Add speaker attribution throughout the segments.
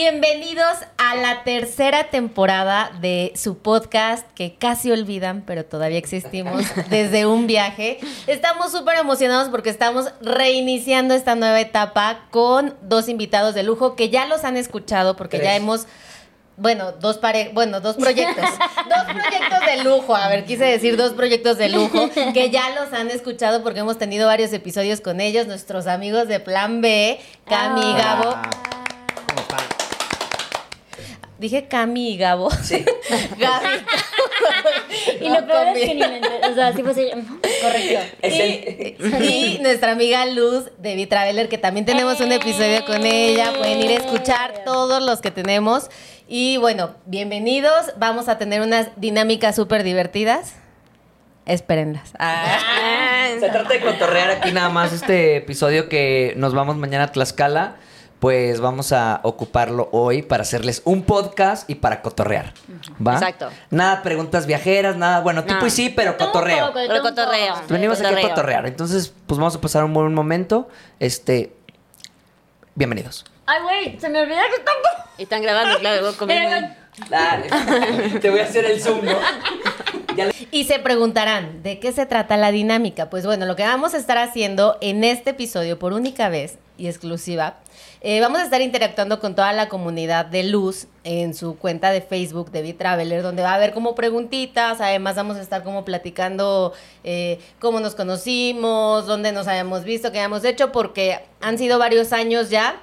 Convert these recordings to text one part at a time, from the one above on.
Speaker 1: Bienvenidos a la tercera temporada de su podcast que casi olvidan, pero todavía existimos desde un viaje. Estamos súper emocionados porque estamos reiniciando esta nueva etapa con dos invitados de lujo que ya los han escuchado porque
Speaker 2: Tres.
Speaker 1: ya hemos bueno, dos pare bueno, dos proyectos. dos proyectos de lujo. A ver, quise decir dos proyectos de lujo que ya los han escuchado porque hemos tenido varios episodios con ellos, nuestros amigos de Plan B, Cami y
Speaker 2: Ah.
Speaker 1: Gabo.
Speaker 2: ¿Cómo están?
Speaker 1: Dije Cami y Gabo.
Speaker 2: Sí.
Speaker 1: Gaby.
Speaker 3: Y lo peor es que ni me enteré. O sea, sí fue así. mm, ujú, Correcto.
Speaker 2: Es
Speaker 1: Y, y nuestra amiga Luz de Vitraveler, que también tenemos un episodio con ella. Pueden ir a escuchar todos los que tenemos. Y bueno, bienvenidos. Vamos a tener unas dinámicas súper divertidas. Espérenlas. Ah.
Speaker 2: el- se trata de cotorrear aquí nada más este episodio que nos vamos mañana a Tlaxcala. Pues vamos a ocuparlo hoy para hacerles un podcast y para cotorrear. ¿Va?
Speaker 4: Exacto.
Speaker 2: Nada preguntas viajeras, nada. Bueno, tipo
Speaker 4: No.
Speaker 2: y sí, pero cotorreo.
Speaker 3: Todo un poco,
Speaker 4: Pero
Speaker 3: todo un
Speaker 4: cotorreo.
Speaker 3: poco.
Speaker 2: Venimos aquí a
Speaker 4: Cotorreo.
Speaker 2: cotorrear. Entonces, pues vamos a pasar un buen momento. Este. Bienvenidos.
Speaker 3: Ay, güey, se me olvidó que tampoco.
Speaker 4: Y están grabando, claro, luego comiendo.
Speaker 3: Pero,
Speaker 2: Dale. Te voy a hacer el zoom, ¿no?
Speaker 1: Y se preguntarán, ¿de qué se trata la dinámica? Pues bueno, lo que vamos a estar haciendo en este episodio por única vez y exclusiva, eh, vamos a estar interactuando con toda la comunidad de Luz en su cuenta de Facebook de Bitraveler, donde va a haber como preguntitas, además vamos a estar como platicando eh, cómo nos conocimos, dónde nos habíamos visto, qué habíamos hecho, porque han sido varios años ya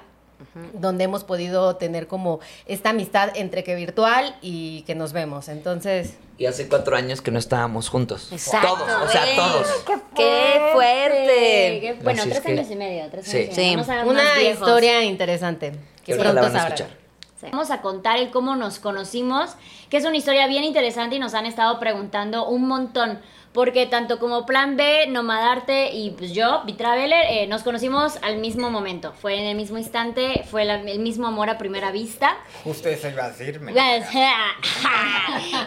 Speaker 1: donde hemos podido tener como esta amistad entre que virtual y que nos vemos. Entonces,
Speaker 2: Y hace cuatro años que no estábamos juntos.
Speaker 4: Exacto,
Speaker 2: Todos, o sea,
Speaker 4: güey.
Speaker 2: todos.
Speaker 4: ¡Qué
Speaker 3: qué-
Speaker 4: fuerte!
Speaker 3: Bueno,
Speaker 2: Así es
Speaker 3: tres
Speaker 2: que-
Speaker 3: años y medio, tres
Speaker 2: Sí.
Speaker 3: años
Speaker 4: Sí.
Speaker 3: y medio. No nos hagan más
Speaker 1: Una
Speaker 3: viejos.
Speaker 1: historia interesante.
Speaker 2: Que
Speaker 1: Que
Speaker 2: ahorita la
Speaker 1: pronto
Speaker 2: van a
Speaker 1: sabrán.
Speaker 2: escuchar.
Speaker 3: Sí. Vamos a contar el cómo nos conocimos, que es una historia bien interesante y nos han estado preguntando un montón. Porque tanto como Plan B, Nomadarte y pues yo, Bitraveler, eh, nos conocimos al mismo momento. Fue en el mismo instante, fue la- el mismo amor a primera vista.
Speaker 5: Justo eso iba a decirme.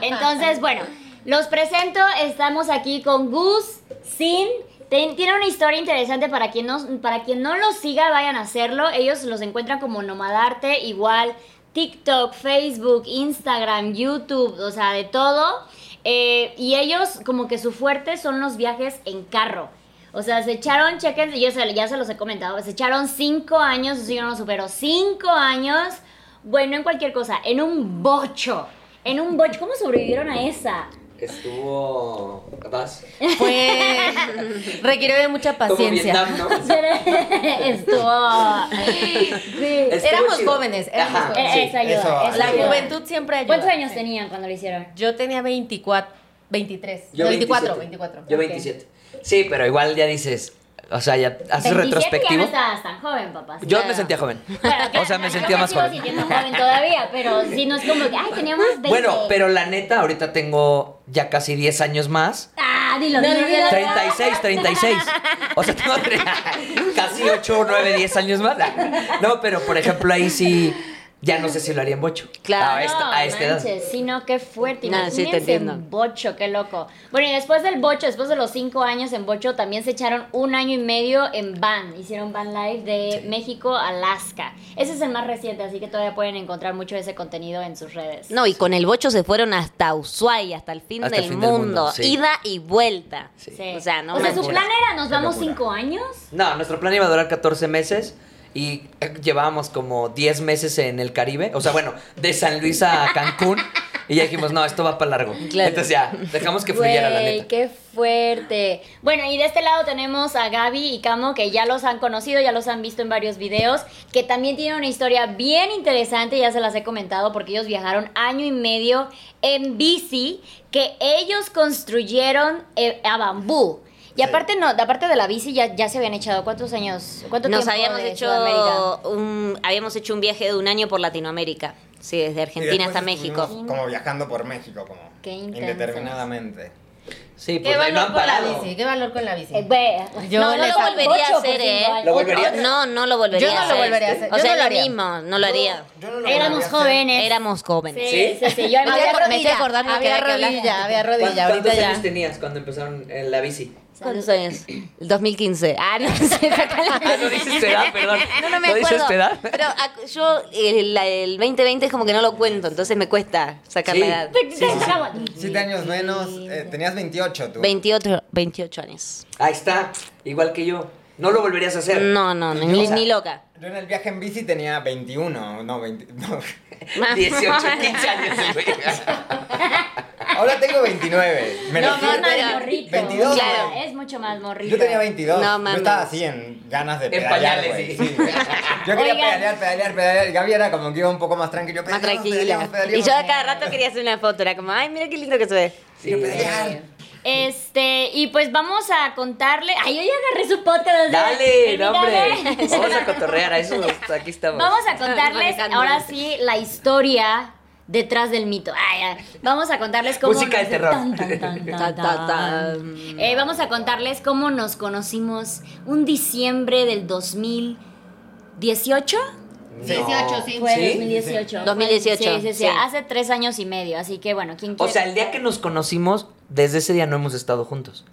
Speaker 3: Entonces, bueno, los presento. Estamos aquí con Gus Sin. Ten- tiene una historia interesante para quien, no, para quien no los siga, vayan a hacerlo. Ellos los encuentran como Nomadarte, igual TikTok, Facebook, Instagram, YouTube, o sea, de todo. Eh, y ellos, como que su fuerte son los viajes en carro. O sea, se echaron, chequen, yo se- ya se los he comentado, se echaron cinco años, eso yo no lo supero, cinco años, bueno, en cualquier cosa, en un bocho, en un bocho, ¿cómo sobrevivieron a esa?
Speaker 2: Estuvo. Vas.
Speaker 1: Fue. Requirió de mucha paciencia.
Speaker 3: Estuvo... Sí.
Speaker 2: Estuvo
Speaker 1: Éramos
Speaker 2: chido.
Speaker 1: jóvenes, éramos
Speaker 2: Ajá.
Speaker 1: jóvenes.
Speaker 3: Eh, eso ayuda,
Speaker 5: eso-
Speaker 3: eso
Speaker 1: La
Speaker 3: ayuda.
Speaker 1: juventud siempre ayuda.
Speaker 3: ¿Cuántos años tenían cuando lo hicieron?
Speaker 1: Yo tenía 24. 23.
Speaker 2: Yo
Speaker 1: no, 24,
Speaker 2: 27.
Speaker 1: 24.
Speaker 2: Yo
Speaker 1: Ok.
Speaker 2: 27. Sí, pero igual ya dices. O sea, ya haces
Speaker 3: 27 Ya no
Speaker 2: retrospectivo.
Speaker 3: estabas tan joven, papá. sí.
Speaker 2: Yo me sentía joven.
Speaker 3: Bueno,
Speaker 2: O sea, me
Speaker 3: yo
Speaker 2: sentía más
Speaker 3: sigo
Speaker 2: joven.
Speaker 3: sintiendo joven todavía, pero sí, no es como que, ay, teníamos 20.
Speaker 2: Bueno, pero la neta, ahorita tengo ya casi 10 años más.
Speaker 3: Ah, dilo, dilo, dilo, dilo.
Speaker 2: 36, 36. O sea, tengo tre- casi 8, 9, 10 años más. No, pero por ejemplo, ahí sí. Ya no sé si lo haría en bocho.
Speaker 4: Claro.
Speaker 2: A esta, a este esta edad.
Speaker 3: Ah, manches, sí, no, qué fuerte.
Speaker 4: No, sí, te
Speaker 3: Imagínense
Speaker 4: entiendo.
Speaker 3: en bocho, qué loco. Bueno, y después del bocho, después de los cinco años en bocho, también se echaron un año y medio en van. Hicieron van live de México a Alaska. Ese es el más reciente, así que todavía pueden encontrar mucho de ese contenido en sus redes.
Speaker 4: No, y con el bocho se fueron hasta Ushuaia, hasta el fin,
Speaker 2: Hasta el
Speaker 4: del,
Speaker 2: fin del
Speaker 4: mundo.
Speaker 2: mundo, sí.
Speaker 4: Ida y vuelta.
Speaker 2: Sí.
Speaker 3: Sí.
Speaker 4: O sea, no
Speaker 3: O sea,
Speaker 4: manches.
Speaker 3: su plan era, nos
Speaker 5: Qué
Speaker 3: vamos
Speaker 5: locura.
Speaker 3: cinco años.
Speaker 2: No, nuestro plan iba a durar 14 meses y eh, llevábamos como 10 meses en el Caribe. O sea, bueno, de San Luis a Cancún. Y ya dijimos, no, esto va para largo.
Speaker 4: Claro.
Speaker 2: Entonces ya, dejamos que fluyera la
Speaker 3: Güey,
Speaker 2: neta.
Speaker 3: qué fuerte. Bueno, y de este lado tenemos a Gaby y Camo, que ya los han conocido, ya los han visto en varios videos, que también tienen una historia bien interesante, ya se las he comentado, porque ellos viajaron año y medio en bici, que ellos construyeron eh, a bambú. Y
Speaker 5: Sí.
Speaker 3: aparte no, aparte de la bici ya, ya se habían echado cuántos años, cuánto
Speaker 4: Nos
Speaker 3: tiempo
Speaker 4: habíamos
Speaker 3: de
Speaker 4: hecho,
Speaker 3: Sudamérica?
Speaker 4: un, habíamos hecho un viaje de un año por Latinoamérica. Sí, desde
Speaker 5: Y
Speaker 4: Argentina
Speaker 5: después
Speaker 4: hasta
Speaker 5: estuvimos
Speaker 4: México.
Speaker 5: Como viajando por México, como
Speaker 3: Qué intensos.
Speaker 5: indeterminadamente.
Speaker 2: Sí,
Speaker 1: ¿Qué
Speaker 2: pues no
Speaker 1: valor
Speaker 2: han
Speaker 1: con la
Speaker 2: parado.
Speaker 1: bici? ¿Qué valor con la bici?
Speaker 3: Eh, güey,
Speaker 1: Yo
Speaker 4: No, no
Speaker 1: les
Speaker 4: lo
Speaker 1: hago
Speaker 4: volvería
Speaker 3: ocho pues,
Speaker 4: a
Speaker 3: por
Speaker 4: hacer, ¿eh?
Speaker 3: cinco años.
Speaker 2: ¿Lo volvería a hacer?
Speaker 4: No, no lo volvería
Speaker 1: Yo
Speaker 4: a
Speaker 1: no
Speaker 4: hacer.
Speaker 1: lo volvería a hacer.
Speaker 4: O
Speaker 1: Yo
Speaker 4: sea,
Speaker 1: no lo
Speaker 4: lo
Speaker 1: haría.
Speaker 4: mismo, no lo haría.
Speaker 5: Yo no lo
Speaker 3: Éramos
Speaker 5: volvería a hacer.
Speaker 3: jóvenes.
Speaker 4: Éramos jóvenes.
Speaker 3: Sí, sí, sí, yo
Speaker 1: Había
Speaker 4: Me estoy
Speaker 1: rodilla,
Speaker 4: acordando que
Speaker 1: había
Speaker 4: había que hablar.
Speaker 1: rodilla, había rodilla,
Speaker 2: ¿Cuántos
Speaker 1: ahorita
Speaker 2: años
Speaker 1: ya.
Speaker 2: tenías cuando empezaron en la bici?
Speaker 3: Sí,
Speaker 4: ¿Cuántos años? El 2015. Ah, no sé, saca la-
Speaker 2: Ah, no dices tu edad, perdón.
Speaker 4: No, no me
Speaker 2: ¿No
Speaker 4: acuerdo.
Speaker 2: dices tu edad?
Speaker 4: Pero ac- yo el, la- el 2020 es como que no lo cuento, entonces me cuesta sacar
Speaker 2: Sí.
Speaker 4: la edad.
Speaker 5: Siete años menos, eh, tenías 28 tú.
Speaker 4: 28, 28 años.
Speaker 2: Ahí está, igual que yo. No lo volverías a hacer.
Speaker 4: No, no, ni,
Speaker 2: O sea,
Speaker 4: ni loca.
Speaker 5: Yo en el viaje en bici tenía 21, no, 20, no.
Speaker 2: 18, 15 años, güey.
Speaker 5: Ahora tengo 29. Me
Speaker 3: No,
Speaker 5: lo-
Speaker 3: más
Speaker 4: pero-
Speaker 3: morrito.
Speaker 5: 22,
Speaker 4: Claro.
Speaker 3: Es mucho más morrito.
Speaker 5: Yo tenía 22.
Speaker 4: No,
Speaker 5: yo
Speaker 4: mames.
Speaker 5: estaba así en ganas de
Speaker 2: En
Speaker 5: pedalear,
Speaker 2: pañales,
Speaker 5: güey.
Speaker 2: sí.
Speaker 5: sí. Yo quería
Speaker 3: Oigan.
Speaker 5: pedalear, pedalear, pedalear. Y Gaby era como que iba un poco más tranquilo.
Speaker 4: Más
Speaker 5: pedaleamos,
Speaker 4: tranquila.
Speaker 5: pedaleamos,
Speaker 4: Y
Speaker 5: pedaleamos.
Speaker 4: yo a cada rato quería hacer una foto. Era como, ay, mira qué lindo que se ve.
Speaker 5: Quiero pedalear.
Speaker 3: Este, y pues vamos a contarle. Ay, yo ya agarré su podcast.
Speaker 2: Dale, no, hombre.
Speaker 3: Permítame.
Speaker 2: Vamos a cotorrear, a eso nos- aquí estamos.
Speaker 3: Vamos a contarles
Speaker 4: Manejando.
Speaker 3: ahora sí la historia detrás del mito. Ay, ay. Vamos a contarles cómo.
Speaker 2: Música de
Speaker 3: nos-
Speaker 2: terror.
Speaker 3: Tan, tan, tan, tan,
Speaker 4: Ta, ta, tan.
Speaker 3: Eh, vamos a contarles cómo nos conocimos un diciembre del 2018.
Speaker 2: No.
Speaker 1: 18, sí.
Speaker 3: Fue
Speaker 2: ¿Sí?
Speaker 3: 2018. fue-
Speaker 4: 2018,
Speaker 3: Sí, sí, sí,
Speaker 4: sí.
Speaker 3: Hace tres años y medio. Así que bueno, ¿quién
Speaker 2: O
Speaker 3: quiere?
Speaker 2: sea, el día que nos conocimos, desde ese día no hemos estado juntos.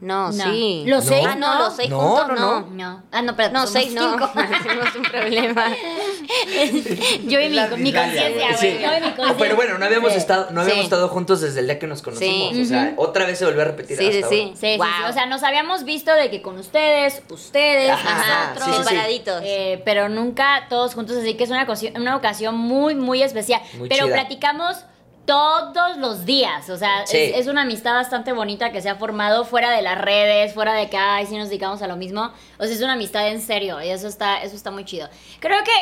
Speaker 4: No,
Speaker 3: No.
Speaker 4: sí.
Speaker 3: Los
Speaker 2: seis,
Speaker 4: Ah, no,
Speaker 3: ¿no?
Speaker 4: los seis
Speaker 2: No,
Speaker 4: juntos,
Speaker 2: no,
Speaker 4: no.
Speaker 2: no.
Speaker 3: No. Ah, no, perdón.
Speaker 4: No,
Speaker 3: somos
Speaker 4: seis no.
Speaker 3: cinco.
Speaker 4: Tenemos un problema.
Speaker 3: Yo y mi,
Speaker 5: La
Speaker 3: mi conciencia,
Speaker 5: Disgaea,
Speaker 3: güey. Yo y mi conciencia.
Speaker 2: Ah, Pero bueno, no habíamos
Speaker 3: Sí.
Speaker 2: estado, no habíamos
Speaker 4: Sí.
Speaker 2: estado juntos desde el día que nos conocimos.
Speaker 4: Sí.
Speaker 2: O sea, otra vez se volvió a repetir.
Speaker 4: Sí, sí,
Speaker 2: hasta
Speaker 4: sí.
Speaker 2: ahora.
Speaker 3: Sí, sí,
Speaker 4: Wow.
Speaker 3: sí, O sea, nos habíamos visto de que con ustedes, ustedes,
Speaker 2: Ajá,
Speaker 3: nosotros.
Speaker 2: sí, sí, sí.
Speaker 4: Separaditos.
Speaker 3: Ah, eh, pero nunca todos juntos, así que es una ocasión, una ocasión muy, muy especial.
Speaker 2: Muy
Speaker 3: pero
Speaker 2: chida.
Speaker 3: platicamos todos los días. O sea,
Speaker 2: Sí.
Speaker 3: es, es una amistad bastante bonita que se ha formado fuera de las redes, fuera de que ay, si nos dedicamos a lo mismo. O sea, es una amistad en serio. Y eso está, eso está muy chido. Creo que.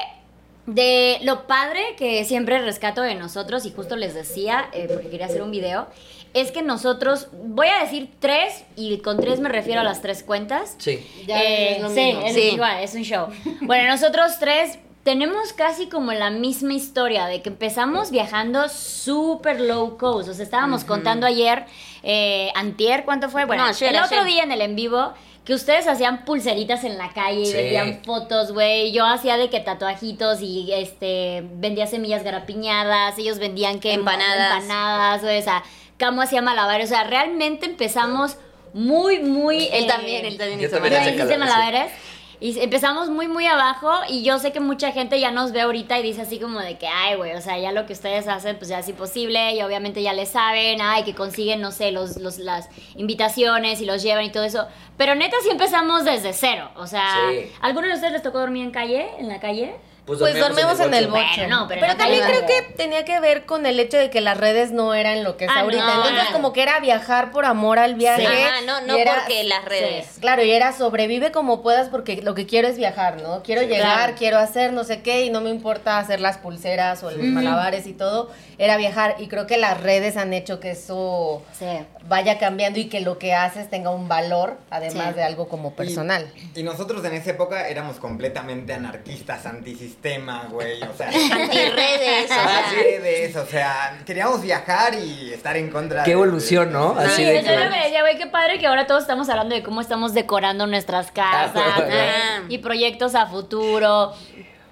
Speaker 3: De lo padre que siempre rescato de nosotros, y justo les decía, eh, porque quería hacer un video, es que nosotros, voy a decir tres, y con tres me refiero a las tres cuentas,
Speaker 2: Sí.
Speaker 1: Ya
Speaker 3: eh,
Speaker 1: es lo
Speaker 3: sí,
Speaker 1: mismo.
Speaker 3: es
Speaker 4: Sí.
Speaker 3: igual, es un show. Bueno, nosotros tres tenemos casi como la misma historia de que empezamos viajando súper low cost. O sea, estábamos contando ayer, eh, antier, ¿cuánto fue? Bueno,
Speaker 4: No, ayer,
Speaker 3: el otro
Speaker 4: ayer.
Speaker 3: día en el en vivo que ustedes hacían pulseritas en la calle y
Speaker 2: Sí.
Speaker 3: vendían fotos, güey. Yo hacía de que tatuajitos y este vendía semillas garapiñadas, ellos vendían que
Speaker 4: Empanadas.
Speaker 3: empanadas, güey, o sea, Camo hacía malabares, o sea, realmente empezamos muy muy
Speaker 4: Él
Speaker 3: eh,
Speaker 4: también, él también
Speaker 2: Yo
Speaker 4: hizo
Speaker 2: también
Speaker 3: ya
Speaker 4: malabares.
Speaker 2: hice
Speaker 3: hiciste
Speaker 2: calabaza.
Speaker 3: malabares. Y empezamos muy, muy abajo. Y yo sé que mucha gente ya nos ve ahorita y dice así como de que, ay, güey, o sea, ya lo que ustedes hacen, pues ya es imposible. Y obviamente ya le saben, ay, que consiguen, no sé, los, los, las invitaciones y los llevan y todo eso. Pero neta, sí empezamos desde cero. O sea,
Speaker 2: Sí.
Speaker 3: ¿alguno de ustedes les tocó dormir en calle? ¿En la calle?
Speaker 1: Pues dormimos en el bocho.
Speaker 3: bocho. Bueno, no, pero no
Speaker 1: también
Speaker 3: caída.
Speaker 1: creo que tenía que ver con el hecho de que las redes no eran lo que es
Speaker 3: Ah,
Speaker 1: ahorita.
Speaker 3: no,
Speaker 1: Entonces,
Speaker 3: claro.
Speaker 1: como que era viajar por amor al viaje.
Speaker 4: Ajá, no, no
Speaker 1: y era-
Speaker 4: porque las redes.
Speaker 1: Claro, y era sobrevive como puedas porque lo que quiero es viajar, ¿no? Quiero llegar,
Speaker 3: Claro.
Speaker 1: quiero hacer no sé qué y no me importa hacer las pulseras o los malabares y todo. Era viajar y creo que las redes han hecho que eso
Speaker 3: Sí.
Speaker 1: vaya cambiando y que lo que haces tenga un valor, además
Speaker 3: Sí.
Speaker 1: de algo como personal.
Speaker 5: Y nosotros en esa época éramos completamente anarquistas, antisistema, güey. O sea,
Speaker 4: Y redes,
Speaker 2: Ah,
Speaker 4: o sea.
Speaker 5: anti redes, o sea, queríamos viajar y estar en contra.
Speaker 2: Qué
Speaker 5: de-
Speaker 2: evolución, ¿no?
Speaker 3: Sí,
Speaker 2: Así
Speaker 3: yo
Speaker 2: Ah, de
Speaker 3: yo lo
Speaker 2: que...
Speaker 3: que decía, güey, qué padre que ahora todos estamos hablando de cómo estamos decorando nuestras casas
Speaker 2: Ah, bueno.
Speaker 3: güey, y proyectos a futuro.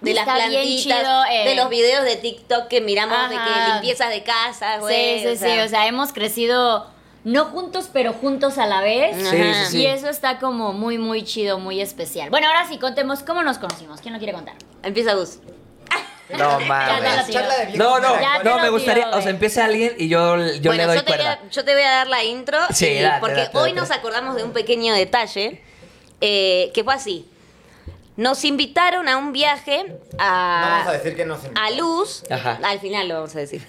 Speaker 4: De las
Speaker 3: Está bien
Speaker 4: plantitas,
Speaker 3: chido, eh.
Speaker 4: de los videos de TikTok que miramos de que
Speaker 3: Ajá.
Speaker 4: limpiezas de casa, Ah, güey.
Speaker 3: Sí, sí, sí, o sea, hemos crecido no juntos, pero juntos a la vez.
Speaker 4: Sí, sí,
Speaker 2: sí.
Speaker 3: Y eso está como muy, muy chido, muy especial. Bueno, ahora sí, contemos cómo nos conocimos. ¿Quién lo quiere contar?
Speaker 4: Empieza Gus.
Speaker 2: No
Speaker 3: Ya, ya
Speaker 2: mames.
Speaker 3: lo
Speaker 5: Charla de viejos
Speaker 2: No, no,
Speaker 3: Ya te
Speaker 2: no,
Speaker 3: lo
Speaker 2: me gustaría,
Speaker 3: tiro,
Speaker 2: o sea,
Speaker 3: güey.
Speaker 2: empieza alguien y yo, yo
Speaker 4: bueno,
Speaker 2: le doy
Speaker 4: yo, te voy
Speaker 2: cuerda.
Speaker 4: a, yo te voy a dar la intro.
Speaker 2: Sí,
Speaker 4: y-
Speaker 2: date,
Speaker 4: porque
Speaker 2: date,
Speaker 4: hoy
Speaker 2: date.
Speaker 4: nos acordamos de un pequeño detalle eh, que fue así. Nos invitaron a un viaje
Speaker 5: No vamos a
Speaker 4: a,
Speaker 5: decir que nos
Speaker 4: a Luz.
Speaker 2: Ajá.
Speaker 4: Al final lo vamos a decir.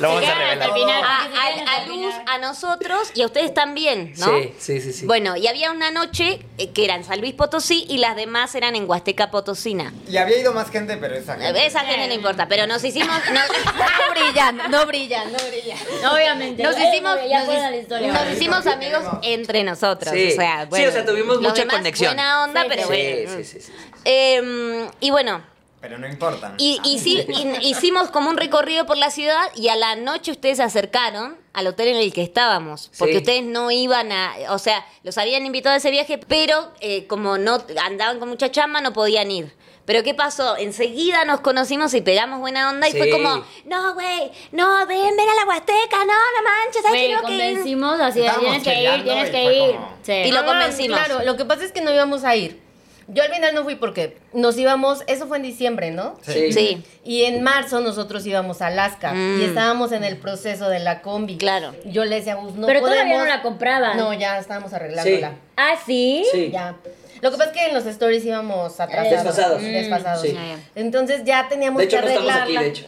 Speaker 2: Lo vamos a
Speaker 3: quedan hasta
Speaker 2: revelar.
Speaker 3: el final. porque se quedan
Speaker 4: a, a-
Speaker 3: hasta
Speaker 4: a
Speaker 3: el
Speaker 4: Ah, Luz,
Speaker 3: final.
Speaker 4: a nosotros y a ustedes también, ¿no?
Speaker 2: Sí, sí, sí, sí.
Speaker 4: Bueno, y había una noche eh, que era en San Luis Potosí y las demás eran en Huasteca Potosina.
Speaker 5: Y había ido más gente, pero esa gente.
Speaker 4: Esa gente no importa, pero nos hicimos. nos-
Speaker 1: No brillan, no brillan, no brillan.
Speaker 3: Obviamente.
Speaker 4: Nos
Speaker 3: Eh,
Speaker 4: hicimos,
Speaker 3: ya
Speaker 4: nos,
Speaker 3: fuera
Speaker 4: hic-
Speaker 3: la historia.
Speaker 4: nos hicimos amigos entre nosotros.
Speaker 2: Sí.
Speaker 4: O sea,
Speaker 2: Sí,
Speaker 4: bueno,
Speaker 2: o sea, tuvimos
Speaker 4: los
Speaker 2: mucha
Speaker 4: demás,
Speaker 2: conexión.
Speaker 4: Buena onda,
Speaker 3: Sí,
Speaker 4: pero
Speaker 3: sí,
Speaker 4: bueno.
Speaker 2: Sí, sí, sí, sí.
Speaker 4: Em, y bueno,
Speaker 5: Pero no importan.
Speaker 4: y, y sí, y- hicimos como un recorrido por la ciudad y a la noche ustedes se acercaron al hotel en el que estábamos. Porque
Speaker 2: Sí.
Speaker 4: ustedes no iban a. O sea, los habían invitado a ese viaje, pero eh, como no andaban con mucha chamba, no podían ir. Pero ¿qué pasó? Enseguida nos conocimos y pegamos buena onda y fue
Speaker 2: Sí.
Speaker 4: como, no, güey, no, ven, ven a la Huasteca, no, no manches, ¿sabes
Speaker 3: Güey,
Speaker 4: qué?
Speaker 3: lo
Speaker 4: No, que-
Speaker 3: convencimos así, de, tienes
Speaker 5: Estábamos
Speaker 3: que ir,
Speaker 5: peleando
Speaker 3: tienes
Speaker 5: y
Speaker 3: que
Speaker 5: fue
Speaker 3: ir.
Speaker 5: como-
Speaker 3: Sí.
Speaker 4: Y lo convencimos.
Speaker 1: Ah, Claro, lo que pasa es que no íbamos a ir. Yo al final no fui porque nos íbamos, eso fue en diciembre, ¿no?
Speaker 2: Sí.
Speaker 4: Sí.
Speaker 1: Y en marzo nosotros íbamos a Alaska
Speaker 4: Mm.
Speaker 1: y estábamos en el proceso de la combi.
Speaker 4: Claro.
Speaker 1: Yo le decía a Gus, no
Speaker 3: Pero todavía
Speaker 1: podemos-
Speaker 3: no la compraban.
Speaker 1: No, ya estábamos arreglándola.
Speaker 3: ¿Ah, sí?
Speaker 2: Sí.
Speaker 1: Ya. Lo que pasa es que en los stories íbamos atrasados.
Speaker 2: Desfasados.
Speaker 4: Mm,
Speaker 1: Desfasados.
Speaker 2: Sí.
Speaker 1: Entonces ya teníamos
Speaker 2: De hecho,
Speaker 1: que
Speaker 2: no estamos aquí,
Speaker 1: arreglarla.
Speaker 2: de hecho.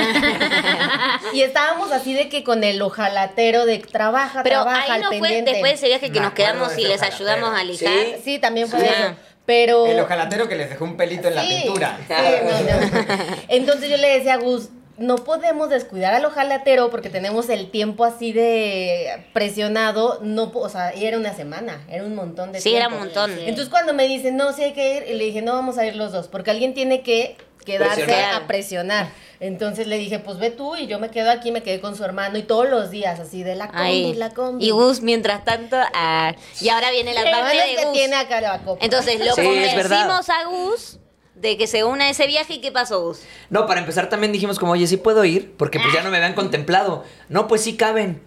Speaker 1: Ah. y estábamos así de que con el ojalatero de trabaja,
Speaker 4: Pero
Speaker 1: trabaja
Speaker 4: ahí
Speaker 1: al
Speaker 4: no fue
Speaker 1: pendiente.
Speaker 4: después de ese viaje que
Speaker 5: Me
Speaker 4: nos
Speaker 5: acuerdo
Speaker 4: quedamos
Speaker 5: de
Speaker 4: y
Speaker 5: ese
Speaker 4: les ayudamos a lijar.
Speaker 2: Sí.
Speaker 1: Sí, también fue
Speaker 4: Sí. Ah.
Speaker 1: eso. Pero
Speaker 5: El ojalatero que les dejó un pelito en la
Speaker 1: Sí,
Speaker 5: pintura.
Speaker 1: sí, no, no. Entonces yo le decía a Gus, no podemos descuidar al ojalatero porque tenemos el tiempo así de presionado, no, po- o sea, y era una semana, era un montón de
Speaker 4: Sí,
Speaker 1: tiempo.
Speaker 4: era un montón.
Speaker 3: Sí.
Speaker 1: Entonces cuando me dicen, no, sí hay que ir, y le dije, no vamos a ir los dos, porque alguien tiene que quedarse
Speaker 4: Presionar.
Speaker 1: a presionar. Entonces le dije, pues ve tú y yo me quedo aquí, me quedé con su hermano y todos los días así de la combi,
Speaker 4: Ahí.
Speaker 1: la combi.
Speaker 4: Y Gus, mientras tanto, ah, y ahora viene la
Speaker 1: La
Speaker 4: parte
Speaker 1: hermana
Speaker 4: de
Speaker 1: que
Speaker 4: Gus.
Speaker 1: tiene acá la copa.
Speaker 4: Entonces lo
Speaker 2: Sí, es verdad.
Speaker 4: convencimos a Gus de que se una a ese viaje y ¿qué pasó, Gus?
Speaker 2: No, para empezar también dijimos como, oye, sí puedo ir, porque pues ya no me habían contemplado. No, pues sí caben.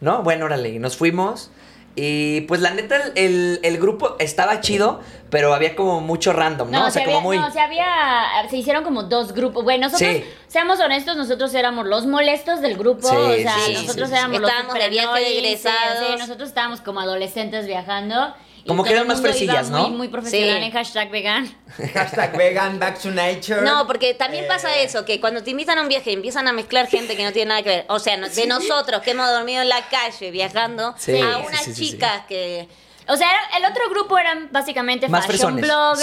Speaker 2: No, bueno, órale, y nos fuimos. Y pues la neta, el, el- el grupo estaba chido, pero había como mucho random, ¿no?
Speaker 3: No,
Speaker 2: o sea,
Speaker 3: se
Speaker 2: como muy...
Speaker 3: había, no, se había, se hicieron como dos grupos. Bueno, nosotros,
Speaker 2: Sí.
Speaker 3: seamos honestos, nosotros éramos los molestos del grupo.
Speaker 2: Sí,
Speaker 3: o sea,
Speaker 2: sí, sí,
Speaker 3: nosotros
Speaker 2: sí, sí.
Speaker 3: éramos los
Speaker 4: Estábamos de
Speaker 3: super
Speaker 4: viaje
Speaker 3: annoying,
Speaker 4: de egresados.
Speaker 3: sí, sí, nosotros estábamos como adolescentes viajando. y
Speaker 2: Como que
Speaker 3: todo
Speaker 2: eran
Speaker 3: el
Speaker 2: más
Speaker 3: mundo iba
Speaker 2: fresillas, ¿no?
Speaker 3: Muy, muy profesional
Speaker 4: Sí.
Speaker 3: en hashtag vegan.
Speaker 5: Hashtag vegan, back to nature.
Speaker 4: No, porque también
Speaker 5: Eh,
Speaker 4: pasa eso, que cuando te invitan a un viaje empiezan a mezclar gente que no tiene nada que ver. O sea, no- de nosotros que hemos dormido en la calle viajando
Speaker 2: Sí,
Speaker 4: a
Speaker 2: sí,
Speaker 4: unas
Speaker 2: sí, sí, sí.
Speaker 4: chicas que...
Speaker 3: O sea, era- el otro grupo eran básicamente
Speaker 2: Más
Speaker 3: fashion
Speaker 2: fresones,
Speaker 3: bloggers,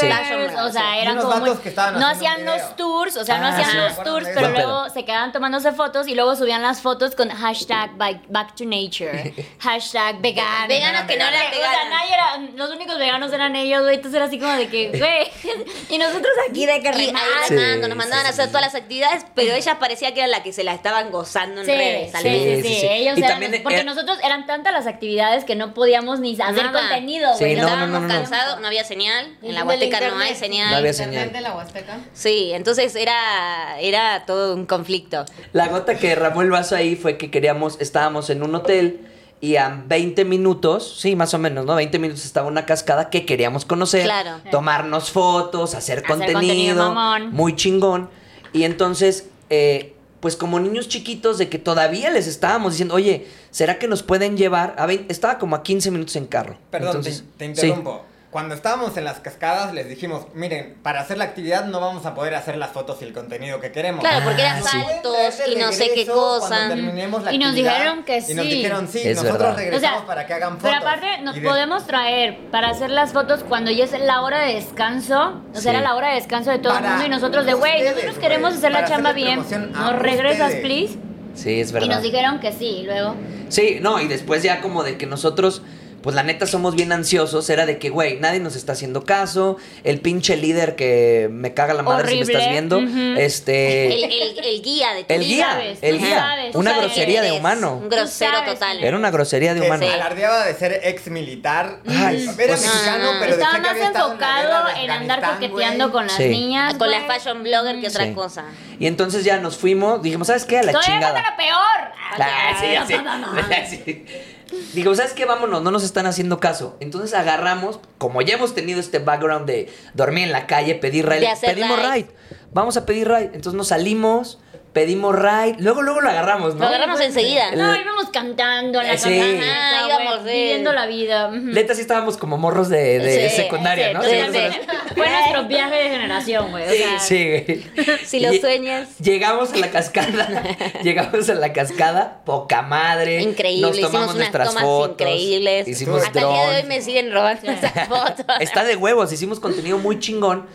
Speaker 2: sí.
Speaker 3: o sea,
Speaker 5: Y
Speaker 3: eran
Speaker 5: unos
Speaker 3: como
Speaker 5: vatos
Speaker 3: muy-
Speaker 5: que estaban
Speaker 3: no
Speaker 5: haciendo
Speaker 3: hacían
Speaker 5: un video.
Speaker 3: los tours, o sea, no
Speaker 5: Ah,
Speaker 3: hacían
Speaker 5: sí.
Speaker 3: los tours, pero
Speaker 2: Buen
Speaker 3: luego
Speaker 2: pedo.
Speaker 3: se quedaban tomándose fotos y luego subían las fotos con hashtag back, back to nature, hashtag vegan.
Speaker 4: Veganos que no eran
Speaker 3: O sea,
Speaker 4: veganas.
Speaker 3: nadie era, los únicos veganos eran ellos, güey, entonces era así como de que, güey, y nosotros aquí de que
Speaker 4: Y ahí
Speaker 3: remando.
Speaker 4: remando,
Speaker 2: Sí,
Speaker 4: nos mandaban
Speaker 2: sí,
Speaker 4: a hacer todas las actividades, pero ellas parecía que eran las que se la estaban gozando en
Speaker 3: Sí,
Speaker 4: redes.
Speaker 3: sí,
Speaker 4: tal vez.
Speaker 3: sí,
Speaker 2: Sí,
Speaker 3: sí,
Speaker 2: sí, sí.
Speaker 3: ellos
Speaker 2: Y
Speaker 3: eran,
Speaker 2: también,
Speaker 3: porque
Speaker 2: eh,
Speaker 3: nosotros eran tantas las actividades que no podíamos ni hacer
Speaker 4: Nada.
Speaker 3: contenido,
Speaker 2: Sí,
Speaker 3: güey, nos
Speaker 2: no,
Speaker 3: dábamos
Speaker 2: no, no, no.
Speaker 4: Cansado, no había señal, en la
Speaker 1: Del
Speaker 4: Huasteca no
Speaker 1: internet.
Speaker 4: hay señal.
Speaker 2: No había
Speaker 1: Internet
Speaker 2: señal.
Speaker 1: de la Huasteca.
Speaker 4: Sí, entonces era, era todo un conflicto.
Speaker 2: La gota que derramó el vaso ahí fue que queríamos, estábamos en un hotel y a 20 minutos, sí, más o menos, ¿no? 20 minutos estaba una cascada que queríamos conocer,
Speaker 4: Claro.
Speaker 2: tomarnos fotos, hacer, contenido,
Speaker 3: contenido mamón.
Speaker 2: muy chingón. Y entonces, eh, pues como niños chiquitos de que todavía les estábamos diciendo, oye, ¿será que nos pueden llevar? A 20 estaba como a 15 minutos en carro.
Speaker 5: Perdón, te-
Speaker 2: Entonces,
Speaker 5: te,
Speaker 2: sí.
Speaker 5: interrumpo. Cuando estábamos en las cascadas les dijimos, miren, para hacer la actividad no vamos a poder hacer las fotos y el contenido que queremos.
Speaker 4: Claro, porque eran
Speaker 2: Ah,
Speaker 5: Pueden
Speaker 4: saltos
Speaker 5: traer de
Speaker 4: y no sé qué
Speaker 5: regreso cuando
Speaker 4: cosa.
Speaker 5: terminemos la
Speaker 3: Y nos
Speaker 5: actividad".
Speaker 3: dijeron que
Speaker 5: Y nos
Speaker 3: sí.
Speaker 5: dijeron sí,
Speaker 2: Es
Speaker 5: nosotros
Speaker 2: verdad.
Speaker 5: regresamos para que hagan fotos.
Speaker 3: Pero aparte, nos
Speaker 5: Y de-
Speaker 3: podemos traer para hacer las fotos cuando ya es la hora de descanso. O sea,
Speaker 2: Sí.
Speaker 3: era la hora de descanso de todo el
Speaker 5: Para
Speaker 3: mundo y nosotros de, güey,
Speaker 5: ustedes,
Speaker 3: nosotros queremos
Speaker 5: güey,
Speaker 3: hacer la
Speaker 5: para
Speaker 3: chamba
Speaker 5: hacerles
Speaker 3: bien.
Speaker 5: promoción a
Speaker 3: Nos regresas,
Speaker 5: ustedes".
Speaker 3: please.
Speaker 2: Sí, es verdad.
Speaker 3: Y nos dijeron que sí, y luego.
Speaker 2: Sí, no, y después ya como de que nosotros, pues la neta somos bien ansiosos, era de que, güey, nadie nos está haciendo caso, el pinche líder que me caga la madre si
Speaker 3: Horrible,
Speaker 2: me estás viendo,
Speaker 3: ujú.
Speaker 4: El,
Speaker 2: este...
Speaker 4: el- el guía de tu
Speaker 2: El
Speaker 3: tú
Speaker 2: guía,
Speaker 3: sabes,
Speaker 2: el
Speaker 3: tú
Speaker 2: guía,
Speaker 3: sabes,
Speaker 2: una
Speaker 3: tú sabes
Speaker 2: grosería de
Speaker 4: eres
Speaker 2: humano.
Speaker 4: Un grosero
Speaker 3: Tú sabes.
Speaker 4: total.
Speaker 2: Era una grosería de
Speaker 5: que
Speaker 2: humano.
Speaker 5: se alardeaba de ser ex militar.
Speaker 2: Ay,
Speaker 5: era
Speaker 2: pues-
Speaker 4: No,
Speaker 5: mexicano,
Speaker 4: no, no.
Speaker 5: pero decía
Speaker 3: Estaba
Speaker 5: que
Speaker 3: más
Speaker 5: había estado en la
Speaker 3: enfocado
Speaker 5: guerra de
Speaker 3: en, andar
Speaker 5: Afganistán,
Speaker 3: coqueteando
Speaker 5: güey.
Speaker 3: con las
Speaker 2: Sí.
Speaker 3: niñas.
Speaker 4: Ah, Con
Speaker 3: güey.
Speaker 4: la fashion blogger que otra
Speaker 2: Sí.
Speaker 4: cosa.
Speaker 2: Y entonces ya nos fuimos, dijimos, ¿sabes qué? A la
Speaker 3: Todavía
Speaker 2: chingada.
Speaker 3: falta lo peor.
Speaker 2: Ah,
Speaker 3: Ah,
Speaker 2: sí,
Speaker 3: ya,
Speaker 2: sí, sí. Digo, ¿sabes qué? Vámonos, no nos están haciendo caso. Entonces agarramos, como ya hemos tenido este background de dormir en la calle, pedir ride,
Speaker 4: De hacer
Speaker 2: pedimos
Speaker 4: ride.
Speaker 2: ride. Vamos a pedir ride. Entonces nos salimos, pedimos ride, luego luego lo agarramos, ¿no?
Speaker 4: Lo agarramos enseguida.
Speaker 3: No,
Speaker 2: El-
Speaker 3: íbamos cantando en la
Speaker 2: Sí. Ah,
Speaker 3: caminata,
Speaker 4: Ajá,
Speaker 3: güey,
Speaker 4: íbamos de-
Speaker 3: viviendo la vida. ujú.
Speaker 2: Neta sí estábamos como morros de, de
Speaker 4: Sí,
Speaker 2: secundaria,
Speaker 3: Sí,
Speaker 2: ¿no?
Speaker 3: totalmente.
Speaker 4: Sí,
Speaker 3: Fue nuestro viaje de generación, güey. o sea,
Speaker 2: Sí, güey.
Speaker 4: Si lo
Speaker 2: Lle-
Speaker 4: sueñas.
Speaker 2: Llegamos a la cascada. llegamos a la cascada, poca madre.
Speaker 4: Increíble,
Speaker 2: eh, Nos tomamos
Speaker 4: hicimos unas
Speaker 2: nuestras
Speaker 4: tomas
Speaker 2: fotos.
Speaker 4: increíbles.
Speaker 2: Hicimos
Speaker 4: Hasta el día de hoy
Speaker 2: drones.
Speaker 4: me siguen robando esas fotos.
Speaker 2: Está de huevos, hicimos contenido muy chingón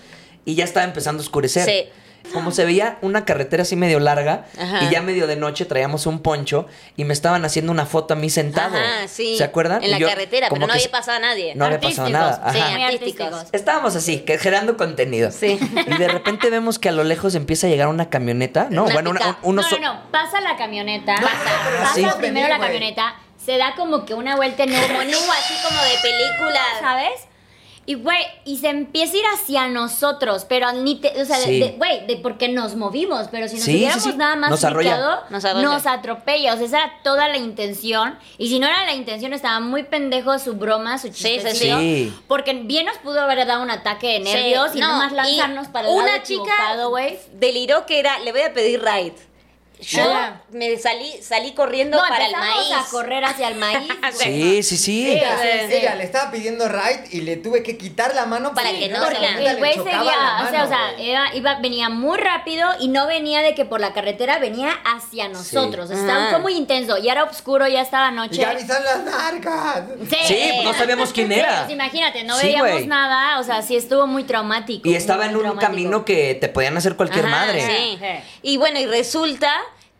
Speaker 2: y ya estaba empezando a oscurecer.
Speaker 4: Sí.
Speaker 2: Como se veía una carretera así medio larga
Speaker 4: Ajá.
Speaker 2: y ya medio de noche traíamos un poncho y me estaban haciendo una foto a mí sentado.
Speaker 4: Ajá, sí.
Speaker 2: ¿Se acuerdan?
Speaker 4: En la
Speaker 2: Y yo
Speaker 4: carretera,
Speaker 2: como
Speaker 4: pero no
Speaker 2: que
Speaker 4: había
Speaker 2: se-
Speaker 4: pasado a nadie.
Speaker 2: No había pasado nada.
Speaker 4: Sí,
Speaker 2: Ajá.
Speaker 3: Muy
Speaker 4: artísticos.
Speaker 2: Estábamos así, que generando contenido.
Speaker 4: Sí.
Speaker 2: Y de repente vemos que a lo lejos empieza a llegar una camioneta. No,
Speaker 4: Una
Speaker 2: bueno, una-
Speaker 4: pickup.
Speaker 2: un- unos
Speaker 3: no, no, no, pasa la camioneta. Pasa,
Speaker 5: pero
Speaker 3: pasa
Speaker 2: sí.
Speaker 3: primero la
Speaker 5: Venir, güey.
Speaker 3: camioneta. Se da como que una vuelta en
Speaker 4: Como
Speaker 3: humo,
Speaker 4: en un así como de película.
Speaker 3: ¿sabes? Y, güey, y se empieza a ir hacia nosotros, pero ni te, o sea, de-
Speaker 2: Sí.
Speaker 3: de- güey, de, porque nos movimos, pero si nos
Speaker 2: Sí, sí,
Speaker 3: hubiéramos
Speaker 2: sí.
Speaker 3: nada más
Speaker 2: Nos arrolla.
Speaker 3: picado,
Speaker 4: Nos arrolla.
Speaker 3: nos atropella. O sea, esa era toda la intención. Y si no era la intención, estaba muy pendejo su broma, su
Speaker 4: Sí, sí,
Speaker 3: chiste.
Speaker 2: sí.
Speaker 3: Porque bien nos pudo haber dado un ataque de nervios y
Speaker 4: no,
Speaker 3: nomás lanzarnos para el
Speaker 4: Una
Speaker 3: lado
Speaker 4: chica
Speaker 3: equivocado, güey.
Speaker 4: deliró que era, le voy a pedir ride. Yo
Speaker 3: Ah.
Speaker 4: me salí, salí corriendo
Speaker 3: No,
Speaker 4: para el
Speaker 3: empezamos
Speaker 4: maíz.
Speaker 3: a correr hacia el maíz. güey.
Speaker 2: Sí, sí, sí.
Speaker 5: Ella,
Speaker 4: sí, sí.
Speaker 5: ella le estaba pidiendo ride y le tuve que quitar la mano
Speaker 4: Para
Speaker 5: porque
Speaker 4: que no
Speaker 5: en ese
Speaker 4: se la-
Speaker 3: Porque
Speaker 5: momento le
Speaker 3: el güey
Speaker 5: chocaba
Speaker 3: seguía,
Speaker 5: la
Speaker 3: o sea, o
Speaker 5: mano,
Speaker 3: sea,
Speaker 5: güey.
Speaker 3: era- iba, venía muy rápido y no venía de que por la carretera venía hacia nosotros. O sea, estaba-
Speaker 4: Ah.
Speaker 3: fue muy intenso, ya era oscuro, ya estaba
Speaker 5: Y
Speaker 3: noche.
Speaker 5: ya avisan las narcas.
Speaker 2: Sí, pues no sabíamos quién era.
Speaker 3: Pues imagínate, no
Speaker 2: Sí,
Speaker 3: veíamos
Speaker 2: güey.
Speaker 3: nada, o sea, sí estuvo muy traumático.
Speaker 2: Y estaba
Speaker 3: muy
Speaker 2: en un
Speaker 3: traumático.
Speaker 2: camino que te podían hacer cualquier
Speaker 4: Ajá,
Speaker 2: madre.
Speaker 4: sí.
Speaker 3: Ajá.
Speaker 4: Y bueno, y resulta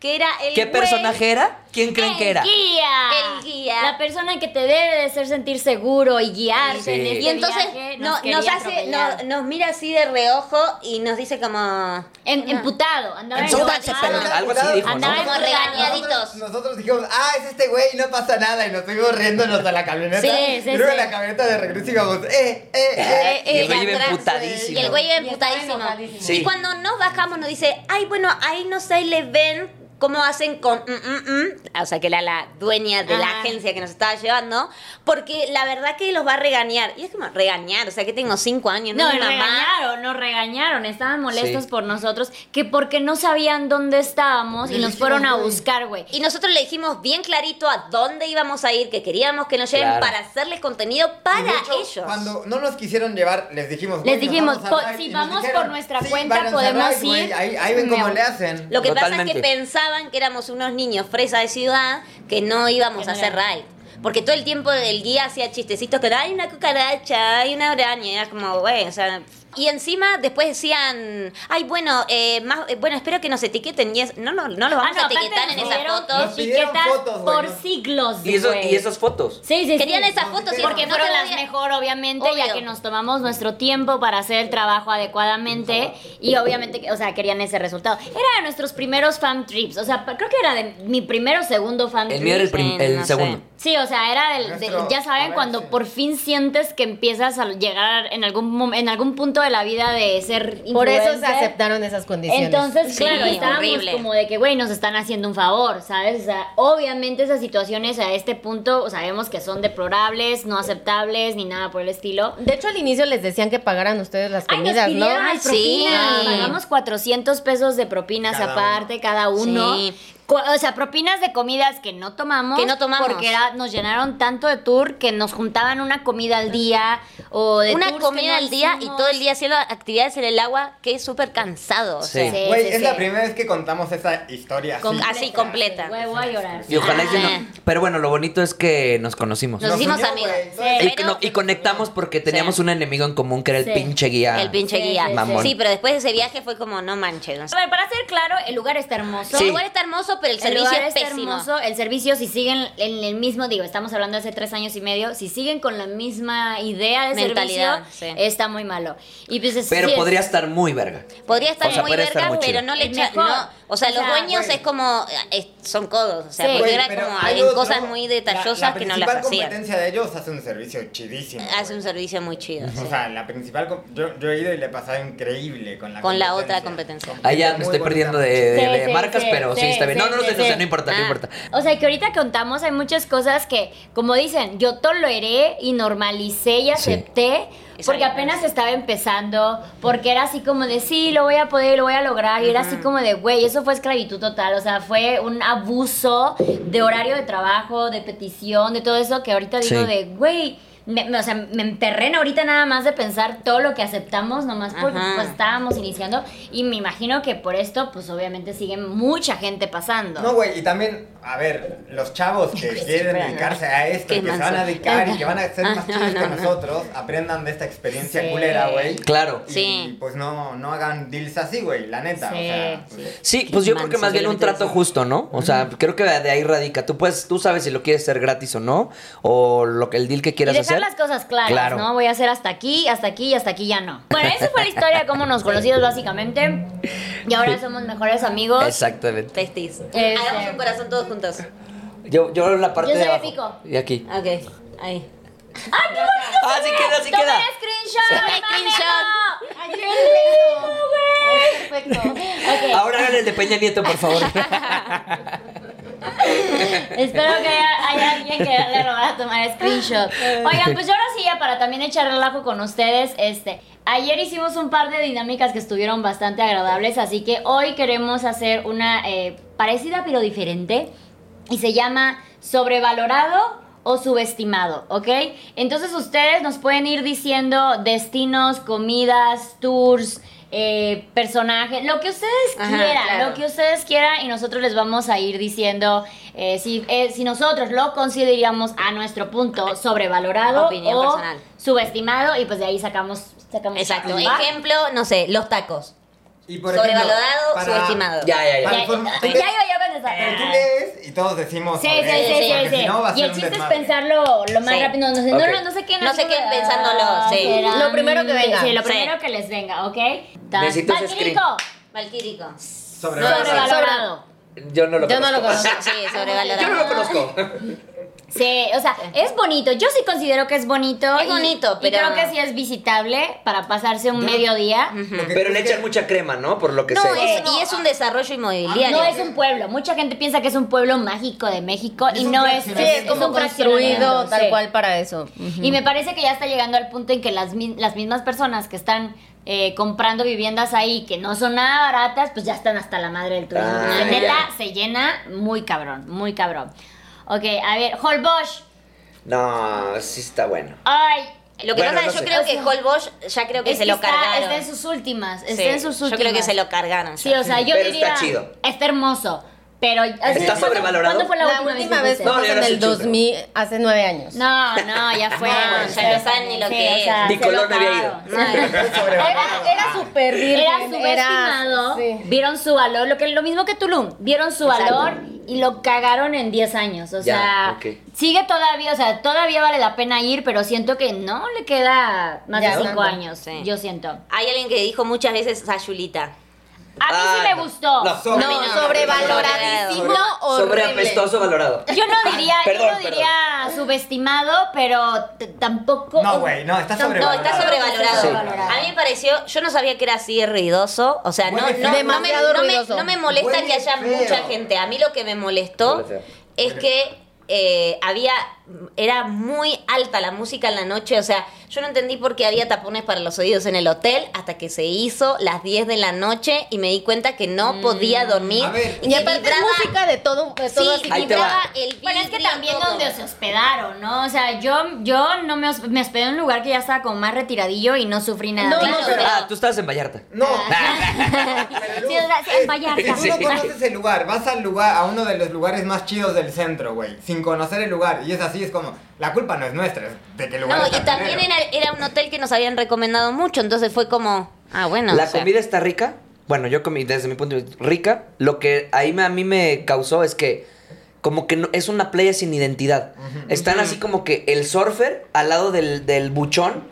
Speaker 4: que era el
Speaker 2: ¿Qué
Speaker 4: güey-
Speaker 2: personaje era? ¿Quién creen que era?
Speaker 3: El guía.
Speaker 4: El guía.
Speaker 3: La persona que te debe de hacer sentir seguro y guiarte
Speaker 2: Sí.
Speaker 3: en este
Speaker 4: Y entonces
Speaker 3: viaje,
Speaker 4: no- nos,
Speaker 3: quería
Speaker 4: hace,
Speaker 3: atropellar.
Speaker 4: no- nos mira así de reojo y nos dice como...
Speaker 3: En- Emputado, andaba
Speaker 2: Ensótanse,
Speaker 3: emputado.
Speaker 2: pelón. Algo así dijo, ¿no?
Speaker 3: Andaba
Speaker 4: Como
Speaker 3: emputado.
Speaker 4: regañadito.
Speaker 5: Nosotros, nosotros dijimos, ah, es este güey, no pasa nada. Y nos fuimos riéndonos a la camioneta.
Speaker 3: Sí, sí,
Speaker 5: y luego
Speaker 3: sí.
Speaker 5: en la camioneta de regreso íbamos, eh, eh, eh.
Speaker 2: Y el güey
Speaker 4: de
Speaker 2: iba
Speaker 4: atrás,
Speaker 2: emputadísimo.
Speaker 4: Y el güey iba
Speaker 1: Y estaba
Speaker 4: emputadísimo.
Speaker 1: enojadísimo.
Speaker 2: Sí.
Speaker 4: Y cuando nos bajamos nos dice, ay, bueno, ahí no sé, le ven cómo hacen con... mm, mm, mm". O sea, que era la dueña de la
Speaker 3: Ah.
Speaker 4: agencia que nos estaba llevando, porque la verdad que los va a regañar. Y es como, regañar, o sea, que tengo cinco años, no,
Speaker 3: No,
Speaker 4: mi
Speaker 3: nos
Speaker 4: mamá.
Speaker 3: regañaron, nos regañaron, estaban molestos
Speaker 2: Sí.
Speaker 3: por nosotros, que porque no sabían dónde estábamos y
Speaker 5: Le
Speaker 3: nos fueron a
Speaker 5: dijimos, "Güey".
Speaker 3: buscar, güey. Ah,
Speaker 4: Y nosotros le dijimos bien clarito a dónde íbamos a ir, que queríamos que nos lleven
Speaker 2: Claro.
Speaker 4: para hacerles contenido para
Speaker 5: Y de hecho,
Speaker 4: ellos.
Speaker 5: Cuando no nos quisieron llevar, les dijimos.
Speaker 3: Les
Speaker 5: "Güey, nos
Speaker 3: dijimos,
Speaker 5: vamos a
Speaker 3: po-
Speaker 5: ride",
Speaker 3: si
Speaker 5: y nos
Speaker 3: vamos
Speaker 5: dijeron,
Speaker 3: por nuestra
Speaker 5: "Sí,
Speaker 3: cuenta,
Speaker 5: váyanse a
Speaker 3: podemos
Speaker 5: ride, güey,
Speaker 3: ir".
Speaker 5: Ahí, ahí ven cómo le hacen.
Speaker 4: Lo que pasa es
Speaker 2: Totalmente.
Speaker 4: que pensaban que éramos unos niños fresa de ciudad que no íbamos
Speaker 3: Que
Speaker 4: a
Speaker 3: no
Speaker 4: hacer
Speaker 3: era.
Speaker 4: raid. Porque todo el tiempo el guía hacía chistecitos que hay una cucaracha, hay una araña, y era como, güey, o sea. Y encima después decían, ay, bueno, eh, más, eh, bueno, espero que nos etiqueten. Y es- no, no, no los
Speaker 3: Ah,
Speaker 4: vamos
Speaker 3: no,
Speaker 4: a
Speaker 3: aparte
Speaker 4: etiquetar en
Speaker 3: nos
Speaker 4: esas
Speaker 3: dieron
Speaker 4: fotos.
Speaker 5: Nos pidieron
Speaker 3: etiquetas
Speaker 5: fotos, güey,
Speaker 3: por
Speaker 5: ¿no?
Speaker 3: siglos,
Speaker 2: Y, eso-
Speaker 3: güey.
Speaker 2: y esas fotos.
Speaker 3: Sí, sí,
Speaker 4: Querían
Speaker 3: sí.
Speaker 4: esas fotos y
Speaker 5: Pero
Speaker 3: porque
Speaker 4: no
Speaker 3: fueron
Speaker 4: te
Speaker 3: las
Speaker 4: podía-
Speaker 3: mejor, obviamente, ya
Speaker 4: Obvio.
Speaker 3: que nos tomamos nuestro tiempo para hacer el trabajo adecuadamente y obviamente, o sea, querían ese resultado. Era de nuestros primeros fan trips, o sea, pa- creo que era de mi primero o segundo fan
Speaker 2: El
Speaker 3: trip.
Speaker 2: mío era el, prim-
Speaker 4: Eh,
Speaker 2: el
Speaker 4: no sé.
Speaker 2: segundo.
Speaker 3: Sí, o sea, era del, del-
Speaker 5: Nuestro-
Speaker 3: ya
Speaker 5: a
Speaker 3: saben
Speaker 5: ver,
Speaker 3: cuando
Speaker 5: sí.
Speaker 3: por fin sientes que empiezas a llegar en algún mom- en algún punto de la vida de ser
Speaker 1: Por eso se
Speaker 3: influencer.
Speaker 1: aceptaron esas condiciones.
Speaker 3: Entonces,
Speaker 4: Sí,
Speaker 3: claro, estábamos
Speaker 4: horrible.
Speaker 3: como de que, güey, nos están haciendo un favor, ¿sabes? O sea, obviamente esas situaciones a este punto sabemos que son deplorables, no aceptables, ni nada por el estilo.
Speaker 1: de hecho, al inicio les decían que pagaran ustedes las
Speaker 3: Ay, nos
Speaker 1: comidas, ¿no?
Speaker 3: pidieron las
Speaker 4: Ah, Sí.
Speaker 3: propinas. Pagamos 400 pesos de propinas
Speaker 5: Cada
Speaker 3: aparte, cada uno.
Speaker 4: Sí.
Speaker 3: Cu- O sea, propinas de comidas que no tomamos.
Speaker 4: Que no tomamos.
Speaker 3: Porque era- nos llenaron tanto de tour que nos juntaban una comida al día o de
Speaker 4: Una
Speaker 3: tours que
Speaker 4: comida
Speaker 3: no
Speaker 4: al día y
Speaker 3: hicimos.
Speaker 4: todo el día haciendo actividades en el agua que es súper cansado. o
Speaker 2: Sí.
Speaker 4: sea.
Speaker 3: Sí,
Speaker 5: Güey,
Speaker 3: sí,
Speaker 5: es
Speaker 3: sí.
Speaker 5: la primera vez que contamos esa historia.
Speaker 4: Con-
Speaker 5: así.
Speaker 4: así completa.
Speaker 3: Güey, voy a llorar.
Speaker 2: Y ojalá que
Speaker 4: Ah.
Speaker 2: no. Pero bueno, lo bonito es que nos conocimos.
Speaker 4: Nos
Speaker 5: Nos
Speaker 4: hicimos
Speaker 5: unió,
Speaker 4: amigos.
Speaker 5: güey.
Speaker 2: Y,
Speaker 5: Sí.
Speaker 4: Pero-
Speaker 2: que no- y conectamos porque teníamos un enemigo en común que era el
Speaker 3: Sí.
Speaker 2: pinche guía.
Speaker 4: El pinche
Speaker 3: Sí,
Speaker 4: guía.
Speaker 3: sí,
Speaker 2: Mamón.
Speaker 4: Sí, pero después de ese viaje fue como, no manches. o
Speaker 3: A
Speaker 4: sea,
Speaker 3: ver, para ser claro, el lugar está hermoso.
Speaker 2: Sí.
Speaker 4: El lugar está hermoso, pero el
Speaker 3: El
Speaker 4: servicio
Speaker 3: lugar
Speaker 4: es
Speaker 3: está
Speaker 4: pésimo.
Speaker 3: hermoso, el servicio si siguen en el mismo, digo, estamos hablando de hace tres años y medio, si siguen con la misma idea de
Speaker 4: Mentalidad,
Speaker 3: servicio,
Speaker 4: sí.
Speaker 3: está muy malo. Y pues es-
Speaker 2: Pero
Speaker 3: sí es-
Speaker 2: podría estar muy verga.
Speaker 4: Podría estar
Speaker 2: O sea,
Speaker 4: muy
Speaker 2: podría
Speaker 4: verga,
Speaker 2: estar muy chido.
Speaker 4: pero no le
Speaker 3: El
Speaker 4: echa.
Speaker 3: mejor.
Speaker 4: no, o sea,
Speaker 3: O
Speaker 4: los
Speaker 3: sea,
Speaker 4: dueños
Speaker 5: güey.
Speaker 4: es como. eh, es- son codos. O sea,
Speaker 3: Sí.
Speaker 4: porque
Speaker 5: Güey,
Speaker 4: era
Speaker 5: pero
Speaker 4: como.
Speaker 5: hay
Speaker 4: Hay
Speaker 5: otro-
Speaker 4: cosas muy detallosas
Speaker 5: la-
Speaker 4: que no las
Speaker 5: La principal
Speaker 4: hacían.
Speaker 5: competencia de ellos hace un servicio chidísimo.
Speaker 4: Hace un
Speaker 5: güey.
Speaker 4: servicio muy chido. sí.
Speaker 5: O sea, la principal. com- Yo, yo he ido y le he pasado increíble con la
Speaker 4: Con la otra competencia.
Speaker 2: Ah, ya
Speaker 5: Muy
Speaker 2: me estoy
Speaker 5: bonita.
Speaker 2: perdiendo de, de-
Speaker 3: Sí,
Speaker 2: de
Speaker 3: sí,
Speaker 2: marcas,
Speaker 3: sí,
Speaker 2: pero sí,
Speaker 3: sí,
Speaker 2: está bien.
Speaker 3: sí,
Speaker 2: no, no, no,
Speaker 3: sí,
Speaker 2: no,
Speaker 3: sí.
Speaker 2: no importa, no
Speaker 4: Ah.
Speaker 2: importa.
Speaker 3: O sea, que ahorita contamos, hay muchas cosas que, como dicen, yo toleré y normalicé y acepté,
Speaker 4: Esa
Speaker 3: porque
Speaker 4: idea.
Speaker 3: apenas estaba empezando, porque era así como de, sí, lo voy a poder, lo voy a lograr, y era así como de, güey, eso fue esclavitud total, o sea, fue un abuso de horario de trabajo, de petición, de todo eso, que ahorita digo
Speaker 2: Sí.
Speaker 3: de, güey. me- me- o sea, me emperren ahorita nada más de pensar todo lo que aceptamos, nomás porque
Speaker 4: Ajá.
Speaker 3: pues, estábamos iniciando. Y me imagino que por esto, pues obviamente sigue mucha gente pasando.
Speaker 5: No, güey, y también, a ver, los chavos que quieren
Speaker 4: espera,
Speaker 5: dedicarse a esto,
Speaker 4: Qué
Speaker 5: y que se
Speaker 4: manso.
Speaker 5: van a dedicar y que van a ser más chidos que nosotros, aprendan de esta experiencia
Speaker 3: Sí.
Speaker 5: culera, güey.
Speaker 2: Claro.
Speaker 5: Y
Speaker 4: Sí.
Speaker 5: pues no, no hagan deals así, güey, la neta. O
Speaker 3: Sí.
Speaker 5: sea, pues,
Speaker 2: Sí, pues yo creo
Speaker 4: manso,
Speaker 2: que más
Speaker 4: qué
Speaker 2: bien un
Speaker 4: limitantes.
Speaker 2: trato justo, ¿no? O sea, creo que de ahí radica. Tú puedes, tú sabes si lo quieres hacer gratis o no, o lo que el deal que
Speaker 3: Y
Speaker 2: quieras
Speaker 3: dejar
Speaker 2: hacer.
Speaker 3: las cosas claras,
Speaker 2: Claro.
Speaker 3: ¿no? Voy a hacer hasta aquí, hasta aquí y hasta aquí ya no. Bueno, esa fue la historia de cómo nos conocimos básicamente. Y ahora somos mejores amigos.
Speaker 2: Exactamente.
Speaker 4: Testis.
Speaker 3: Este.
Speaker 4: Hagamos un corazón todos juntos.
Speaker 2: Yo, yo la parte
Speaker 3: Yo
Speaker 2: de
Speaker 3: soy de
Speaker 2: abajo.
Speaker 3: pico.
Speaker 2: Y aquí.
Speaker 4: Ok, ahí.
Speaker 2: Ah, sí queda, sí queda.
Speaker 3: Toma screenshot.
Speaker 4: Toma screenshot.
Speaker 3: ¡Ay, qué lindo!
Speaker 1: Perfecto.
Speaker 2: Ahora hagan el de Peña Nieto, por favor.
Speaker 3: Espero que haya, haya alguien que le robara tomar screenshot. Oigan, pues yo ahora sí, ya para también echar relajo con ustedes, este. Ayer hicimos un par de dinámicas que estuvieron bastante agradables, así que hoy queremos hacer una eh, parecida pero diferente. Y se llama sobrevalorado o subestimado, ¿ok? Entonces ustedes nos pueden ir diciendo destinos, comidas, tours, eh, personajes, lo que ustedes
Speaker 4: Ajá,
Speaker 3: quieran,
Speaker 4: claro.
Speaker 3: lo que ustedes quieran y nosotros les vamos a ir diciendo eh, si, eh, si nosotros lo consideramos a nuestro punto sobrevalorado
Speaker 4: Opinión
Speaker 3: o
Speaker 4: personal.
Speaker 3: subestimado y pues de ahí sacamos... sacamos
Speaker 4: Exacto.
Speaker 3: Pues, ¿va?
Speaker 4: Ejemplo, no sé, los tacos.
Speaker 5: Y por ejemplo,
Speaker 4: Sobrevalorado,
Speaker 5: para-
Speaker 4: subestimado.
Speaker 2: Ya, ya,
Speaker 3: Ya,
Speaker 2: ya.
Speaker 3: ya iba yo a contestar.
Speaker 5: Pero tú lees y todos decimos.
Speaker 3: Sí,
Speaker 5: ok,
Speaker 3: sí, sí, sí,
Speaker 5: porque
Speaker 3: sí.
Speaker 5: si no va a
Speaker 3: y
Speaker 5: ser
Speaker 3: el
Speaker 5: un
Speaker 3: chiste es
Speaker 5: desmadre.
Speaker 3: pensarlo lo más
Speaker 4: Sí.
Speaker 3: rápido. No, no sé,
Speaker 2: Ok.
Speaker 3: no, no se queden
Speaker 4: No
Speaker 3: así
Speaker 4: se queden
Speaker 3: de,
Speaker 4: pensándolo,
Speaker 3: ah,
Speaker 4: sí.
Speaker 3: será,
Speaker 1: Lo primero que
Speaker 3: mm,
Speaker 1: venga.
Speaker 3: Sí, lo
Speaker 4: Sí.
Speaker 3: primero que les venga, ¿ok?
Speaker 2: Necesito ese
Speaker 3: Valquírico,
Speaker 4: Valquírico.
Speaker 5: Sobrevalorado.
Speaker 3: sobrevalorado.
Speaker 2: Yo no lo
Speaker 1: Yo no lo
Speaker 2: conozco.
Speaker 1: conozco.
Speaker 4: Sí, sobrevalorado.
Speaker 2: Yo no lo conozco.
Speaker 3: Sí, o sea, es bonito. Yo sí considero que es bonito.
Speaker 4: Es
Speaker 3: y-
Speaker 4: bonito,
Speaker 3: y
Speaker 4: pero-
Speaker 3: creo que sí es visitable para pasarse un
Speaker 5: Yo-
Speaker 3: mediodía.
Speaker 5: Lo que
Speaker 2: Pero le
Speaker 5: creo que-
Speaker 2: echan mucha crema, ¿no? Por lo que
Speaker 4: No,
Speaker 2: sé.
Speaker 4: es- y es un desarrollo inmobiliario.
Speaker 3: No es un pueblo. Mucha gente piensa que es un pueblo mágico de México
Speaker 5: Es
Speaker 3: y
Speaker 5: un
Speaker 3: no es.
Speaker 1: Sí, es como construido
Speaker 3: un fraccionamiento,
Speaker 1: tal
Speaker 3: sí.
Speaker 1: cual para eso.
Speaker 3: Y me parece que ya está llegando al punto en que las, mi- las mismas personas que están eh, comprando viviendas ahí que no son nada baratas, pues ya están hasta la madre del turismo.
Speaker 2: Ah,
Speaker 3: La
Speaker 2: ya.
Speaker 3: neta se llena muy cabrón, muy cabrón. Ok, a ver, Holbosch.
Speaker 2: No, sí está bueno.
Speaker 3: Ay,
Speaker 4: Lo que
Speaker 2: Bueno,
Speaker 4: pasa
Speaker 2: no
Speaker 4: es yo
Speaker 2: sé.
Speaker 4: creo
Speaker 3: O
Speaker 4: que
Speaker 3: sea,
Speaker 4: Holbox ya creo que
Speaker 3: es
Speaker 4: se lo
Speaker 3: está,
Speaker 4: cargaron.
Speaker 3: está en sus últimas,
Speaker 4: Sí,
Speaker 3: está en sus últimas.
Speaker 4: Yo creo que se lo cargaron.
Speaker 3: Sí, o sea, yo
Speaker 2: Pero
Speaker 3: diría.
Speaker 2: está chido.
Speaker 3: Está hermoso, pero
Speaker 2: ¿Está sobrevalorado?
Speaker 3: ¿Cuándo fue la,
Speaker 1: La última vez
Speaker 3: que
Speaker 1: fue
Speaker 2: No, yo
Speaker 1: en
Speaker 2: no soy
Speaker 1: el
Speaker 2: chulo.
Speaker 1: 2000, hace nueve años.
Speaker 3: No, no, ya fue.
Speaker 4: No,
Speaker 3: güey,
Speaker 4: ya no
Speaker 3: sí,
Speaker 4: saben ni lo
Speaker 3: sí,
Speaker 4: que
Speaker 3: o
Speaker 4: es.
Speaker 3: sea,
Speaker 2: Ni
Speaker 3: se
Speaker 2: color
Speaker 3: lo
Speaker 2: me había
Speaker 3: pagaron.
Speaker 4: No, es-
Speaker 5: Sobrevalorado.
Speaker 1: Era súper virgen.
Speaker 3: Era subestimado,
Speaker 1: sí.
Speaker 3: vieron su valor, lo, que, lo mismo que Tulum, vieron su valor y lo cagaron en 10 años. O
Speaker 2: Ya,
Speaker 3: sea,
Speaker 2: ok.
Speaker 3: sigue todavía, o sea, todavía vale la pena ir, pero siento que no le queda más
Speaker 1: Ya,
Speaker 3: de
Speaker 1: tanto.
Speaker 3: 5 años,
Speaker 4: Sí.
Speaker 3: yo siento. A mí
Speaker 4: Hay alguien que dijo muchas veces "Ah, Sayulita.
Speaker 3: sí
Speaker 2: Ah,
Speaker 3: me
Speaker 2: no.
Speaker 3: gustó.
Speaker 2: No,
Speaker 5: Sobre-
Speaker 1: No, sobrevaloradísimo, horrible.
Speaker 2: sobre apestoso valorado.
Speaker 3: Yo no diría, yo
Speaker 2: Perdón,
Speaker 3: no diría subestimado, pero t- tampoco.
Speaker 5: No, güey, no, está
Speaker 3: Tampoco-
Speaker 4: No,
Speaker 5: sobrevalorado.
Speaker 4: está sobrevalorado.
Speaker 5: Sí.
Speaker 4: A mí me pareció, yo no sabía que era así de ruidoso. O sea, no, no,
Speaker 5: Huele feo.
Speaker 4: no me,
Speaker 1: Demasiado
Speaker 4: no me-
Speaker 1: ruidoso.
Speaker 4: no me molesta
Speaker 5: Huele
Speaker 4: que haya
Speaker 5: feo.
Speaker 4: mucha gente. A mí lo que me molestó
Speaker 2: Huele feo.
Speaker 4: es que eh, había, era muy alta la música en la noche. O sea, yo no entendí por qué había tapones para los oídos en el hotel hasta que se hizo las 10 de la noche y me di cuenta que no
Speaker 3: Mm.
Speaker 4: podía dormir.
Speaker 5: A ver.
Speaker 4: que
Speaker 1: Y aparte es
Speaker 4: vibraba-
Speaker 1: música de todo, de todo
Speaker 4: sí,
Speaker 1: así. ah,
Speaker 2: Ahí te va.
Speaker 4: vibraba el
Speaker 3: Bueno, es que
Speaker 4: vidrio,
Speaker 3: también
Speaker 4: todo.
Speaker 3: donde se hospedaron, ¿no? O sea, yo, yo no me, hos- me hospedé en un lugar que ya estaba como más retiradillo y no sufrí nada.
Speaker 1: No,
Speaker 3: Claro,
Speaker 1: no,
Speaker 3: pero-
Speaker 2: Ah, tú estabas en Vallarta.
Speaker 5: No. Ah.
Speaker 3: Sí, o sea, sí, en Vallarta.
Speaker 5: Si tú no conoces el lugar, vas al lugar, a uno de los lugares más chidos del centro, güey, sin conocer el lugar. Y es así, es como, la culpa no es nuestra, es de que el lugar
Speaker 4: No,
Speaker 5: está
Speaker 4: y también
Speaker 5: culero.
Speaker 4: era, era un hotel que nos habían recomendado mucho, entonces fue como, ah, bueno.
Speaker 2: la
Speaker 4: o sea,
Speaker 2: comida está rica. Bueno, yo comí desde mi punto de vista rica. Lo que ahí me- a mí me causó es que como que no- es una playa sin identidad. Están así como que el surfer al lado del, del buchón,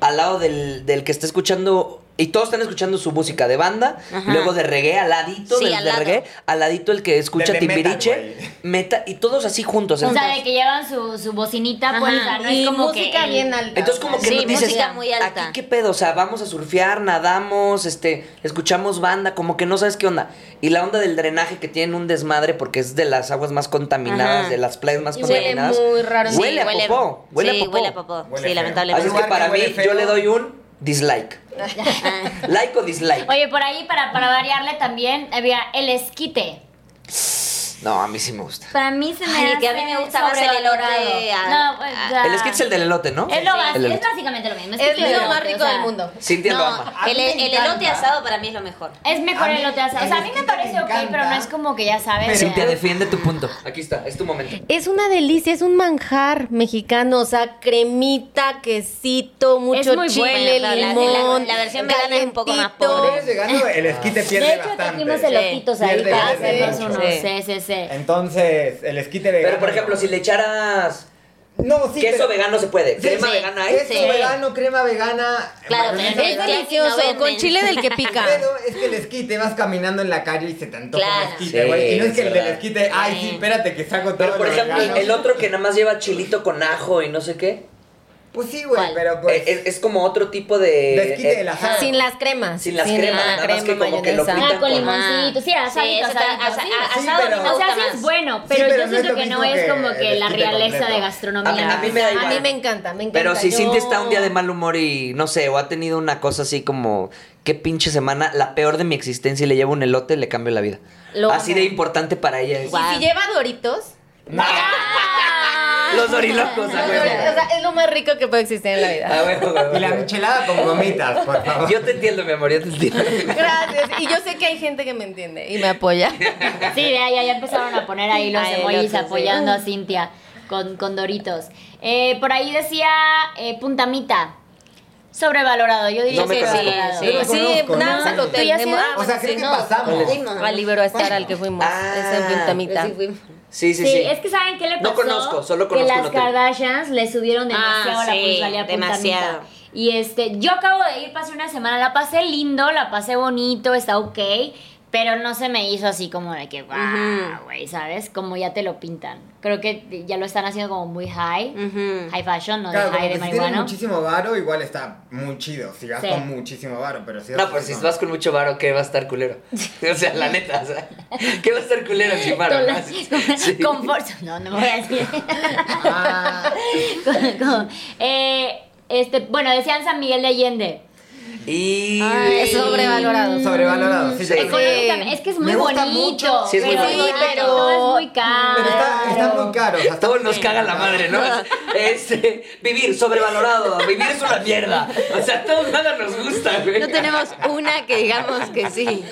Speaker 2: al lado del, del que está escuchando... Y todos están escuchando su música de banda,
Speaker 4: Ajá.
Speaker 2: luego de reggae, al ladito
Speaker 4: Sí,
Speaker 2: del
Speaker 4: al
Speaker 2: de
Speaker 4: lado.
Speaker 2: reggae, al ladito el que escucha
Speaker 5: Del de metal,
Speaker 2: timbiriche,
Speaker 5: güey.
Speaker 2: meta, y todos así juntos.
Speaker 3: O sea,
Speaker 2: entonces-
Speaker 3: de que llevan su, su bocinita
Speaker 4: Ajá.
Speaker 3: puesta, ¿no?
Speaker 1: Y
Speaker 3: Es como que
Speaker 1: música
Speaker 3: el-
Speaker 1: bien alta.
Speaker 2: Entonces como que
Speaker 4: Sí,
Speaker 2: no dices,
Speaker 4: música muy alta.
Speaker 2: Aquí qué pedo, o sea, vamos a surfear, nadamos, este, escuchamos banda, como que no sabes qué onda. Y la onda del drenaje que tienen un desmadre porque es de las aguas más contaminadas,
Speaker 4: Ajá.
Speaker 2: de las playas más
Speaker 1: Y huele
Speaker 2: contaminadas.
Speaker 1: muy raro.
Speaker 4: sí,
Speaker 2: Huele a popó, huele a
Speaker 4: sí,
Speaker 2: popó.
Speaker 4: huele a popó.
Speaker 5: Huele
Speaker 4: sí,
Speaker 5: feo.
Speaker 4: lamentablemente.
Speaker 2: Así
Speaker 5: Un
Speaker 2: es
Speaker 5: lugar
Speaker 2: que
Speaker 5: que
Speaker 2: para mí
Speaker 5: huele feo.
Speaker 2: yo le doy un dislike. like o dislike.
Speaker 3: Oye, por ahí, para, para variarle también, había el esquite.
Speaker 2: No, a mí sí me gusta.
Speaker 3: Para mí se
Speaker 4: Ay, que a mí me gusta más el elote a-
Speaker 3: No, pues,
Speaker 4: a-
Speaker 3: o sea,
Speaker 2: El skit es el del elote, ¿no?
Speaker 3: es lo bas-
Speaker 2: El
Speaker 3: es
Speaker 2: elote.
Speaker 3: básicamente lo mismo.
Speaker 1: Es
Speaker 3: que
Speaker 1: lo
Speaker 3: elote,
Speaker 1: más
Speaker 3: o
Speaker 1: rico
Speaker 3: sea,
Speaker 1: del mundo.
Speaker 2: Cintia lo
Speaker 4: No,
Speaker 2: ama.
Speaker 5: A mí
Speaker 4: el,
Speaker 5: me
Speaker 4: el
Speaker 5: encanta.
Speaker 4: elote asado para mí es lo mejor.
Speaker 3: Es mejor
Speaker 5: A mí
Speaker 3: el elote asado. O sea, a mí me
Speaker 5: el esquite me
Speaker 3: parece ok, pero no
Speaker 5: encanta.
Speaker 3: es como que ya sabes.
Speaker 5: Pero-
Speaker 2: Cintia,
Speaker 3: ¿verdad?
Speaker 2: defiende tu punto. Aquí está, es tu momento.
Speaker 1: Es una delicia, es un manjar mexicano, o sea, cremita, quesito, mucho
Speaker 3: Es muy
Speaker 1: chile,
Speaker 4: bueno, claro, la-
Speaker 1: limón.
Speaker 4: la- la versión vegana es un poco más
Speaker 1: calentito.
Speaker 5: Cuando
Speaker 4: pobre.
Speaker 5: eres vegano, el
Speaker 4: Ah.
Speaker 5: esquí te pierde
Speaker 3: De hecho,
Speaker 5: bastante.
Speaker 3: trajimos elotitos ahí
Speaker 5: Pierde
Speaker 3: para
Speaker 5: bastante.
Speaker 3: hacernos unos.
Speaker 4: Sí.
Speaker 3: Sí, sí, sí.
Speaker 5: Entonces, el esquite vegano.
Speaker 2: Pero por ejemplo, si le echaras
Speaker 5: No, sí,
Speaker 2: queso
Speaker 5: pero-
Speaker 2: vegano se puede,
Speaker 5: Sí,
Speaker 2: crema
Speaker 5: sí.
Speaker 2: vegana hay.
Speaker 5: Queso
Speaker 4: Sí.
Speaker 5: vegano, crema vegana.
Speaker 4: Claro,
Speaker 5: mayonesa
Speaker 4: pero
Speaker 1: Es
Speaker 4: Pero
Speaker 5: vegana.
Speaker 4: ya que no
Speaker 1: delicioso,
Speaker 4: venden.
Speaker 1: con chile del que pica.
Speaker 5: Pero es que el esquite vas caminando en la calle y se te antoja
Speaker 4: Claro.
Speaker 5: el esquite, güey.
Speaker 2: Sí,
Speaker 5: y no es que
Speaker 2: es
Speaker 5: el del
Speaker 2: verdad.
Speaker 5: esquite, ay,
Speaker 4: Sí.
Speaker 5: sí, espérate que saco todo
Speaker 2: Pero por
Speaker 5: lo
Speaker 2: ejemplo,
Speaker 5: vegano.
Speaker 2: el otro que nada más lleva chilito con ajo y no sé qué.
Speaker 5: Pues sí, güey,
Speaker 4: ¿Cuál?
Speaker 5: pero pues.
Speaker 2: Eh, es, es como otro tipo de.
Speaker 5: Desquite de
Speaker 2: eh,
Speaker 5: la sal.
Speaker 1: Sin las cremas.
Speaker 2: Sin las cremas,
Speaker 1: la
Speaker 2: nada más que como que lo
Speaker 1: mayonesa.
Speaker 2: fritan
Speaker 3: Ah, con
Speaker 2: con-
Speaker 3: limoncito. Sí, asadito,
Speaker 4: eso está-
Speaker 3: asadito, sí.
Speaker 4: asa-
Speaker 5: Sí,
Speaker 4: asado
Speaker 5: pero-
Speaker 4: a mí me
Speaker 3: O sea,
Speaker 4: gusta
Speaker 3: sí es
Speaker 4: más.
Speaker 3: bueno,
Speaker 5: Sí,
Speaker 3: pero
Speaker 5: pero
Speaker 3: yo
Speaker 5: no es
Speaker 3: siento
Speaker 5: lo
Speaker 3: que no
Speaker 5: mismo
Speaker 3: es
Speaker 5: que
Speaker 3: como que la
Speaker 5: vestido
Speaker 3: realeza
Speaker 5: completo.
Speaker 3: de
Speaker 2: A mí-
Speaker 3: gastronomía.
Speaker 2: a mí me da igual.
Speaker 1: Ah, A mí me encanta, me encanta.
Speaker 2: Pero si
Speaker 1: Yo-
Speaker 2: Cintia está un día de mal humor y no sé, o ha tenido una cosa así como, qué pinche semana, la peor de mi existencia y le llevo un elote, le cambio la vida.
Speaker 1: Lo
Speaker 2: así
Speaker 1: amo.
Speaker 2: de importante para ella es.
Speaker 1: Y si
Speaker 4: Guau.
Speaker 1: lleva doritos, ¡Ah!
Speaker 5: No.
Speaker 2: Los dorilocos, a
Speaker 1: los
Speaker 2: huevo.
Speaker 1: Doritos, o sea, es lo más rico que puede existir en la vida.
Speaker 2: A huevo, huevo,
Speaker 5: Y la
Speaker 2: huevo.
Speaker 5: michelada con gomitas, por favor.
Speaker 2: Yo te entiendo, mi amor, yo te entiendo.
Speaker 1: Gracias. Y yo sé que hay gente que me entiende y me apoya.
Speaker 3: Sí, vea, ya, ya empezaron a poner ahí los
Speaker 1: Ay,
Speaker 3: emojis
Speaker 1: loco, sí.
Speaker 3: apoyando a Cintia con, con doritos. Eh, por ahí decía eh, Puntamita. Sobrevalorado, yo diría
Speaker 2: No me
Speaker 3: que
Speaker 2: conozco.
Speaker 3: sí.
Speaker 4: Sí,
Speaker 5: Yo lo
Speaker 4: sí,
Speaker 5: conozco,
Speaker 4: nada
Speaker 5: ¿no?
Speaker 4: más al hotel.
Speaker 1: Tú ya sí
Speaker 4: hemos-
Speaker 1: eres-
Speaker 4: ah,
Speaker 5: O sea,
Speaker 4: bueno,
Speaker 5: creo
Speaker 4: sí,
Speaker 5: que
Speaker 4: no.
Speaker 5: pasamos.
Speaker 1: Al libro Estar al que fuimos.
Speaker 2: Ah.
Speaker 1: es en Puntamita.
Speaker 4: Sí, fuimos.
Speaker 2: Sí, sí,
Speaker 3: Sí,
Speaker 2: sí.
Speaker 3: es que ¿saben qué le pasó?
Speaker 2: No conozco, solo conozco
Speaker 3: Que
Speaker 2: un
Speaker 3: las
Speaker 2: hotel.
Speaker 3: Kardashians le subieron
Speaker 4: Ah,
Speaker 3: demasiado la
Speaker 4: sí,
Speaker 3: plusvalía a Punta
Speaker 4: demasiado.
Speaker 3: Mita. Y este, yo acabo de ir, pasé una semana, la pasé lindo, la pasé bonito, está ok, pero no se me hizo así como de que, guau,
Speaker 4: Ujú.
Speaker 3: güey, ¿sabes? Como ya te lo pintan. Creo que ya lo están haciendo como muy high,
Speaker 4: Ujú.
Speaker 3: high fashion, no
Speaker 5: Claro,
Speaker 3: de high
Speaker 5: como que
Speaker 3: de
Speaker 5: si tienes
Speaker 3: marihuana.
Speaker 5: muchísimo varo, igual está muy chido. Si vas
Speaker 3: Sí.
Speaker 5: con muchísimo varo, pero si
Speaker 2: No, pues si vas con mucho varo, ¿qué va a estar culero? O sea, la neta, o sea, ¿qué va a estar culero sin varo?
Speaker 3: Con
Speaker 2: no?
Speaker 3: la-
Speaker 2: Sí.
Speaker 3: Confort- No, no voy a decir.
Speaker 5: Ah,
Speaker 3: Con- con- eh, este, bueno, decían San Miguel de Allende.
Speaker 2: Y...
Speaker 1: Es
Speaker 3: Mm,
Speaker 1: sobrevalorado.
Speaker 5: sobrevalorado, sí,
Speaker 2: Sí.
Speaker 5: te lo creo.
Speaker 3: Económicamente, es que es muy
Speaker 5: Este, Me gusta
Speaker 3: bonito.
Speaker 5: mucho.
Speaker 2: Sí, es muy
Speaker 3: pero,
Speaker 2: bonito.
Speaker 3: sí, pero no es muy caro.
Speaker 5: Pero está, está
Speaker 3: Ah.
Speaker 5: muy caro. o sea,
Speaker 2: A
Speaker 5: está
Speaker 2: todos
Speaker 5: muy
Speaker 2: nos caga la madre, ¿no? Este, vivir sobrevalorado, vivir es una mierda. O sea, a todos nada nos gusta, güey.
Speaker 4: No tenemos una que digamos que sí.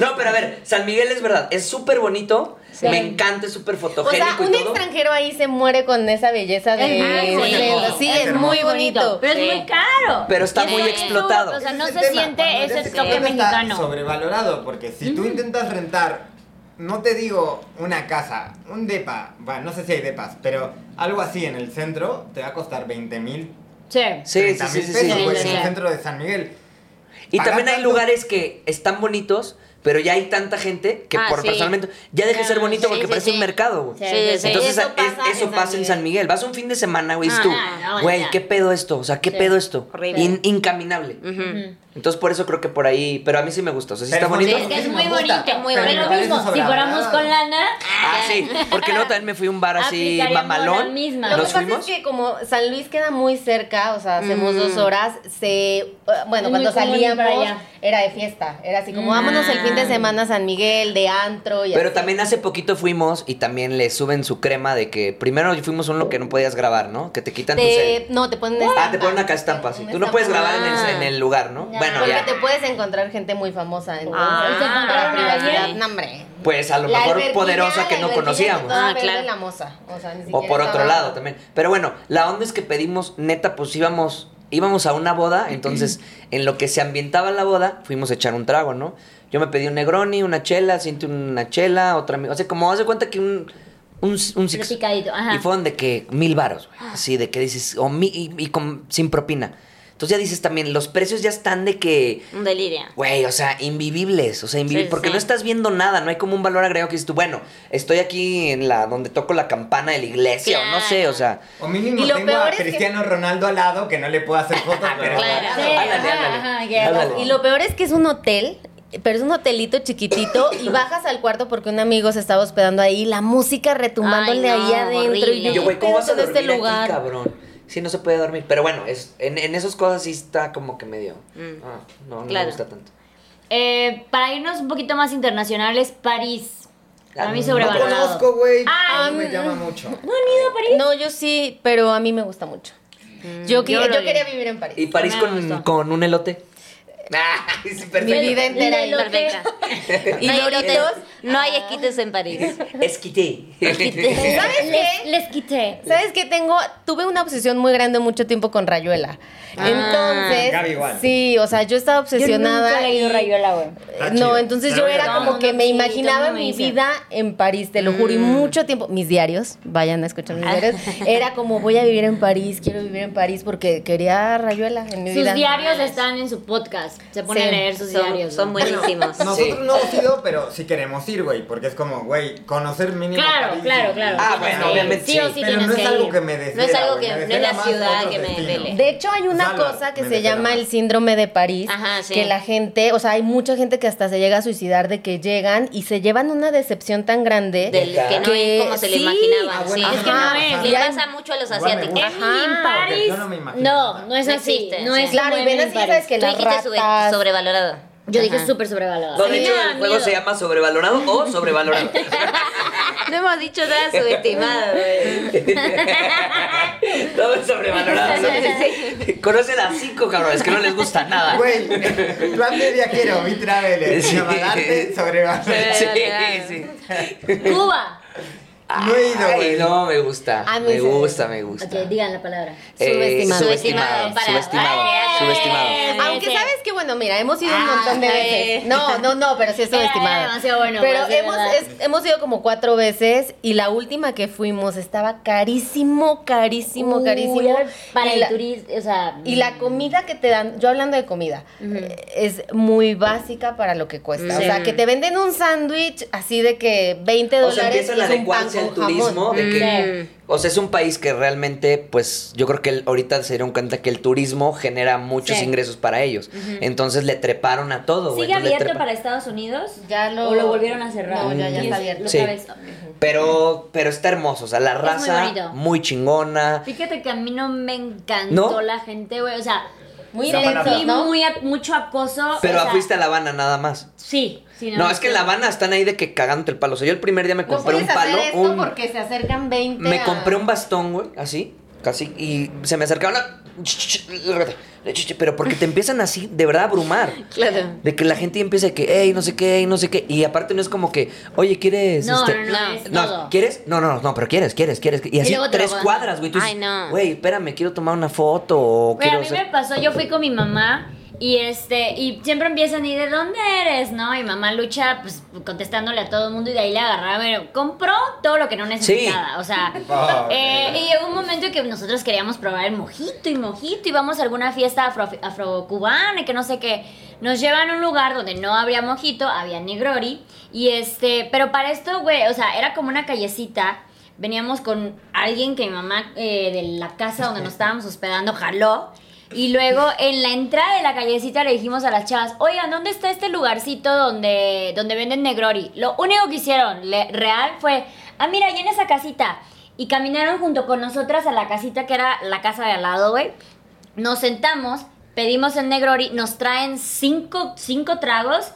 Speaker 2: No, pero a ver, San Miguel es verdad, es súper bonito, me encanta, es súper
Speaker 1: O
Speaker 2: fotogénico
Speaker 1: sea, un
Speaker 2: y todo.
Speaker 1: extranjero ahí se muere con esa belleza de...
Speaker 3: Es muy
Speaker 1: de-
Speaker 3: bonito. Ah,
Speaker 1: sí, es, muy bonito.
Speaker 3: Pero es
Speaker 4: Sí.
Speaker 3: muy caro.
Speaker 2: Pero está
Speaker 3: Y
Speaker 2: muy
Speaker 3: en
Speaker 2: explotado.
Speaker 3: Europa, O sea,
Speaker 5: Ese
Speaker 3: no
Speaker 5: es
Speaker 3: se
Speaker 5: el tema, cuando
Speaker 3: siente ese
Speaker 5: eres
Speaker 3: toque
Speaker 5: extranjero está
Speaker 3: mexicano.
Speaker 5: sobrevalorado, porque si tú intentas rentar, no te digo una casa, un depa, bueno, no sé si hay depas, pero algo así en el centro te va a costar 20 mil.
Speaker 3: Sí.
Speaker 2: Sí, sí, sí, pues, sí, sí.
Speaker 5: pesos, güey,
Speaker 3: Sí,
Speaker 5: pues, en
Speaker 3: sí.
Speaker 5: el centro de San Miguel.
Speaker 2: Y
Speaker 5: Pagar
Speaker 2: también hay
Speaker 5: tanto.
Speaker 2: lugares que están bonitos, pero ya hay tanta gente que
Speaker 4: Ah,
Speaker 2: por
Speaker 4: sí.
Speaker 2: personalmente ya deja de ser bonito
Speaker 4: Sí,
Speaker 2: porque
Speaker 4: sí,
Speaker 2: parece un
Speaker 4: sí.
Speaker 2: mercado, güey.
Speaker 3: Sí,
Speaker 4: Sí, sí,
Speaker 2: Entonces
Speaker 4: sí.
Speaker 2: es-
Speaker 1: eso
Speaker 2: eso
Speaker 1: pasa
Speaker 2: pasa,
Speaker 1: en San
Speaker 2: en San Miguel. Vas un fin de semana, güey, y es tú,
Speaker 3: Ah, no,
Speaker 2: güey,
Speaker 3: ya.
Speaker 2: ¿qué pedo esto? O sea, ¿qué
Speaker 3: Sí.
Speaker 2: pedo esto?
Speaker 4: Horrible. Mm.
Speaker 2: In- incaminable.
Speaker 3: Ujú.
Speaker 2: Entonces por eso creo que por ahí, pero a mí sí me gusta, o sea, sí
Speaker 5: Pero
Speaker 2: está
Speaker 5: es
Speaker 2: bonito.
Speaker 3: Es
Speaker 5: bonito.
Speaker 3: que es
Speaker 5: Sí,
Speaker 3: muy
Speaker 5: me gusta,
Speaker 3: bonito.
Speaker 4: muy
Speaker 3: pero
Speaker 4: bonito.
Speaker 3: lo mismo,
Speaker 5: Parece
Speaker 3: si fuéramos
Speaker 5: sobrevalorado.
Speaker 3: con lana,
Speaker 2: Ah, sí, porque luego también me fui a un bar así
Speaker 3: Aplicaríamos
Speaker 2: mamalón.
Speaker 3: la misma.
Speaker 1: Lo que
Speaker 2: Nos
Speaker 1: pasa
Speaker 2: fuimos.
Speaker 1: es que como San Luis queda muy cerca, o sea, hacemos dos horas, se eh, bueno, cuando
Speaker 3: Es muy común ir
Speaker 1: salíamos
Speaker 3: para allá.
Speaker 1: era de fiesta, era así como
Speaker 4: Mm.
Speaker 1: vámonos el fin de semana a San Miguel, de antro y
Speaker 2: Pero
Speaker 1: así.
Speaker 2: también hace poquito fuimos y también le suben su crema de que primero fuimos a uno que no podías grabar, ¿no? Que te quitan tu
Speaker 1: te,
Speaker 2: cel.
Speaker 1: no te ponen
Speaker 2: Ah,
Speaker 1: estampa.
Speaker 2: te ponen acá estampa, sí.
Speaker 1: Una
Speaker 2: Tú no puedes
Speaker 1: estampa.
Speaker 2: grabar en el, en el lugar, ¿no?
Speaker 3: Ya.
Speaker 2: Bueno,
Speaker 1: Porque
Speaker 2: ya.
Speaker 1: te puedes encontrar gente muy famosa entonces,
Speaker 4: Ah,
Speaker 1: para
Speaker 3: ¿compraron a
Speaker 1: privacidad,
Speaker 3: alguien?
Speaker 1: no, hombre.
Speaker 2: Pues a lo
Speaker 1: La
Speaker 2: mejor
Speaker 1: alberquilla,
Speaker 2: poderosa que
Speaker 1: la
Speaker 2: no
Speaker 1: alberquilla
Speaker 2: conocíamos.
Speaker 1: toda
Speaker 4: Ah,
Speaker 1: verde
Speaker 4: claro.
Speaker 1: la moza, o sea, ni
Speaker 2: O
Speaker 1: siquiera
Speaker 2: por otro
Speaker 1: estaba-
Speaker 2: lado también. Pero bueno, la onda es que pedimos, neta, pues íbamos, íbamos a una boda, entonces en lo que se ambientaba la boda, fuimos a echar un trago, ¿no? Yo me pedí un Negroni, una chela, siento una chela, otra... mi- O sea, como hace cuenta que un... Un, un six.
Speaker 3: picadito, ajá.
Speaker 2: Y fueron de que mil varos,
Speaker 1: Ah.
Speaker 2: güey. Así de que dices, o mi- y, y con- sin propina. Entonces ya dices también, los precios ya están de que...
Speaker 4: Un delirio.
Speaker 2: Güey, o sea, invivibles, o sea, invivibles,
Speaker 4: Sí,
Speaker 2: porque
Speaker 4: sí.
Speaker 2: no estás viendo nada, no hay como un valor agregado que dices tú, bueno, estoy aquí en la donde toco la campana de la iglesia, o no sé, o sea,
Speaker 5: O mínimo
Speaker 1: Y lo
Speaker 5: tengo
Speaker 1: peor
Speaker 5: a
Speaker 1: es que-
Speaker 5: Cristiano Ronaldo al lado que no le puedo hacer fotos, pero
Speaker 4: Claro.
Speaker 3: Sí,
Speaker 2: Ándale,
Speaker 3: ajá,
Speaker 2: ándale.
Speaker 3: ajá, que-
Speaker 2: Ándale.
Speaker 1: Y lo peor es que es un hotel, pero es un hotelito chiquitito y bajas al cuarto porque un amigo se estaba hospedando ahí, la música retumbándole
Speaker 4: Ay, no,
Speaker 1: ahí adentro.
Speaker 4: horrible.
Speaker 1: Y
Speaker 2: y yo, güey,
Speaker 1: ¿qué
Speaker 2: ¿cómo
Speaker 1: pedo
Speaker 2: vas a
Speaker 1: con
Speaker 2: dormir
Speaker 1: este
Speaker 2: aquí,
Speaker 1: lugar?
Speaker 2: cabrón? Sí, no se puede dormir, pero bueno, es, en, en esas cosas sí está como que medio,
Speaker 4: Mm.
Speaker 2: ah, no, no
Speaker 4: Claro.
Speaker 2: me gusta tanto.
Speaker 3: Eh, para irnos un poquito más internacionales, París. Para mí
Speaker 2: No
Speaker 5: No
Speaker 3: sobrevalorado.
Speaker 5: conozco, güey.
Speaker 3: Ay,
Speaker 5: No me llama mucho.
Speaker 1: No, yo sí, pero a mí me gusta mucho. Mm,
Speaker 4: Mm,
Speaker 1: Yo, que-
Speaker 3: yo lo
Speaker 1: yo
Speaker 3: haría.
Speaker 1: quería vivir en París.
Speaker 2: ¿Y París
Speaker 3: me
Speaker 2: con,
Speaker 3: gustó.
Speaker 2: con un elote? Ah, sí,
Speaker 1: Mi
Speaker 2: perfecto.
Speaker 1: vida entera ahí.
Speaker 4: Perfecta.
Speaker 1: Y
Speaker 4: no hay
Speaker 1: Doritos.
Speaker 4: hoteles, no hay esquites en París.
Speaker 2: Esquité.
Speaker 1: ¿Sabes
Speaker 3: Les,
Speaker 1: qué?
Speaker 3: les quité.
Speaker 1: ¿Sabes qué tengo? Tuve una obsesión muy grande mucho tiempo con Rayuela.
Speaker 4: Ah.
Speaker 1: Entonces,
Speaker 5: Gaby igual.
Speaker 1: sí, o sea, yo estaba obsesionada.
Speaker 3: Yo nunca he leído
Speaker 1: y-
Speaker 3: Rayuela, güey.
Speaker 5: Está
Speaker 1: Eh,
Speaker 5: Ah, chido.
Speaker 1: No, entonces
Speaker 5: Pero
Speaker 1: yo
Speaker 5: voy a
Speaker 1: era
Speaker 5: acabar.
Speaker 1: como que me
Speaker 3: Sí, todo el
Speaker 1: imaginaba
Speaker 3: mundo me
Speaker 1: mi
Speaker 3: dice.
Speaker 1: vida en París, te lo juro,
Speaker 3: Mm.
Speaker 1: y mucho tiempo, mis diarios, vayan a escuchar mis diarios, era como voy a vivir en París, quiero vivir en París porque quería rayuela en mi vida.
Speaker 3: Sus diarios están en su podcast. Se pone
Speaker 1: Sí,
Speaker 3: a leer sus
Speaker 4: son-
Speaker 3: diarios.
Speaker 4: son
Speaker 3: güey.
Speaker 4: buenísimos.
Speaker 5: Nosotros no hemos ido, pero sí queremos conducir, güey, porque es como, güey, conocer mínimo.
Speaker 3: Claro,
Speaker 5: París
Speaker 3: claro,
Speaker 5: y-
Speaker 3: claro.
Speaker 2: Ah,
Speaker 3: Tienes
Speaker 2: bueno,
Speaker 3: que ir.
Speaker 2: obviamente
Speaker 3: Sí
Speaker 2: sí.
Speaker 3: o sí
Speaker 5: pero
Speaker 3: tienes
Speaker 5: no es
Speaker 3: que
Speaker 5: algo
Speaker 3: ir.
Speaker 5: que me desvela,
Speaker 4: No es algo
Speaker 5: güey,
Speaker 4: que-
Speaker 5: me
Speaker 4: no es
Speaker 5: desvela
Speaker 4: la
Speaker 5: más
Speaker 4: ciudad
Speaker 5: otros
Speaker 4: que me
Speaker 5: destinos.
Speaker 4: depele.
Speaker 1: De hecho, hay una
Speaker 5: Salas,
Speaker 1: cosa que
Speaker 5: me
Speaker 1: se
Speaker 5: desvela
Speaker 1: llama
Speaker 5: más.
Speaker 1: el síndrome de París,
Speaker 4: Ajá, sí.
Speaker 1: que la gente, o sea, hay mucha gente que hasta se llega a suicidar de que llegan y se llevan una decepción tan grande.
Speaker 4: Del que no
Speaker 1: Que
Speaker 4: es como se le
Speaker 1: sí.
Speaker 4: imaginaban.
Speaker 5: Ah, bueno,
Speaker 4: sí.
Speaker 5: es que
Speaker 1: no
Speaker 5: es.
Speaker 4: Le
Speaker 1: Y hay-
Speaker 4: pasa mucho a los
Speaker 5: Igual me
Speaker 4: asiáticos.
Speaker 5: gusta.
Speaker 1: Ajá.
Speaker 3: En París.
Speaker 5: Yo no me imagino
Speaker 3: No,
Speaker 5: nada.
Speaker 3: no es
Speaker 4: No
Speaker 3: así.
Speaker 4: existe,
Speaker 3: No
Speaker 4: sí.
Speaker 3: es
Speaker 1: Claro, y
Speaker 3: como
Speaker 1: ven
Speaker 3: en
Speaker 1: así,
Speaker 3: París.
Speaker 1: sabes que
Speaker 4: Tú
Speaker 1: las
Speaker 4: dijiste sube-
Speaker 1: ratas...
Speaker 4: sobrevalorado.
Speaker 3: Yo dije
Speaker 4: Ajá.
Speaker 3: súper sobrevalorado.
Speaker 2: No, de
Speaker 3: Sí,
Speaker 2: hecho,
Speaker 3: me da
Speaker 2: el juego
Speaker 3: miedo.
Speaker 2: se llama sobrevalorado o sobrevalorado.
Speaker 4: No hemos dicho nada subestimado. güey.
Speaker 2: Todo es sobrevalorado. ¿sabes? Conocen a cinco cabrones que no les gusta nada.
Speaker 5: Güey, plan de viajero, mi traveler,
Speaker 2: Sí.
Speaker 5: Navalarte, sobrevalorado.
Speaker 2: Sí,
Speaker 4: Sobrevalorado.
Speaker 2: sí.
Speaker 3: Cuba.
Speaker 5: No he ido,
Speaker 2: Ay,
Speaker 5: güey.
Speaker 2: no, me gusta.
Speaker 1: A mí
Speaker 2: Me
Speaker 1: sí.
Speaker 2: gusta, me gusta.
Speaker 3: Ok, digan la palabra.
Speaker 2: Eh,
Speaker 1: Subestimado.
Speaker 2: subestimado,
Speaker 4: Subestimado, para-
Speaker 2: subestimado,
Speaker 4: ¡Ay!
Speaker 2: subestimado.
Speaker 1: Aunque
Speaker 3: Ese.
Speaker 1: sabes que, bueno, mira, hemos ido un
Speaker 3: Ah,
Speaker 1: montón de
Speaker 3: eh.
Speaker 1: veces. No, no, no, pero sí es
Speaker 3: Era- era
Speaker 1: subestimada.
Speaker 3: demasiado bueno,
Speaker 1: Pero
Speaker 3: pero sí, de
Speaker 1: hemos,
Speaker 3: verdad.
Speaker 1: es- hemos ido como cuatro veces y la última que fuimos estaba carísimo, carísimo,
Speaker 3: Uy,
Speaker 1: carísimo.
Speaker 3: a ver, Para
Speaker 1: Y
Speaker 3: el
Speaker 1: la-
Speaker 3: turismo, o sea.
Speaker 1: Y la comida que te dan, yo hablando de comida, eh, es muy básica para lo que cuesta. O
Speaker 4: Sí.
Speaker 1: sea, que te venden un sándwich así de que 20
Speaker 2: O sea,
Speaker 1: dólares
Speaker 2: empiezan
Speaker 1: y
Speaker 2: a
Speaker 1: es un pan
Speaker 2: adecuarse
Speaker 1: con
Speaker 2: al turismo.
Speaker 1: jamón.
Speaker 2: De que,
Speaker 3: Mm.
Speaker 2: o sea, es un país que realmente, pues, yo creo que el- ahorita se dieron cuenta que el turismo genera muchos
Speaker 3: Sí.
Speaker 2: ingresos para ellos. Entonces le treparon a todo, güey.
Speaker 3: ¿Sigue
Speaker 2: Entonces, le
Speaker 3: abierto
Speaker 2: trepa-
Speaker 3: para Estados Unidos?
Speaker 1: Ya lo-
Speaker 3: ¿O lo volvieron a cerrar?
Speaker 1: No, ya- ya
Speaker 3: Y
Speaker 1: está
Speaker 3: es-
Speaker 1: abierto.
Speaker 3: lo
Speaker 2: Sí.
Speaker 3: sabes.
Speaker 2: Pero, pero está hermoso. O sea, la
Speaker 3: muy
Speaker 2: raza
Speaker 3: bonito.
Speaker 2: muy chingona.
Speaker 3: Fíjate que a mí no me encantó
Speaker 2: ¿No?
Speaker 3: la gente, güey. O sea,
Speaker 1: Muy
Speaker 5: Esa palabra.
Speaker 1: intenso,
Speaker 3: vi
Speaker 1: ¿no?
Speaker 3: muy a- mucho acoso.
Speaker 2: Pero
Speaker 3: o sea,
Speaker 2: fuiste a La Habana nada más.
Speaker 3: Sí, sí.
Speaker 2: No, es que en La Habana están ahí de que cagándote el palo. O sea, yo el primer día me compré un palo.
Speaker 1: hacer esto
Speaker 2: un-
Speaker 1: porque se acercan 20
Speaker 2: Me
Speaker 1: a-
Speaker 2: compré un bastón, güey, así, casi, y se me acercaban a... Pero porque te empiezan así, de verdad, a abrumar.
Speaker 4: Claro.
Speaker 2: De que la gente empieza de que, hey, no sé qué, ey, no sé qué. Y aparte no es como que, oye, ¿quieres...?
Speaker 3: No,
Speaker 2: este,
Speaker 3: no, no, es
Speaker 2: no,
Speaker 3: todo.
Speaker 2: ¿quieres? No, no, no, no, pero quieres, quieres, quieres. Y así
Speaker 4: luego te lo
Speaker 2: tres
Speaker 4: van.
Speaker 2: cuadras, güey. Tú
Speaker 4: Ay,
Speaker 2: dices,
Speaker 4: no.
Speaker 2: Güey, espérame, quiero tomar una foto o
Speaker 3: Güey, a
Speaker 2: quiero
Speaker 3: mí
Speaker 2: hacer-".
Speaker 3: me pasó, yo fui con mi mamá y este y siempre empiezan y de dónde eres, ¿no? Y mamá lucha pues contestándole a todo el mundo y de ahí le agarraba, pero compró todo lo que no necesitaba, o sea,
Speaker 5: Ah, ok.
Speaker 3: eh, y llegó un momento que nosotros queríamos probar el mojito y mojito y vamos a alguna fiesta afro, afrocubana y que no sé qué. Nos llevan a un lugar donde no había mojito, había negrori y este, pero para esto, güey, o sea, era como una callecita veníamos con alguien que mi mamá eh, de la casa donde nos estábamos hospedando jaló. Y luego en la entrada de la callecita le dijimos a las chavas, oigan, ¿dónde está este lugarcito donde, donde venden Negrori? Lo único que hicieron le- real fue, ah, mira, llena esa casita. Y caminaron junto con nosotras a la casita que era la casa de al lado, güey. Nos sentamos, pedimos el Negrori, nos traen cinco, cinco tragos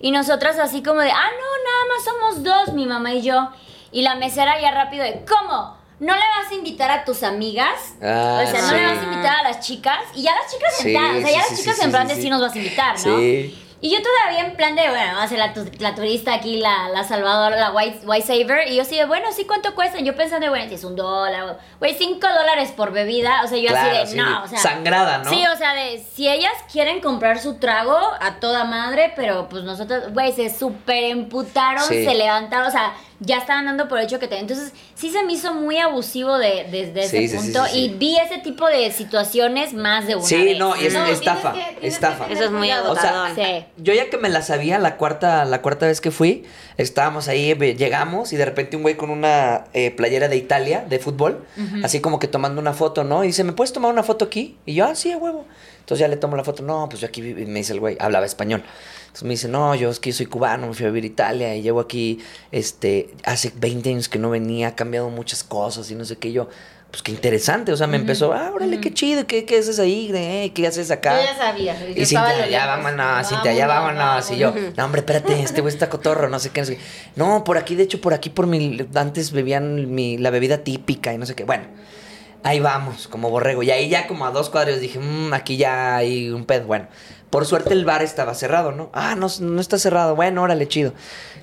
Speaker 3: y nosotras así como de, ah, no, nada más somos dos, mi mamá y yo. Y la mesera ya rápido de, ¿cómo? ¿No le vas a invitar a tus amigas?
Speaker 2: Ah,
Speaker 3: o sea,
Speaker 2: sí.
Speaker 3: ¿no le vas a invitar a las chicas? Y ya las chicas
Speaker 2: Sí,
Speaker 3: sentadas, o sea, ya
Speaker 2: sí,
Speaker 3: las
Speaker 2: sí,
Speaker 3: chicas
Speaker 2: sí,
Speaker 3: en
Speaker 2: sí,
Speaker 3: plan de
Speaker 2: sí.
Speaker 3: sí nos vas a invitar, ¿no?
Speaker 2: Sí.
Speaker 3: Y yo todavía en plan de, bueno, va a ser la, tu- la turista aquí, la, la Salvador, la White, White Saver. Y yo así de, bueno, sí, ¿cuánto cuesta? Yo pensando, bueno, si es un dólar, güey, cinco dólares por bebida. O sea, yo
Speaker 2: Claro,
Speaker 3: así
Speaker 2: sí,
Speaker 3: de, no, o sea.
Speaker 2: sangrada, ¿no?
Speaker 3: Sí, o sea, de, si ellas quieren comprar su trago a toda madre, pero pues nosotros, güey, se súper emputaron,
Speaker 2: Sí.
Speaker 3: se levantaron, o sea, ya estaban dando por hecho que te. Entonces, sí se me hizo muy abusivo de,
Speaker 2: Sí,
Speaker 3: desde
Speaker 2: sí,
Speaker 3: ese
Speaker 2: sí,
Speaker 3: punto
Speaker 2: sí, sí.
Speaker 3: y vi ese tipo de situaciones más de una
Speaker 2: Sí,
Speaker 3: vez.
Speaker 2: no, y es
Speaker 1: No, tienes
Speaker 2: estafa,
Speaker 1: que- tienes que
Speaker 2: estafa.
Speaker 1: tener
Speaker 4: Eso es muy
Speaker 1: cuidado.
Speaker 2: O sea,
Speaker 4: agotador.
Speaker 3: Sí.
Speaker 2: yo ya que me la sabía la cuarta, la cuarta vez que fui, estábamos ahí, ve- llegamos y de repente un güey con una eh, playera de Italia de fútbol, así como que tomando una foto, ¿no? Y dice, ¿me puedes tomar una foto aquí? Y yo, ah, sí, a huevo. Entonces ya le tomo la foto, no, pues yo aquí vivo", y me dice el güey, hablaba español. Entonces me dice, no, yo es que soy cubano, me fui a vivir a Italia y llevo aquí, este, hace 20 años que no venía, ha cambiado muchas cosas y no sé qué. Y yo, pues qué interesante, o sea, me empezó, ah, órale, qué chido, ¿qué, qué haces ahí? Eh, ¿Qué haces acá?
Speaker 1: Yo ya sabía. yo
Speaker 2: Y
Speaker 1: estaba
Speaker 2: Cintia, ya
Speaker 1: leyendo.
Speaker 2: vámonos, Cintia, ya vámonos. Y yo, no, hombre, espérate, este güey está cotorro, no sé qué, no sé qué. No, por aquí, de hecho, por aquí, por mi. Antes bebían mi, la bebida típica y no sé qué. Bueno, ahí vamos, como borrego. Y ahí ya, como a dos cuadros, dije, "Mm, aquí ya hay un pez. Bueno, por suerte el bar estaba cerrado, ¿no? Ah, no, no está cerrado. Bueno, órale, chido.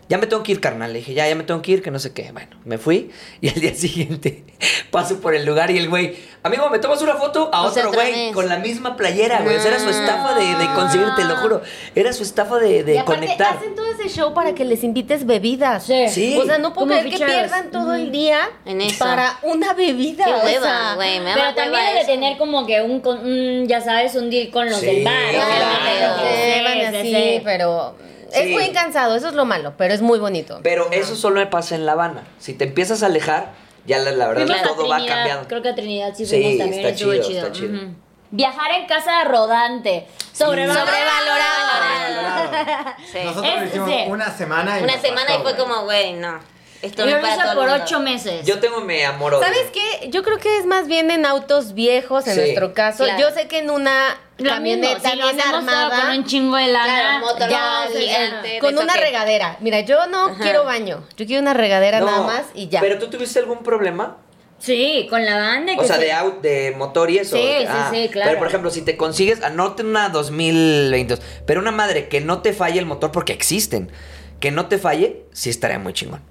Speaker 2: Ya me tengo que ir, carnal. Le dije, ya, ya me tengo que ir, que no sé qué. Bueno, me fui y al día siguiente paso por el lugar y el güey, amigo, ¿me tomas una foto? A
Speaker 4: O sea,
Speaker 2: otro
Speaker 4: otra
Speaker 2: güey,
Speaker 4: vez.
Speaker 2: con la misma playera, güey. O sea, era su estafa de, de conseguir, te lo juro. Era su estafa de, de
Speaker 1: Ah. y aparte,
Speaker 2: conectar.
Speaker 1: hacen todo ese show para que les invites bebidas.
Speaker 3: Sí.
Speaker 2: Sí.
Speaker 1: O sea, no puedo
Speaker 3: Como
Speaker 1: creer que
Speaker 3: ficheros.
Speaker 1: pierdan todo el día
Speaker 4: En eso.
Speaker 1: para una bebida.
Speaker 4: Qué
Speaker 1: o
Speaker 4: hueva,
Speaker 1: sea,
Speaker 4: güey. Me da
Speaker 3: Pero
Speaker 4: más
Speaker 3: también
Speaker 4: hueva
Speaker 3: debe
Speaker 4: eso.
Speaker 3: tener como que un, con- un, ya sabes, un deal con los
Speaker 2: Sí,
Speaker 3: del bar.
Speaker 2: claro.
Speaker 3: obviamente,
Speaker 1: Claro,
Speaker 3: porque
Speaker 1: te
Speaker 3: sí,
Speaker 1: llevan
Speaker 3: sí,
Speaker 1: así,
Speaker 3: sí.
Speaker 1: pero. Es
Speaker 2: Sí.
Speaker 1: muy cansado, eso es lo malo, pero es muy bonito.
Speaker 2: Pero eso solo me pasa en La Habana. Si te empiezas a alejar, ya la, la verdad
Speaker 3: Fuimos a
Speaker 2: todo va
Speaker 3: Trinidad,
Speaker 2: cambiando.
Speaker 3: Creo que a Trinidad sí
Speaker 2: Sí,
Speaker 3: fuimos también.
Speaker 2: está
Speaker 3: estuvo
Speaker 2: chido,
Speaker 3: chido.
Speaker 2: está chido.
Speaker 3: Ujú. Viajar en casa rodante. Sobrevalorado.
Speaker 4: Sobrevalorado. Sí.
Speaker 5: Nosotros lo
Speaker 3: Es-
Speaker 5: hicimos
Speaker 3: sí.
Speaker 5: una semana y
Speaker 4: Una
Speaker 5: nos
Speaker 4: semana y
Speaker 5: bastó,
Speaker 4: fue
Speaker 5: güey.
Speaker 4: como, güey, no. Esto
Speaker 3: Yo
Speaker 4: no es
Speaker 3: lo
Speaker 4: para todo
Speaker 3: hice
Speaker 4: el
Speaker 3: por
Speaker 4: mundo.
Speaker 3: ocho meses.
Speaker 2: Yo tengo mi amor odio.
Speaker 1: ¿Sabes qué? Yo creo que es más bien en autos viejos, en
Speaker 2: Sí,
Speaker 1: nuestro caso.
Speaker 4: claro.
Speaker 1: Yo sé que en una
Speaker 3: Lo mismo,
Speaker 1: camioneta
Speaker 3: si lo
Speaker 1: bien
Speaker 3: hacemos todo
Speaker 1: armada.
Speaker 3: con un chingo de lana.
Speaker 4: Claro, motor-
Speaker 1: ya,
Speaker 4: no, gigante,
Speaker 1: eh, con
Speaker 4: de
Speaker 1: una
Speaker 4: eso que-
Speaker 1: regadera. Mira, yo no
Speaker 4: Ajá.
Speaker 1: quiero baño. Yo quiero una regadera
Speaker 2: No,
Speaker 1: nada más y ya.
Speaker 2: ¿Pero tú tuviste algún problema?
Speaker 3: Sí, con la banda. y
Speaker 2: O
Speaker 3: que
Speaker 2: sea,
Speaker 3: sí.
Speaker 2: de, out, de motor y eso.
Speaker 3: Sí, sí,
Speaker 2: Ah,
Speaker 3: sí, claro.
Speaker 2: Pero, por ejemplo, si te consigues, anoten una 2022, pero una madre que no te falle el motor, porque existen, que no te falle, sí estaría muy chingón.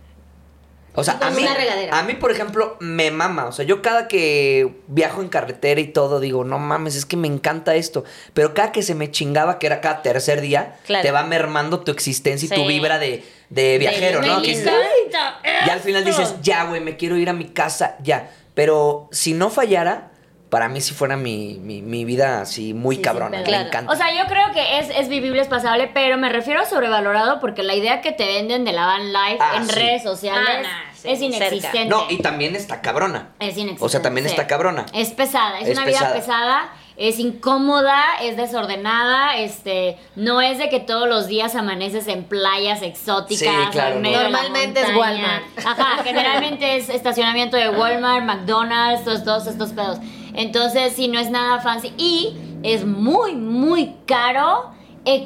Speaker 2: O sea, a
Speaker 4: Entonces,
Speaker 2: mí,
Speaker 4: una regadera.
Speaker 2: a mí, por ejemplo, me mama. O sea, yo cada que viajo en carretera y todo, digo, no mames, es que me encanta esto. Pero cada que se me chingaba, que era cada tercer día,
Speaker 4: Claro.
Speaker 2: te va mermando tu existencia y
Speaker 4: Sí.
Speaker 2: tu vibra de, de viajero,
Speaker 4: de
Speaker 2: ¿no?
Speaker 4: me
Speaker 2: Que dices,
Speaker 3: encanta
Speaker 2: y al final dices, ya, güey, me quiero ir a mi casa, ya. Pero si no fallara, para mí sí fuera mi, mi, mi vida así muy
Speaker 3: Sí,
Speaker 2: cabrona.
Speaker 3: sí,
Speaker 2: me
Speaker 3: pero-
Speaker 2: encanta.
Speaker 3: O sea, yo creo que es, es vivible, es pasable, pero me refiero a sobrevalorado porque la idea que te venden de la van life
Speaker 2: Ah,
Speaker 3: en
Speaker 2: sí.
Speaker 3: redes sociales
Speaker 4: Ah, no, sí,
Speaker 3: es inexistente.
Speaker 2: no, y también está cabrona.
Speaker 3: Es inexistente.
Speaker 2: O sea, también está cabrona.
Speaker 3: Es pesada, es,
Speaker 2: Es
Speaker 3: una vida
Speaker 2: pesada.
Speaker 3: pesada, es incómoda, es desordenada, este, no es de que todos los días amaneces en playas exóticas.
Speaker 2: Sí, claro,
Speaker 3: en medio
Speaker 1: no.
Speaker 3: de la
Speaker 1: Normalmente es
Speaker 3: montaña.
Speaker 1: Walmart.
Speaker 3: Ajá, generalmente es estacionamiento de Walmart, McDonald's, todos, todos estos pedos. Entonces, sí, no es nada fancy. Y es muy, muy caro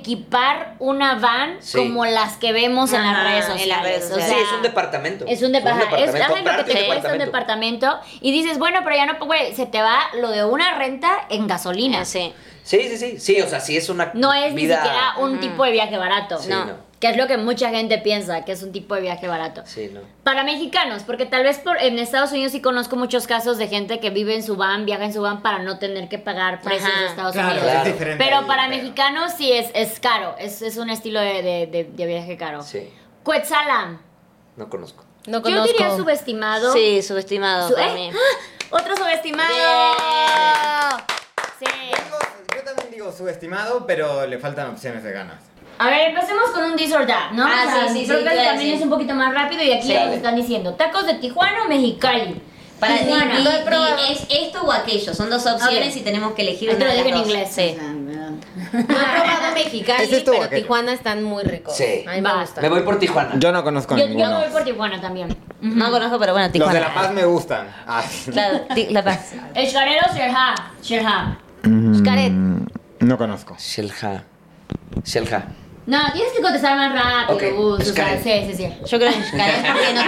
Speaker 3: equipar una van
Speaker 2: Sí.
Speaker 3: como las que vemos en las
Speaker 4: Ajá,
Speaker 3: redes
Speaker 4: en las
Speaker 3: sociales.
Speaker 4: redes
Speaker 3: O
Speaker 4: sociales.
Speaker 2: sí,
Speaker 3: sea,
Speaker 2: es un departamento.
Speaker 3: es un departamento. Es, ajá, lo que
Speaker 2: comprarte
Speaker 3: te
Speaker 2: un
Speaker 3: cuesta un
Speaker 2: departamento.
Speaker 3: departamento. Y dices, bueno, pero ya no, güey, se te va lo de una renta en gasolina.
Speaker 4: Ah, Sí.
Speaker 2: Sí, sí, sí. Sí, o sea, sí es una
Speaker 3: No es
Speaker 2: vida...
Speaker 3: ni siquiera un
Speaker 4: Ujú.
Speaker 3: tipo de viaje barato.
Speaker 2: Sí, no.
Speaker 3: Que es lo que mucha gente piensa, que es un tipo de viaje barato.
Speaker 2: Sí, no.
Speaker 3: Para mexicanos, porque tal vez por, en Estados Unidos sí conozco muchos casos de gente que vive en su van, viaja en su van para no tener que pagar precios
Speaker 4: Ajá.
Speaker 3: de Estados
Speaker 5: Claro,
Speaker 3: Unidos.
Speaker 2: Claro.
Speaker 5: es diferente.
Speaker 3: Pero
Speaker 5: ahí,
Speaker 3: para
Speaker 5: pero-
Speaker 3: mexicanos sí es, es caro, es, es un estilo de, de- de- de viaje caro.
Speaker 2: Sí,
Speaker 3: Quetzalan.
Speaker 2: no conozco.
Speaker 1: no
Speaker 3: Yo
Speaker 1: conozco.
Speaker 3: diría subestimado.
Speaker 4: Sí, subestimado
Speaker 3: Su-
Speaker 4: para
Speaker 3: ¿eh?
Speaker 4: mí.
Speaker 3: Otro subestimado. Sí.
Speaker 5: Yo también digo subestimado, pero le faltan opciones de ganas.
Speaker 3: A ver, empecemos con un this or that, ¿no?
Speaker 4: Ah,
Speaker 3: O sea,
Speaker 4: sí, sí,
Speaker 3: creo
Speaker 4: sí,
Speaker 3: que
Speaker 4: te iba a
Speaker 3: también
Speaker 4: decir.
Speaker 3: es un poquito más rápido y aquí
Speaker 2: Sí,
Speaker 3: nos
Speaker 2: dale.
Speaker 3: están diciendo tacos de Tijuana o Mexicali.
Speaker 4: Para di-
Speaker 3: Tijuana.
Speaker 4: di-
Speaker 1: No he probado.
Speaker 4: di- es esto o aquello. Son dos opciones
Speaker 3: Ok.
Speaker 4: y tenemos que elegir
Speaker 3: Esto
Speaker 4: una
Speaker 3: lo
Speaker 4: de
Speaker 3: dije en
Speaker 4: las dos.
Speaker 3: inglés.
Speaker 4: Ah, Sí.
Speaker 1: No he probado Mexicali,
Speaker 5: ¿Es esto o
Speaker 1: pero
Speaker 5: aquello?
Speaker 1: Tijuana están muy ricos.
Speaker 2: Sí.
Speaker 1: A mí
Speaker 3: Va.
Speaker 1: me gusta.
Speaker 2: Me voy por Tijuana.
Speaker 5: Yo no conozco
Speaker 3: Yo, yo
Speaker 5: ninguno.
Speaker 3: voy por Tijuana también.
Speaker 4: No conozco, pero bueno,
Speaker 5: Los
Speaker 4: Tijuana.
Speaker 5: de La Paz me gustan. Ah.
Speaker 4: Claro, Ti- La Paz.
Speaker 3: Escarero, Sherha. Sherha.
Speaker 1: Xcaret.
Speaker 5: No conozco.
Speaker 2: Shelja. Shelja.
Speaker 3: No, tienes que contestar más rápido,
Speaker 2: Ok,
Speaker 3: Gus, o sea,
Speaker 2: Xcaret.
Speaker 3: sí, sí, sí.
Speaker 4: Yo creo en Xcaret porque no